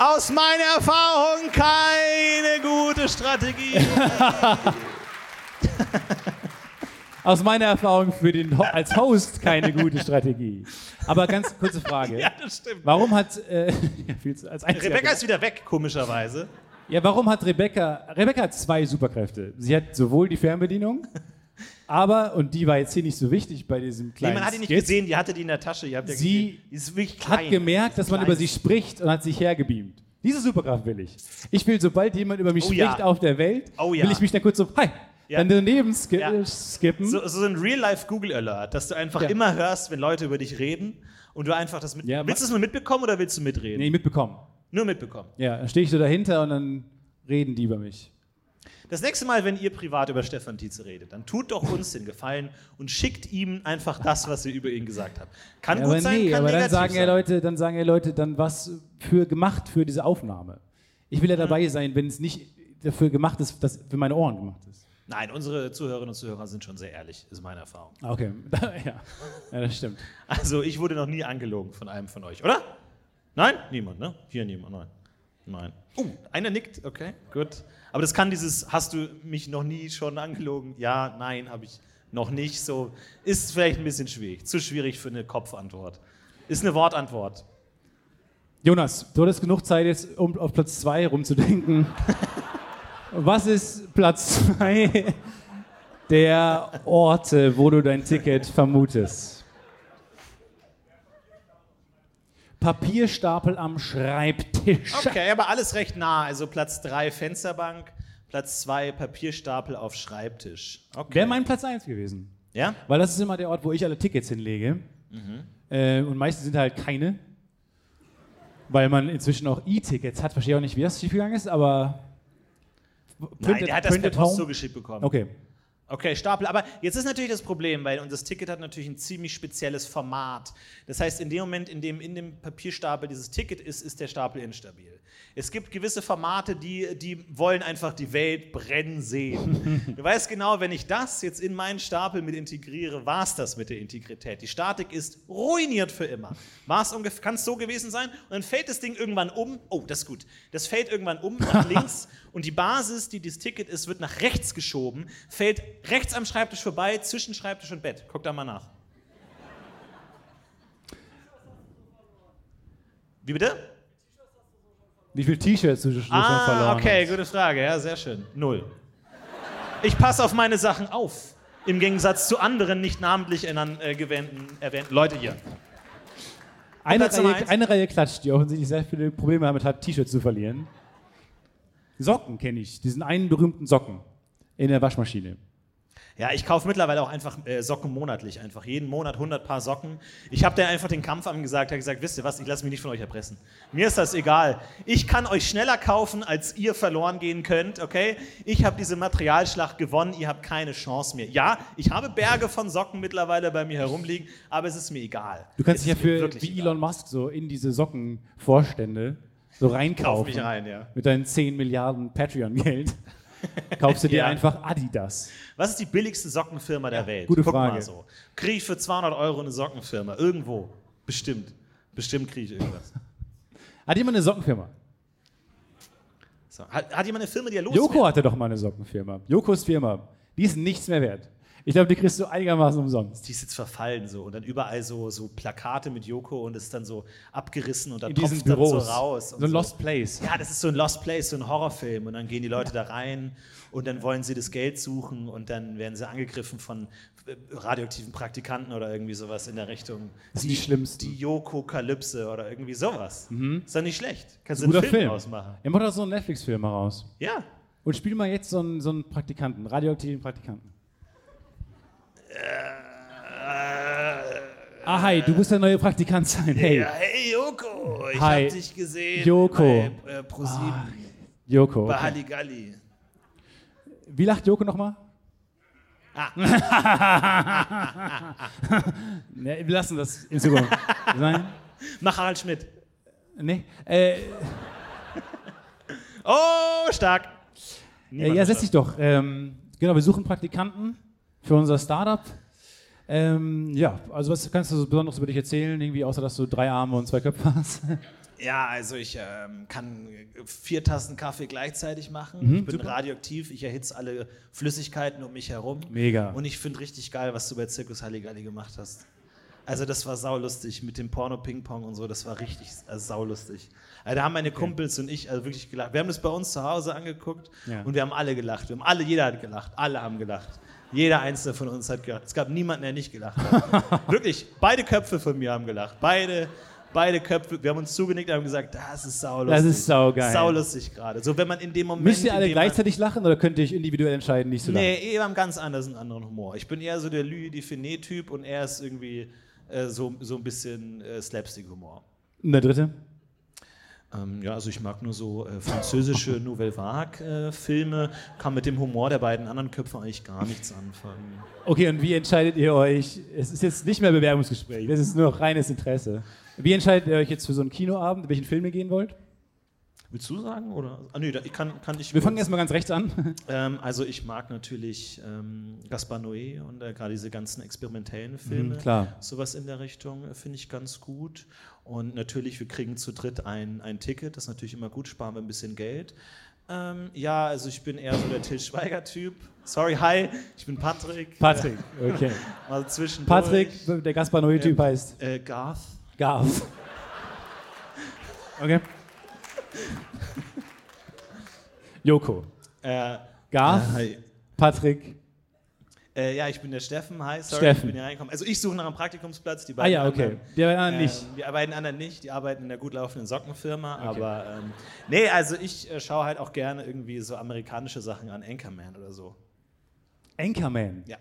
Speaker 2: Aus meiner Erfahrung keine gute Strategie.
Speaker 1: Aus meiner Erfahrung für den Ho als Host keine gute Strategie. Aber ganz kurze Frage.
Speaker 2: das stimmt.
Speaker 1: Warum hat äh, ja, viel zu, als einziger-
Speaker 2: Rebecca ist wieder weg, komischerweise.
Speaker 1: Ja, warum hat Rebecca Rebecca hat zwei Superkräfte. Sie hat sowohl die Fernbedienung, aber und die war jetzt hier nicht so wichtig bei diesem
Speaker 2: Nee,
Speaker 1: kleinen
Speaker 2: man hat die nicht
Speaker 1: Skit,
Speaker 2: gesehen, die hatte die in der Tasche. Ihr habt ja
Speaker 1: Sie
Speaker 2: gesehen. die ist wirklich klein.
Speaker 1: Hat gemerkt, dass man
Speaker 2: Klein.
Speaker 1: über sie spricht und hat sich hergebeamt. Diese Superkraft will ich. Ich will, sobald jemand über mich
Speaker 2: Oh ja.
Speaker 1: spricht auf der Welt,
Speaker 2: Oh ja.
Speaker 1: will ich mich da kurz so, hi,
Speaker 2: Ja.
Speaker 1: dann daneben ski
Speaker 2: Ja.
Speaker 1: skippen.
Speaker 2: So, so ein Real-Life-Google-Alert, dass du einfach
Speaker 1: Ja.
Speaker 2: immer hörst, wenn Leute über dich reden und du einfach das mit.
Speaker 1: Ja,
Speaker 2: willst du es nur mitbekommen oder willst du mitreden?
Speaker 1: Nee, mitbekommen.
Speaker 2: Nur mitbekommen.
Speaker 1: Ja, dann stehe ich so dahinter und dann reden die über mich.
Speaker 2: Das nächste Mal, wenn ihr privat über Stefan Tietze redet, dann tut doch uns den Gefallen und schickt ihm einfach das, was ihr über ihn gesagt habt. Kann
Speaker 1: Ja,
Speaker 2: gut
Speaker 1: aber
Speaker 2: sein,
Speaker 1: nee,
Speaker 2: kann
Speaker 1: aber dann
Speaker 2: negativ
Speaker 1: sagen ja
Speaker 2: sein.
Speaker 1: Leute, dann sagen ja Leute, dann was für gemacht für diese Aufnahme. Ich will ja
Speaker 2: Mhm.
Speaker 1: dabei sein, wenn es nicht dafür gemacht ist, dass für meine Ohren gemacht ist.
Speaker 2: Nein, unsere Zuhörerinnen und Zuhörer sind schon sehr ehrlich, ist meine Erfahrung.
Speaker 1: Ah, Okay, ja. ja, das stimmt.
Speaker 2: Also ich wurde noch nie angelogen von einem von euch, oder? Nein? Niemand, ne? Hier niemand, nein. Nein. Oh, einer nickt, okay, gut. Aber das kann dieses, hast du mich noch nie schon angelogen? Ja, nein, habe ich noch nicht. So ist vielleicht ein bisschen schwierig. Zu schwierig für eine Kopfantwort. Ist eine Wortantwort.
Speaker 1: Jonas, du hattest genug Zeit jetzt, um auf Platz 2 rumzudenken. Was ist Platz 2 der Orte, wo du dein Ticket vermutest? Papierstapel am Schreibtisch.
Speaker 2: Okay, aber alles recht nah. Also Platz 3 Fensterbank, Platz 2 Papierstapel auf Schreibtisch. Okay.
Speaker 1: Wäre mein Platz 1 gewesen.
Speaker 2: Ja?
Speaker 1: Weil das ist immer der Ort, wo ich alle Tickets hinlege.
Speaker 2: Mhm.
Speaker 1: Äh, und meistens sind halt keine. Weil man inzwischen auch E-Tickets hat. Verstehe auch nicht, wie das schiefgegangen ist, aber.
Speaker 2: Nein, der hat das per
Speaker 1: printed
Speaker 2: Post
Speaker 1: home.
Speaker 2: zugeschickt bekommen.
Speaker 1: Okay.
Speaker 2: Okay, Stapel. Aber jetzt ist natürlich das Problem, weil unser Ticket hat natürlich ein ziemlich spezielles Format. Das heißt, in dem Moment, in dem in dem Papierstapel dieses Ticket ist, ist der Stapel instabil. Es gibt gewisse Formate, die, die wollen einfach die Welt brennen sehen. du weißt genau, wenn ich das jetzt in meinen Stapel mit integriere, war es das mit der Integrität. Die Statik ist ruiniert für immer. Kann es so gewesen sein? Und dann fällt das Ding irgendwann um. Oh, das ist gut. Das fällt irgendwann um nach links und die Basis, die dieses Ticket ist, wird nach rechts geschoben, fällt rechts am Schreibtisch vorbei, zwischen Schreibtisch und Bett. Guck da mal nach. Wie bitte?
Speaker 1: Wie viele T-Shirts du schon schon
Speaker 2: Ah,
Speaker 1: verloren
Speaker 2: okay,
Speaker 1: hast.
Speaker 2: gute Frage. Ja, sehr schön. Null. Ich passe auf meine Sachen auf. Im Gegensatz zu anderen nicht namentlich ernan- äh, gewähnten, erwähnten Leute hier.
Speaker 1: Eine
Speaker 2: Platz Nummer
Speaker 1: Reihe,
Speaker 2: eins?
Speaker 1: eine Reihe klatscht, die offensichtlich sehr viele Probleme damit hat, T-Shirts zu verlieren. Socken kenne ich, diesen einen berühmten Socken in der Waschmaschine.
Speaker 2: Ja, ich kaufe mittlerweile auch einfach äh, Socken monatlich. Einfach jeden Monat 100 Paar Socken. Ich habe da einfach den Kampf angesagt. habe gesagt, wisst ihr was, ich lasse mich nicht von euch erpressen. Mir ist das egal. Ich kann euch schneller kaufen, als ihr verloren gehen könnt, okay? Ich habe diese Materialschlacht gewonnen. Ihr habt keine Chance mehr. Ja, ich habe Berge von Socken mittlerweile bei mir herumliegen, aber es ist mir egal.
Speaker 1: Du kannst
Speaker 2: Es
Speaker 1: dich ja
Speaker 2: ist mir
Speaker 1: für,
Speaker 2: wirklich
Speaker 1: wie
Speaker 2: egal.
Speaker 1: Elon Musk so in diese Sockenvorstände so
Speaker 2: Kauf
Speaker 1: reinkaufen.
Speaker 2: mich rein, ja.
Speaker 1: Mit deinen 10 Milliarden Patreon-Geld kaufst du dir
Speaker 2: Ja.
Speaker 1: einfach Adidas.
Speaker 2: Was ist die billigste Sockenfirma der Welt?
Speaker 1: gute
Speaker 2: Guck mal
Speaker 1: Frage.
Speaker 2: so. Kriege ich für 200 Euro eine Sockenfirma? Irgendwo. Bestimmt. Bestimmt kriege ich irgendwas.
Speaker 1: Hat jemand eine Sockenfirma?
Speaker 2: So. Hat, hat jemand eine Firma, die er los
Speaker 1: Joko hatte doch mal eine Sockenfirma. Jokos Firma. Die ist nichts mehr wert. Ich glaube, die kriegst du einigermaßen umsonst.
Speaker 2: Die ist jetzt verfallen so. Und dann überall so, so Plakate mit Joko und es ist dann so abgerissen und dann
Speaker 1: In diesen
Speaker 2: tropft dann so
Speaker 1: Büros.
Speaker 2: raus.
Speaker 1: so
Speaker 2: und
Speaker 1: ein Lost Place.
Speaker 2: Ja, das ist so ein Lost Place, so ein Horrorfilm. Und dann gehen die Leute da rein und dann wollen sie das Geld suchen und dann werden sie angegriffen von äh, radioaktiven Praktikanten oder irgendwie sowas in der Richtung.
Speaker 1: Das sind die schlimmsten.
Speaker 2: Die Joko-Kalypse oder irgendwie sowas. Ist doch nicht schlecht. Kannst du einen
Speaker 1: Mhm. Guter
Speaker 2: Film,
Speaker 1: Film.
Speaker 2: ausmachen.
Speaker 1: Er macht auch so einen Netflix-Film heraus.
Speaker 2: Ja.
Speaker 1: Und spiel mal jetzt so einen, so einen Praktikanten, radioaktiven Praktikanten. ah, hi, du musst der neue Praktikant sein. Hey,
Speaker 2: Äh, Ja, hey Joko, ich
Speaker 1: Hi.
Speaker 2: hab dich gesehen.
Speaker 1: Joko.
Speaker 2: Bei, äh, ProSieben,
Speaker 1: Joko.
Speaker 2: bei
Speaker 1: Okay.
Speaker 2: Halligalli.
Speaker 1: Wie lacht Joko nochmal? Ah. ne, wir lassen das in Zukunft sein.
Speaker 2: Mach Harald Schmidt.
Speaker 1: Nee. Äh,
Speaker 2: Oh, stark.
Speaker 1: äh,
Speaker 2: Niemand
Speaker 1: ja,
Speaker 2: hat
Speaker 1: setz dich doch. Ähm, genau, wir suchen Praktikanten für unser Startup. Ähm, ja, also was kannst du so Besonderes über dich erzählen, irgendwie, außer dass du drei Arme und zwei Köpfe hast?
Speaker 2: Ja, also ich ähm, kann vier Tassen Kaffee gleichzeitig machen. ich bin radioaktiv, ich erhitze alle Flüssigkeiten um mich herum.
Speaker 1: Mega.
Speaker 2: Und ich finde richtig geil, was du bei Zirkus Halligalli gemacht hast. Also das war saulustig mit dem Porno-Ping-Pong und so, das war richtig also saulustig. Also da haben meine Kumpels und ich also wirklich gelacht. Wir haben das bei uns zu Hause angeguckt
Speaker 1: Ja.
Speaker 2: und wir haben alle gelacht. Wir haben alle, jeder hat gelacht, alle haben gelacht. Jeder einzelne von uns hat gelacht. Es gab niemanden, der nicht gelacht hat. wirklich, beide Köpfe von mir haben gelacht. Beide, beide Köpfe, wir haben uns zugenickt und haben gesagt, das ist saulustig.
Speaker 1: Das ist saugeil.
Speaker 2: Saulustig gerade. So wenn man in dem Moment...
Speaker 1: Müsst ihr
Speaker 2: in
Speaker 1: alle
Speaker 2: dem man-
Speaker 1: gleichzeitig lachen oder könnt ihr euch individuell entscheiden, nicht zu lachen?
Speaker 2: Nee, eh haben ganz anders einen anderen Humor. Ich bin eher so der Louis Define Typ und er ist irgendwie äh, so, so ein bisschen äh, Slapstick Humor.
Speaker 1: Und der dritte?
Speaker 2: Ähm, ja, also ich mag nur so äh, französische Nouvelle Vague äh, Filme, kann mit dem Humor der beiden anderen Köpfe eigentlich gar nichts anfangen.
Speaker 1: Okay, und wie entscheidet ihr euch? Es ist jetzt nicht mehr Bewerbungsgespräch, das ist nur noch reines Interesse. Wie entscheidet ihr euch jetzt für so einen Kinoabend, in welchen Film ihr gehen wollt?
Speaker 2: Willst du sagen oder? Ah nee, da, ich kann kann ich.
Speaker 1: Wir fangen erstmal ganz rechts an.
Speaker 2: Ähm, also ich mag natürlich ähm, Gaspar Noé und äh, gerade diese ganzen experimentellen Filme.
Speaker 1: Mhm, klar.
Speaker 2: Sowas in der Richtung äh, finde ich ganz gut. Und natürlich, wir kriegen zu dritt ein, ein Ticket. Das ist natürlich immer gut, sparen wir ein bisschen Geld. Ähm, ja, also ich bin eher so der Till Schweiger-Typ. Sorry, hi, ich bin Patrick.
Speaker 1: Patrick, okay.
Speaker 2: Äh, mal zwischendurch.
Speaker 1: Patrick, der Gaspar Noé-Typ heißt
Speaker 2: Äh, Garth.
Speaker 1: Garf. Okay. Joko.
Speaker 2: Äh,
Speaker 1: Garth,
Speaker 2: hi.
Speaker 1: Patrick.
Speaker 2: Äh, ja, ich bin der Steffen. Hi, sorry,
Speaker 1: Steffen.
Speaker 2: ich bin hier reingekommen. Also ich suche nach einem Praktikumsplatz. Die
Speaker 1: Ah
Speaker 2: beiden
Speaker 1: ja, okay.
Speaker 2: anderen,
Speaker 1: Die anderen
Speaker 2: äh,
Speaker 1: nicht.
Speaker 2: Die beiden anderen nicht. Die arbeiten in der gut laufenden Sockenfirma. Aber ähm, nee, also ich äh, schaue halt auch gerne irgendwie so amerikanische Sachen an, Anchorman oder so.
Speaker 1: Anchorman.
Speaker 2: Ja.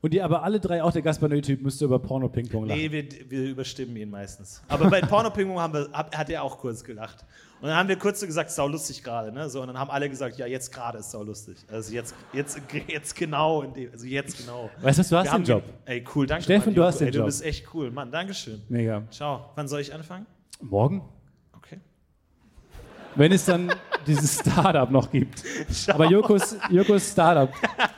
Speaker 1: Und die aber alle drei, auch der Gaspar Neu-Typ, müsste über Porno-Ping-Pong lachen.
Speaker 2: Nee, wir, wir überstimmen ihn meistens. Aber bei Pornopingung haben wir, hab, hat er auch kurz gelacht. Und dann haben wir kurz so gesagt, sau lustig gerade, ne? So, und dann haben alle gesagt, ja, jetzt gerade ist sau lustig. Also jetzt, jetzt, jetzt genau, in dem, also jetzt genau.
Speaker 1: Weißt du, was, du
Speaker 2: Wir
Speaker 1: hast den
Speaker 2: haben-
Speaker 1: Job.
Speaker 2: Ey, cool, danke.
Speaker 1: Steffen,
Speaker 2: Mann.
Speaker 1: du hast den
Speaker 2: ey,
Speaker 1: Job.
Speaker 2: Du bist echt cool, Mann. Dankeschön.
Speaker 1: Mega.
Speaker 2: Ciao. Wann soll ich anfangen?
Speaker 1: Morgen?
Speaker 2: Okay.
Speaker 1: Wenn es dann dieses Startup noch gibt.
Speaker 2: Ciao.
Speaker 1: Aber Jokos, Jokos Startup.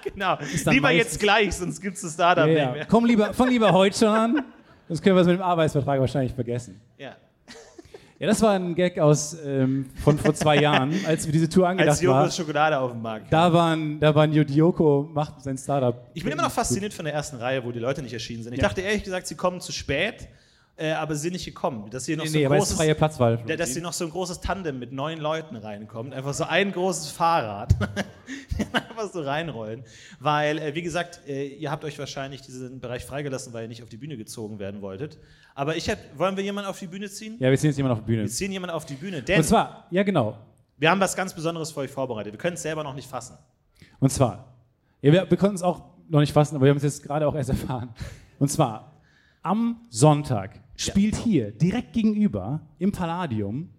Speaker 2: genau.
Speaker 1: dann
Speaker 2: Lieber
Speaker 1: meistens-
Speaker 2: jetzt gleich, sonst gibt es das Startup
Speaker 1: Ja,
Speaker 2: nicht
Speaker 1: ja.
Speaker 2: mehr.
Speaker 1: Komm lieber, fang lieber heute schon an. Sonst können wir es mit dem Arbeitsvertrag wahrscheinlich vergessen.
Speaker 2: Ja.
Speaker 1: Ja, das war ein Gag aus, ähm, von vor zwei Jahren, als wir diese Tour angedacht
Speaker 2: Als
Speaker 1: war.
Speaker 2: Jokos Schokolade auf dem Markt.
Speaker 1: Da waren, da waren Jodioko, macht sein Startup.
Speaker 2: Ich bin immer noch fasziniert von der ersten Reihe, wo die Leute nicht erschienen sind. Ich dachte ehrlich gesagt, sie kommen zu spät, äh, aber sie sind nicht gekommen. Dass hier noch
Speaker 1: Nee,
Speaker 2: so
Speaker 1: nee,
Speaker 2: ein
Speaker 1: weil es
Speaker 2: großes,
Speaker 1: freie Platz war.
Speaker 2: da- dass hier noch so ein großes Tandem mit neun Leuten reinkommt, einfach so ein großes Fahrrad, einfach so reinrollen. Weil, äh, wie gesagt, äh, ihr habt euch wahrscheinlich diesen Bereich freigelassen, weil ihr nicht auf die Bühne gezogen werden wolltet. Aber ich hab, wollen wir jemanden auf die Bühne ziehen?
Speaker 1: Ja, wir ziehen jetzt jemanden auf die Bühne.
Speaker 2: Wir ziehen jemanden auf die Bühne, denn
Speaker 1: Und zwar, ja genau,
Speaker 2: wir haben was ganz Besonderes für euch vorbereitet. Wir können es selber noch nicht fassen.
Speaker 1: Und zwar, ja, wir, wir konnten es auch noch nicht fassen, aber wir haben es jetzt gerade auch erst erfahren. Und zwar, am Sonntag spielt hier direkt gegenüber im Palladium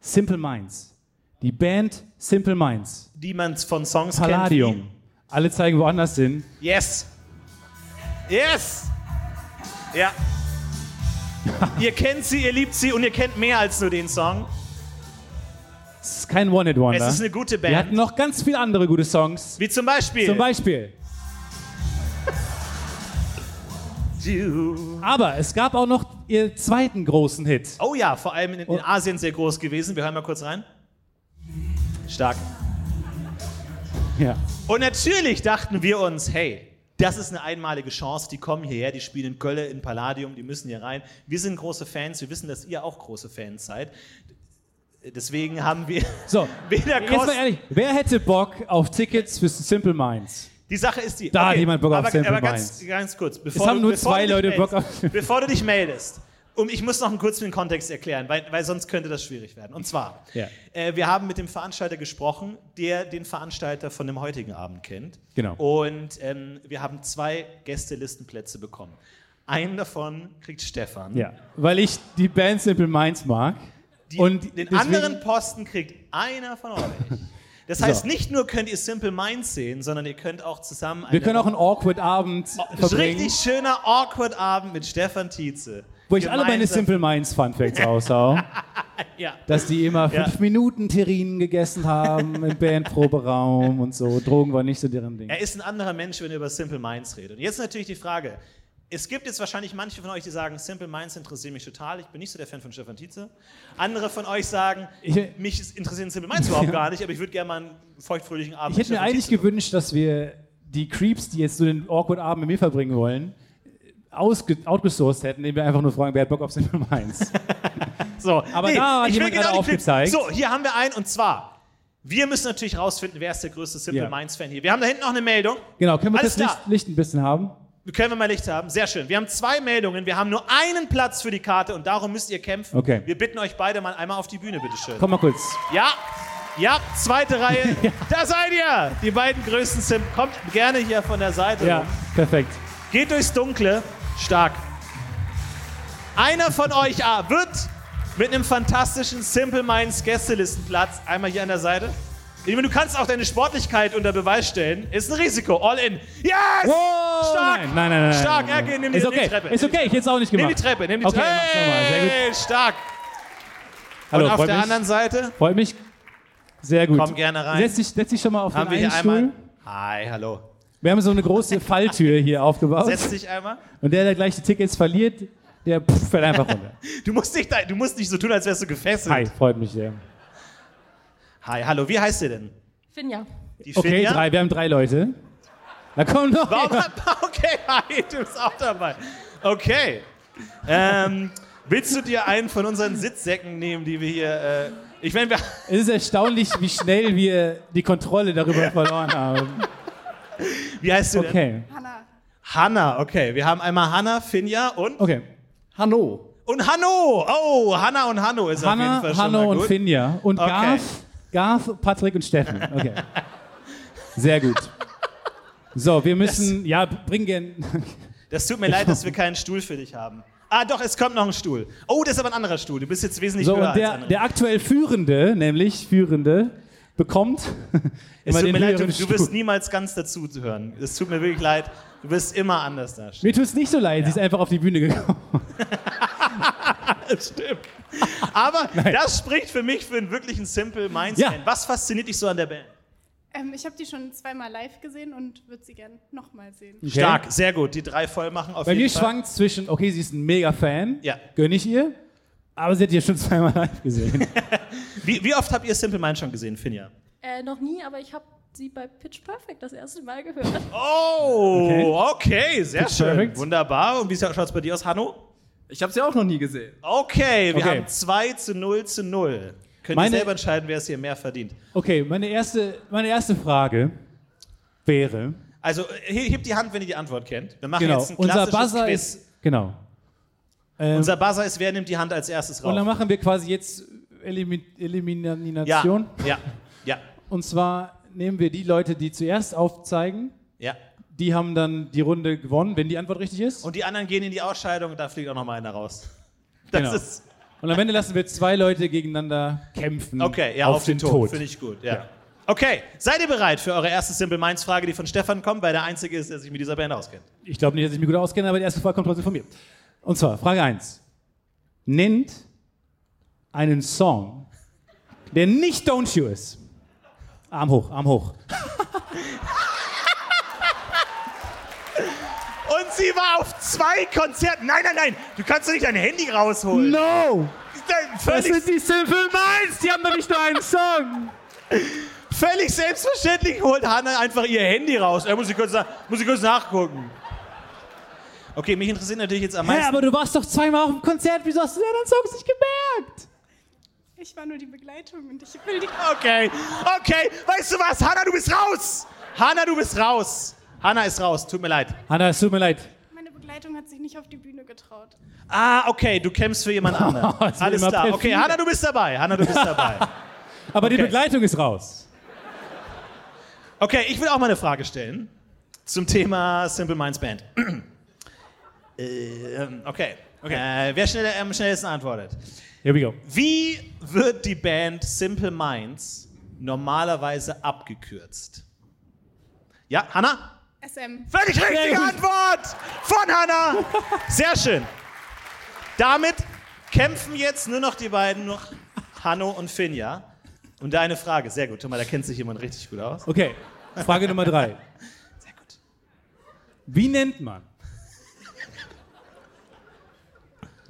Speaker 1: Simple Minds. Die Band Simple Minds.
Speaker 2: Die man von Songs kennt.
Speaker 1: Palladium. Alle zeigen woanders hin.
Speaker 2: wie- Yes. Yes. Ja. ihr kennt sie, ihr liebt sie und ihr kennt mehr als nur den Song.
Speaker 1: Es ist kein One-Hit-Wonder.
Speaker 2: Es ist eine gute
Speaker 1: Wir hatten
Speaker 2: Band.
Speaker 1: noch ganz viele andere gute Songs.
Speaker 2: Wie zum Beispiel.
Speaker 1: Zum Beispiel.
Speaker 2: You.
Speaker 1: Aber es gab auch noch ihr zweiten großen Hit.
Speaker 2: Oh ja, vor allem in, in
Speaker 1: Und-
Speaker 2: Asien sehr groß gewesen. Wir hören mal kurz rein. Stark.
Speaker 1: Ja.
Speaker 2: Und natürlich dachten wir uns, hey, das ist eine einmalige Chance, die kommen hierher, die spielen in Köln, in Palladium, die müssen hier rein. Wir sind große Fans, wir wissen, dass ihr auch große Fans seid. Deswegen haben wir
Speaker 1: So,
Speaker 2: weder
Speaker 1: jetzt mal
Speaker 2: Kosten.
Speaker 1: ehrlich, wer hätte Bock auf Tickets für Simple Minds?
Speaker 2: Die Sache ist die.
Speaker 1: Da hat jemand Bock auf
Speaker 2: aber,
Speaker 1: Simple
Speaker 2: aber ganz,
Speaker 1: Minds.
Speaker 2: ganz kurz, bevor,
Speaker 1: haben
Speaker 2: du-
Speaker 1: nur
Speaker 2: bevor
Speaker 1: zwei
Speaker 2: du dich
Speaker 1: Leute
Speaker 2: meldest,
Speaker 1: Bock auf-
Speaker 2: Bevor du dich meldest. Um, ich muss noch einen kurzen Kontext erklären, weil, weil sonst könnte das schwierig werden. Und zwar,
Speaker 1: Ja.
Speaker 2: äh, wir haben mit dem Veranstalter gesprochen, der den Veranstalter von dem heutigen Abend kennt.
Speaker 1: Genau.
Speaker 2: Und ähm, wir haben zwei Gästelistenplätze bekommen. Einen davon kriegt Stefan.
Speaker 1: Ja, weil ich die Band Simple Minds mag.
Speaker 2: Die,
Speaker 1: und
Speaker 2: den
Speaker 1: deswegen-
Speaker 2: anderen Posten kriegt einer von euch. Das heißt,
Speaker 1: So.
Speaker 2: nicht nur könnt ihr Simple Minds sehen, sondern ihr könnt auch zusammen
Speaker 1: Wir
Speaker 2: eine
Speaker 1: können auch einen awkward Abend
Speaker 2: Ein
Speaker 1: verbringen,
Speaker 2: genau. Oh, richtig schöner Awkward-Abend mit Stefan Tietze.
Speaker 1: wo ich alle meine
Speaker 2: Gemeinsam-
Speaker 1: Simple Minds Fun Facts raushau.
Speaker 2: Ja.
Speaker 1: Dass die immer
Speaker 2: Ja.
Speaker 1: fünf Minuten Terrinen gegessen haben im Bandproberaum und so. Drogen war nicht so deren Ding.
Speaker 2: Er ist ein anderer Mensch, wenn er über Simple Minds redet. Und jetzt natürlich die Frage: Es gibt jetzt wahrscheinlich manche von euch, die sagen, Simple Minds interessieren mich total. Ich bin nicht so der Fan von Stefan Tietze. Andere von euch sagen,
Speaker 1: Ich-
Speaker 2: mich ist- interessieren Simple Minds überhaupt gar nicht, aber ich würde gerne mal einen feuchtfröhlichen Abend
Speaker 1: Ich hätte
Speaker 2: mit
Speaker 1: mir
Speaker 2: Stefan
Speaker 1: eigentlich
Speaker 2: Tietze
Speaker 1: gewünscht, dass wir die Creeps, die jetzt so den awkward Abend mit mir verbringen wollen, ausge outgesourced hätten, indem wir einfach nur fragen, wer hat Bock auf Simple Minds?
Speaker 2: So,
Speaker 1: Aber da hat
Speaker 2: ich will
Speaker 1: jemand gerade
Speaker 2: die Clips.
Speaker 1: aufgezeigt.
Speaker 2: So, hier haben wir einen und zwar. Wir müssen natürlich rausfinden, wer ist der größte Simple
Speaker 1: Ja.
Speaker 2: Minds-Fan hier. Wir haben da hinten noch eine Meldung.
Speaker 1: Genau, können wir
Speaker 2: Alles
Speaker 1: das
Speaker 2: klar.
Speaker 1: Licht, Licht ein bisschen haben?
Speaker 2: Können wir mal Licht haben? Sehr schön. Wir haben zwei Meldungen. Wir haben nur einen Platz für die Karte und darum müsst ihr kämpfen.
Speaker 1: Okay.
Speaker 2: Wir bitten euch beide mal einmal auf die Bühne, bitteschön.
Speaker 1: Komm mal kurz.
Speaker 2: Ja, ja, zweite Reihe. Da seid ihr. Die beiden größten Sim. Kommt gerne hier von der Seite.
Speaker 1: Ja, perfekt.
Speaker 2: Geht durchs Dunkle. Stark. Einer von euch ah, wird mit einem fantastischen Simple Minds Gästelistenplatz einmal hier an der Seite. Ich meine, du kannst auch deine Sportlichkeit unter Beweis stellen. Ist ein Risiko. All in. Yes!
Speaker 1: Wow!
Speaker 2: Stark!
Speaker 1: Nein, nein, nein. nein
Speaker 2: Stark,
Speaker 1: nein, nein.
Speaker 2: okay, nimm die-
Speaker 1: ist
Speaker 2: nimm die
Speaker 1: okay.
Speaker 2: Treppe.
Speaker 1: Ist okay, ich hätte es auch nicht
Speaker 2: Nimm
Speaker 1: gemacht.
Speaker 2: die Treppe, nimm die
Speaker 1: okay,
Speaker 2: Treppe.
Speaker 1: mach's nochmal. Sehr gut.
Speaker 2: Hey, stark.
Speaker 1: Hallo,
Speaker 2: Und auf
Speaker 1: freut
Speaker 2: der
Speaker 1: mich.
Speaker 2: anderen Seite
Speaker 1: Freut mich. Sehr gut.
Speaker 2: Komm gerne rein.
Speaker 1: Setz dich, setz dich schon mal auf
Speaker 2: haben wir
Speaker 1: den einen
Speaker 2: hier einmal.
Speaker 1: Stuhl.
Speaker 2: Hi, hallo.
Speaker 1: Wir haben so eine große Falltür hier aufgebaut.
Speaker 2: Setz dich einmal.
Speaker 1: Und der, der gleich die Tickets verliert, der pff, fällt einfach runter.
Speaker 2: Du musst nicht, da- du musst nicht so tun, als wärst du gefesselt.
Speaker 1: Hi, freut mich sehr.
Speaker 2: Hi, hallo. Wie heißt ihr denn?
Speaker 4: Finja.
Speaker 2: Die
Speaker 1: Okay,
Speaker 2: Finja?
Speaker 1: drei, wir haben drei Leute. Na komm doch.
Speaker 2: Warum
Speaker 1: her.
Speaker 2: Okay, hi, du bist auch dabei. Okay. Ähm, willst du dir einen von unseren Sitzsäcken nehmen, die wir hier. Äh, Ich meine, wir,
Speaker 1: Es ist erstaunlich, wie schnell wir die Kontrolle darüber verloren haben.
Speaker 2: wie heißt du denn?
Speaker 1: Okay,
Speaker 4: Hanna.
Speaker 2: Hanna, okay. Wir haben einmal Hanna, Finja und,
Speaker 1: okay. Hanno.
Speaker 2: und Hanno. Oh, Hanna und Hanno ist auf
Speaker 1: Hanna,
Speaker 2: jeden Fall schon
Speaker 1: Hanno
Speaker 2: mal
Speaker 1: und
Speaker 2: gut.
Speaker 1: Finja. Und
Speaker 2: Okay.
Speaker 1: Garth, Garth, Patrick und Steffen. Okay. Sehr gut. So, wir müssen, ja, bring gern.
Speaker 2: Das tut mir leid, dass wir keinen Stuhl für dich haben. Ah, doch, es kommt noch ein Stuhl. Oh, das ist aber ein anderer Stuhl. Du bist jetzt wesentlich
Speaker 1: So,
Speaker 2: höher
Speaker 1: und
Speaker 2: als
Speaker 1: der,
Speaker 2: andere.
Speaker 1: der aktuell Führende, nämlich Führende, bekommt
Speaker 2: es
Speaker 1: immer
Speaker 2: tut
Speaker 1: den
Speaker 2: mir leid, du,
Speaker 1: höheren
Speaker 2: du wirst
Speaker 1: Stuhl.
Speaker 2: niemals ganz dazu zu hören. Es tut mir wirklich leid. Du wirst immer anders da.
Speaker 1: Mir tut es nicht so leid, sie ist einfach auf die Bühne gekommen.
Speaker 2: Stimmt. Aber das spricht für mich für einen wirklichen Simple Minds
Speaker 1: Ja.
Speaker 2: Band. Was fasziniert dich so an der Band?
Speaker 4: Ähm, ich habe die schon zweimal live gesehen und würde sie gern nochmal sehen.
Speaker 1: Okay.
Speaker 2: Stark, sehr gut. Die drei voll machen auf
Speaker 1: Bei mir
Speaker 2: jeden Fall.
Speaker 1: schwankt zwischen, okay, sie ist ein Mega-Fan,
Speaker 2: Ja.
Speaker 1: gönn ich ihr, aber sie hat ihr schon zweimal live gesehen.
Speaker 2: Wie, wie oft habt ihr Simple Minds schon gesehen, Finja?
Speaker 5: Äh, noch nie, aber ich habe sie bei Pitch Perfect das erste Mal gehört.
Speaker 2: Oh, okay, sehr
Speaker 1: Pitch
Speaker 2: schön.
Speaker 1: perfect.
Speaker 2: Wunderbar. Und wie schaut es bei dir aus, Hanno?
Speaker 6: Ich habe sie auch noch nie gesehen.
Speaker 2: Okay, wir
Speaker 1: Okay.
Speaker 2: haben 2 zu 0 zu 0. Könnt
Speaker 1: Meine-
Speaker 2: ihr selber entscheiden, wer es hier mehr verdient.
Speaker 1: Okay, meine erste, meine erste Frage wäre,
Speaker 2: Also, äh, he- hebt die Hand, wenn ihr die Antwort kennt. Wir machen
Speaker 1: genau,
Speaker 2: jetzt ein
Speaker 1: unser
Speaker 2: klassisches
Speaker 1: Buzzer
Speaker 2: Quiz.
Speaker 1: ist, genau. Ähm,
Speaker 2: unser Buzzer ist, wer nimmt die Hand als erstes
Speaker 1: und dann
Speaker 2: raus?
Speaker 1: machen wir quasi jetzt Elimi
Speaker 2: Ja,
Speaker 1: Elimination.
Speaker 2: ja, ja,
Speaker 1: Und zwar nehmen wir die Leute, die zuerst aufzeigen,
Speaker 2: ja.
Speaker 1: die haben dann die Runde gewonnen, wenn die Antwort richtig ist.
Speaker 2: Und die anderen gehen in die Ausscheidung und da fliegt auch nochmal einer raus. Das
Speaker 1: Genau.
Speaker 2: ist.
Speaker 1: Und am Ende lassen wir zwei Leute gegeneinander kämpfen.
Speaker 2: Okay, ja, auf, den, Tod. Finde ich gut, ja. Okay, seid ihr bereit für eure erste Simple Minds Frage, die von Stefan kommt, weil der Einzige ist, der sich mit dieser Band auskennt?
Speaker 1: Ich glaube nicht, dass ich mich gut auskenne, aber die erste Frage kommt trotzdem von mir. Und zwar, Frage 1. Nennt einen Song, der nicht Don't You ist. Arm hoch, Arm hoch.
Speaker 2: Und sie war auf zwei Konzerten. Nein, nein, nein, du kannst doch nicht dein Handy rausholen.
Speaker 1: No!
Speaker 2: Nein,
Speaker 1: Das
Speaker 2: Völlig,
Speaker 1: sind die Simple Minds, die haben doch nicht nur einen Song.
Speaker 2: völlig selbstverständlich holt Hanna einfach ihr Handy raus. Äh, muss, ich kurz, nach- muss ich kurz nachgucken. Okay, mich interessiert natürlich jetzt am
Speaker 1: Hä,
Speaker 2: meisten.
Speaker 1: aber du warst doch zweimal auf dem Konzert, wieso hast du den anderen Songs nicht gemerkt?
Speaker 4: Ich war nur die Begleitung und ich will die.
Speaker 2: Okay, okay, weißt du was? Hanna, du bist raus! Hanna, du bist raus! Hanna ist raus, tut mir leid.
Speaker 1: Hanna, es tut mir leid.
Speaker 4: Meine Begleitung hat sich nicht auf die Bühne getraut.
Speaker 2: Ah, okay, du kämpfst für jemand anderen.
Speaker 1: Es wird
Speaker 2: Alles
Speaker 1: immer
Speaker 2: klar. Okay,
Speaker 1: perfider.
Speaker 2: Hanna, du bist dabei. Hanna, du bist dabei.
Speaker 1: Aber die
Speaker 2: Okay.
Speaker 1: Begleitung ist raus.
Speaker 2: Okay, ich will auch mal eine Frage stellen zum Thema Simple Minds Band. ähm, okay. okay. Äh, wer schneller, am schnellsten antwortet.
Speaker 1: Here we go.
Speaker 2: Wie wird die Band Simple Minds normalerweise abgekürzt? Ja, Hanna?
Speaker 4: SM.
Speaker 2: Völlig richtige Antwort von Hanna. Sehr schön. Damit kämpfen jetzt nur noch die beiden, noch Hanno und Finja. Und deine Frage, sehr gut. Guck mal, da kennt sich jemand richtig gut aus.
Speaker 1: Okay, Frage Nummer drei.
Speaker 2: Sehr gut.
Speaker 1: Wie nennt man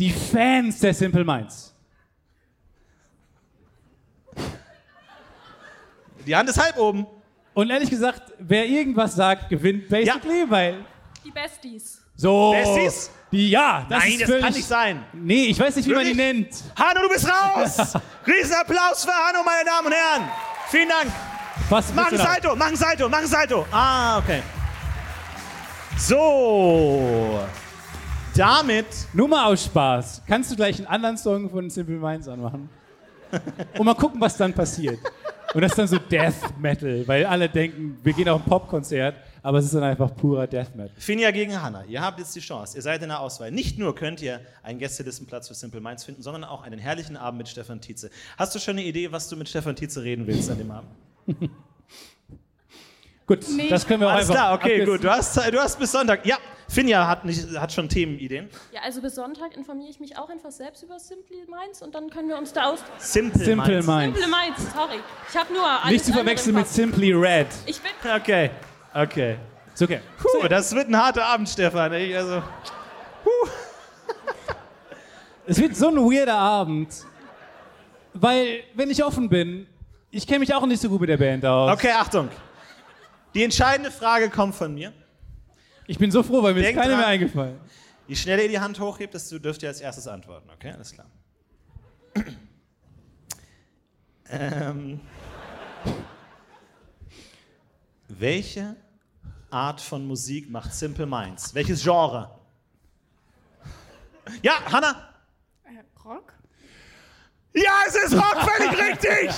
Speaker 1: die Fans der Simple Minds?
Speaker 2: Die Hand ist halb oben.
Speaker 1: Und ehrlich gesagt, wer irgendwas sagt, gewinnt basically, weil
Speaker 5: Die Besties.
Speaker 1: so
Speaker 2: Besties?
Speaker 1: die ja, das
Speaker 2: Nein,
Speaker 1: ist
Speaker 2: das
Speaker 1: völlig,
Speaker 2: kann nicht sein.
Speaker 1: Nee, ich weiß nicht, wie
Speaker 2: Wirklich?
Speaker 1: man die nennt.
Speaker 2: Hanno, du bist raus. Riesenapplaus für Hanno, meine Damen und Herren. Vielen Dank.
Speaker 1: Was
Speaker 2: Mach ein
Speaker 1: willst du da?
Speaker 2: Salto, mach ein Salto, mach ein Salto. Ah, okay. So. Damit
Speaker 1: Nur mal aus Spaß. Kannst du gleich einen anderen Song von Simple Minds anmachen? Und mal gucken, was dann passiert. Und das ist dann so Death Metal, weil alle denken, wir gehen auf ein Popkonzert, aber es ist dann einfach purer Death Metal.
Speaker 2: Finja gegen Hanna. Ihr habt jetzt die Chance. Ihr seid in der Auswahl. Nicht nur könnt ihr einen Gästelistenplatz für Simple Minds finden, sondern auch einen herrlichen Abend mit Stefan Tietze. Hast du schon eine Idee, was du mit Stefan Tietze reden willst an dem Abend?
Speaker 1: Gut,
Speaker 4: Nee.
Speaker 1: das können wir auch
Speaker 2: Alles
Speaker 1: einfach
Speaker 2: klar, okay,
Speaker 1: abkürzen.
Speaker 2: gut. Du hast, Zeit, du hast bis Sonntag. Ja, Finja hat, nicht, hat schon Themenideen.
Speaker 5: Ja, also bis Sonntag informiere ich mich auch einfach selbst über Simply Minds und dann können wir uns da aus.
Speaker 2: Simple,
Speaker 1: Simple
Speaker 2: Minds.
Speaker 1: Minds.
Speaker 5: Simple Minds, sorry. Ich habe nur alles
Speaker 1: Nicht zu verwechseln mit
Speaker 5: andere
Speaker 1: Simply
Speaker 5: im
Speaker 1: Red.
Speaker 5: Kopf. Ich bin
Speaker 2: Okay, okay.
Speaker 1: Ist okay.
Speaker 2: Puh, das wird ein harter Abend, Stefan. Ich, also,
Speaker 1: Es wird so ein weirder Abend, weil, wenn ich offen bin, ich kenne mich auch nicht so gut mit der Band aus.
Speaker 2: okay, Achtung. Die entscheidende Frage kommt von mir.
Speaker 1: Ich bin so froh, weil mir ist
Speaker 2: Denk
Speaker 1: keine
Speaker 2: dran.
Speaker 1: mehr eingefallen.
Speaker 2: Je schneller ihr die Hand hochhebt, desto dürft ihr als erstes antworten. Okay, alles klar. Ähm, welche Art von Musik macht Simple Minds? Welches Genre? Ja, Hanna!
Speaker 4: Äh, Rock?
Speaker 2: Ja, es ist Rock, völlig richtig!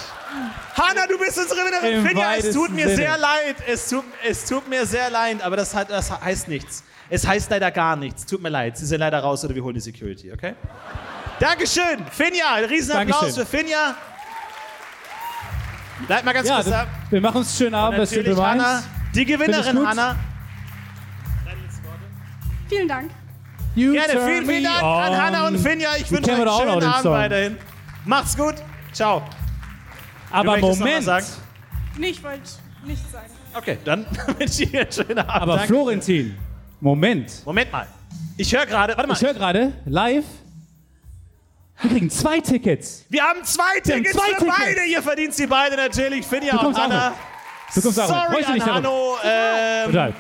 Speaker 2: Hanna, du bist unsere Gewinnerin.
Speaker 1: Im
Speaker 2: Finja, es tut
Speaker 1: weitesten
Speaker 2: mir
Speaker 1: Sinne.
Speaker 2: sehr leid. Es tut, es tut mir sehr leid, aber das, hat, das heißt nichts. Es heißt leider gar nichts. Tut mir leid. Sie sind leider raus oder wir holen die Security, okay? Dankeschön, Finja. Einen riesen Applaus
Speaker 1: Dankeschön.
Speaker 2: für Finja. Bleibt mal ganz
Speaker 1: Ja,
Speaker 2: kurz
Speaker 1: das,
Speaker 2: da.
Speaker 1: wir machen uns schönen Abend, das
Speaker 2: Natürlich,
Speaker 1: Simple
Speaker 2: Hanna.
Speaker 1: Minds.
Speaker 2: Die
Speaker 1: Find ich
Speaker 2: Gewinnerin,
Speaker 1: gut.
Speaker 2: Hanna.
Speaker 4: Vielen Dank.
Speaker 1: You
Speaker 2: Gerne.
Speaker 1: turn
Speaker 2: Vielen, vielen
Speaker 1: me
Speaker 2: Dank
Speaker 1: on.
Speaker 2: an Hanna und Finja. Ich
Speaker 1: Oh, Die
Speaker 2: wünsche euch
Speaker 1: kennen wir
Speaker 2: einen
Speaker 1: doch auch noch,
Speaker 2: schönen
Speaker 1: den
Speaker 2: Abend
Speaker 1: Song.
Speaker 2: weiterhin. Macht's gut. Ciao.
Speaker 1: Aber
Speaker 2: möchtest noch was
Speaker 1: Moment.
Speaker 2: sagen?
Speaker 4: Nee, ich wollte nichts sagen.
Speaker 2: Okay, dann wünsche ich dir einen schönen Abend.
Speaker 1: Aber
Speaker 2: Danke.
Speaker 1: Florentin, Moment.
Speaker 2: Moment mal. Ich höre gerade, warte mal,
Speaker 1: Ich höre gerade live. Wir kriegen zwei Tickets.
Speaker 2: wir haben zwei
Speaker 1: Wir haben
Speaker 2: Tickets
Speaker 1: zwei
Speaker 2: für
Speaker 1: Tickets.
Speaker 2: beide. Ihr verdient sie beide natürlich, Finja
Speaker 1: Du
Speaker 2: und
Speaker 1: kommst auch
Speaker 2: Anna.
Speaker 1: Du kommst auch mit.
Speaker 2: Sorry
Speaker 1: Freust du
Speaker 2: an
Speaker 1: dich darüber?
Speaker 2: Hanno, ähm,
Speaker 1: Total.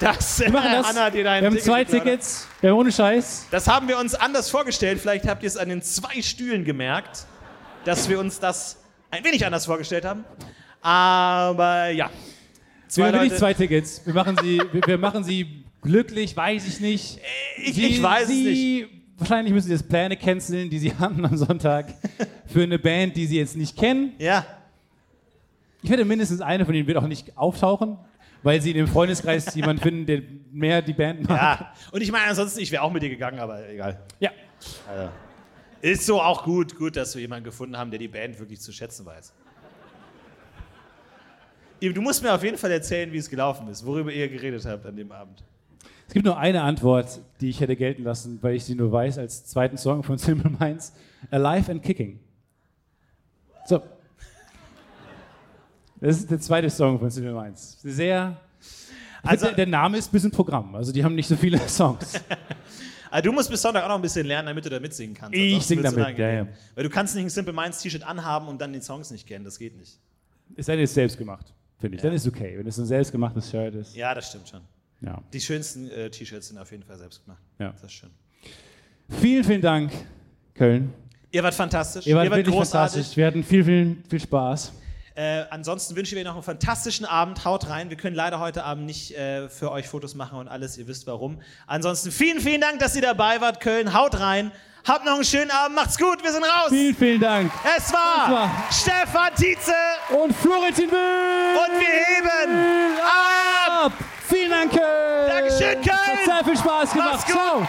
Speaker 2: dass äh,
Speaker 1: Wir machen das.
Speaker 2: Anna dir
Speaker 1: wir
Speaker 2: dein
Speaker 1: haben
Speaker 2: Ticket
Speaker 1: zwei
Speaker 2: geklaut hat.
Speaker 1: Tickets. Wir haben ohne Scheiß.
Speaker 2: Das haben wir uns anders vorgestellt. Vielleicht habt ihr es an den zwei Stühlen gemerkt, dass wir uns das ein wenig anders vorgestellt haben. Aber ja,
Speaker 1: wir haben
Speaker 2: Leute.
Speaker 1: nicht zwei Tickets. Wir machen sie, wir, wir machen sie glücklich, weiß ich nicht.
Speaker 2: ich, ich weiß es nicht.
Speaker 1: sie, Wahrscheinlich müssen sie das Pläne canceln, die sie hatten am Sonntag für eine Band, die sie jetzt nicht kennen.
Speaker 2: Ja,
Speaker 1: Ich wette, mindestens eine von ihnen wird auch nicht auftauchen, weil sie in dem Freundeskreis jemanden finden, der mehr die Band mag.
Speaker 2: ja. Und ich meine, ansonsten, ich wäre auch mit dir gegangen, aber egal.
Speaker 1: Ja.
Speaker 2: Ist so auch gut, gut, dass wir jemanden gefunden haben, der die Band wirklich zu schätzen weiß. Ihr- Du musst mir auf jeden Fall erzählen, wie es gelaufen ist, worüber ihr geredet habt an dem Abend.
Speaker 1: Es gibt nur eine Antwort, die ich hätte gelten lassen, weil ich sie nur weiß, als zweiten Song von Simple Minds: Alive and Kicking. So. Das ist der zweite Song von Simple Minds. Sehr.
Speaker 2: Also-
Speaker 1: Also, der, der Name ist ein bisschen Programm. Also, die haben nicht so viele Songs.
Speaker 2: Aber ah, du musst bis Sonntag auch noch ein bisschen lernen, damit du da mitsingen kannst.
Speaker 1: Ich
Speaker 2: Ansonsten
Speaker 1: sing
Speaker 2: wird's
Speaker 1: damit,
Speaker 2: unangenehm.
Speaker 1: ja, ja.
Speaker 2: Weil du kannst nicht ein Simple Minds T-Shirt anhaben und dann die Songs nicht kennen, das geht nicht.
Speaker 1: Ist dann jetzt selbst gemacht, finde ich. Dann ist okay, wenn es ein selbstgemachtes Shirt ist.
Speaker 2: Ja, das stimmt schon.
Speaker 1: Ja.
Speaker 2: Die schönsten äh, T-Shirts sind auf jeden Fall selbst gemacht.
Speaker 1: Ja.
Speaker 2: Das ist schön.
Speaker 1: Vielen, vielen Dank, Köln.
Speaker 2: Ihr wart fantastisch.
Speaker 1: Ihr wart, wirklich fantastisch. Wir hatten viel, viel, viel Spaß.
Speaker 2: Äh, ansonsten wünschen wir Ihnen noch einen fantastischen Abend. Haut rein. Wir können leider heute Abend nicht äh, für euch Fotos machen und alles. Ihr wisst warum. Ansonsten vielen, vielen Dank, dass ihr dabei wart, Köln. Haut rein. Habt noch einen schönen Abend. Macht's gut. Wir sind raus.
Speaker 1: Vielen, vielen Dank.
Speaker 2: Es war,
Speaker 1: Es war-
Speaker 2: Stefan Tietze
Speaker 1: Und Florentin will
Speaker 2: und wir heben ab.
Speaker 1: ab. Vielen Dank, Köln.
Speaker 2: Dankeschön, Köln.
Speaker 1: Hat sehr viel Spaß gemacht.
Speaker 2: Mach's gut.
Speaker 1: Ciao.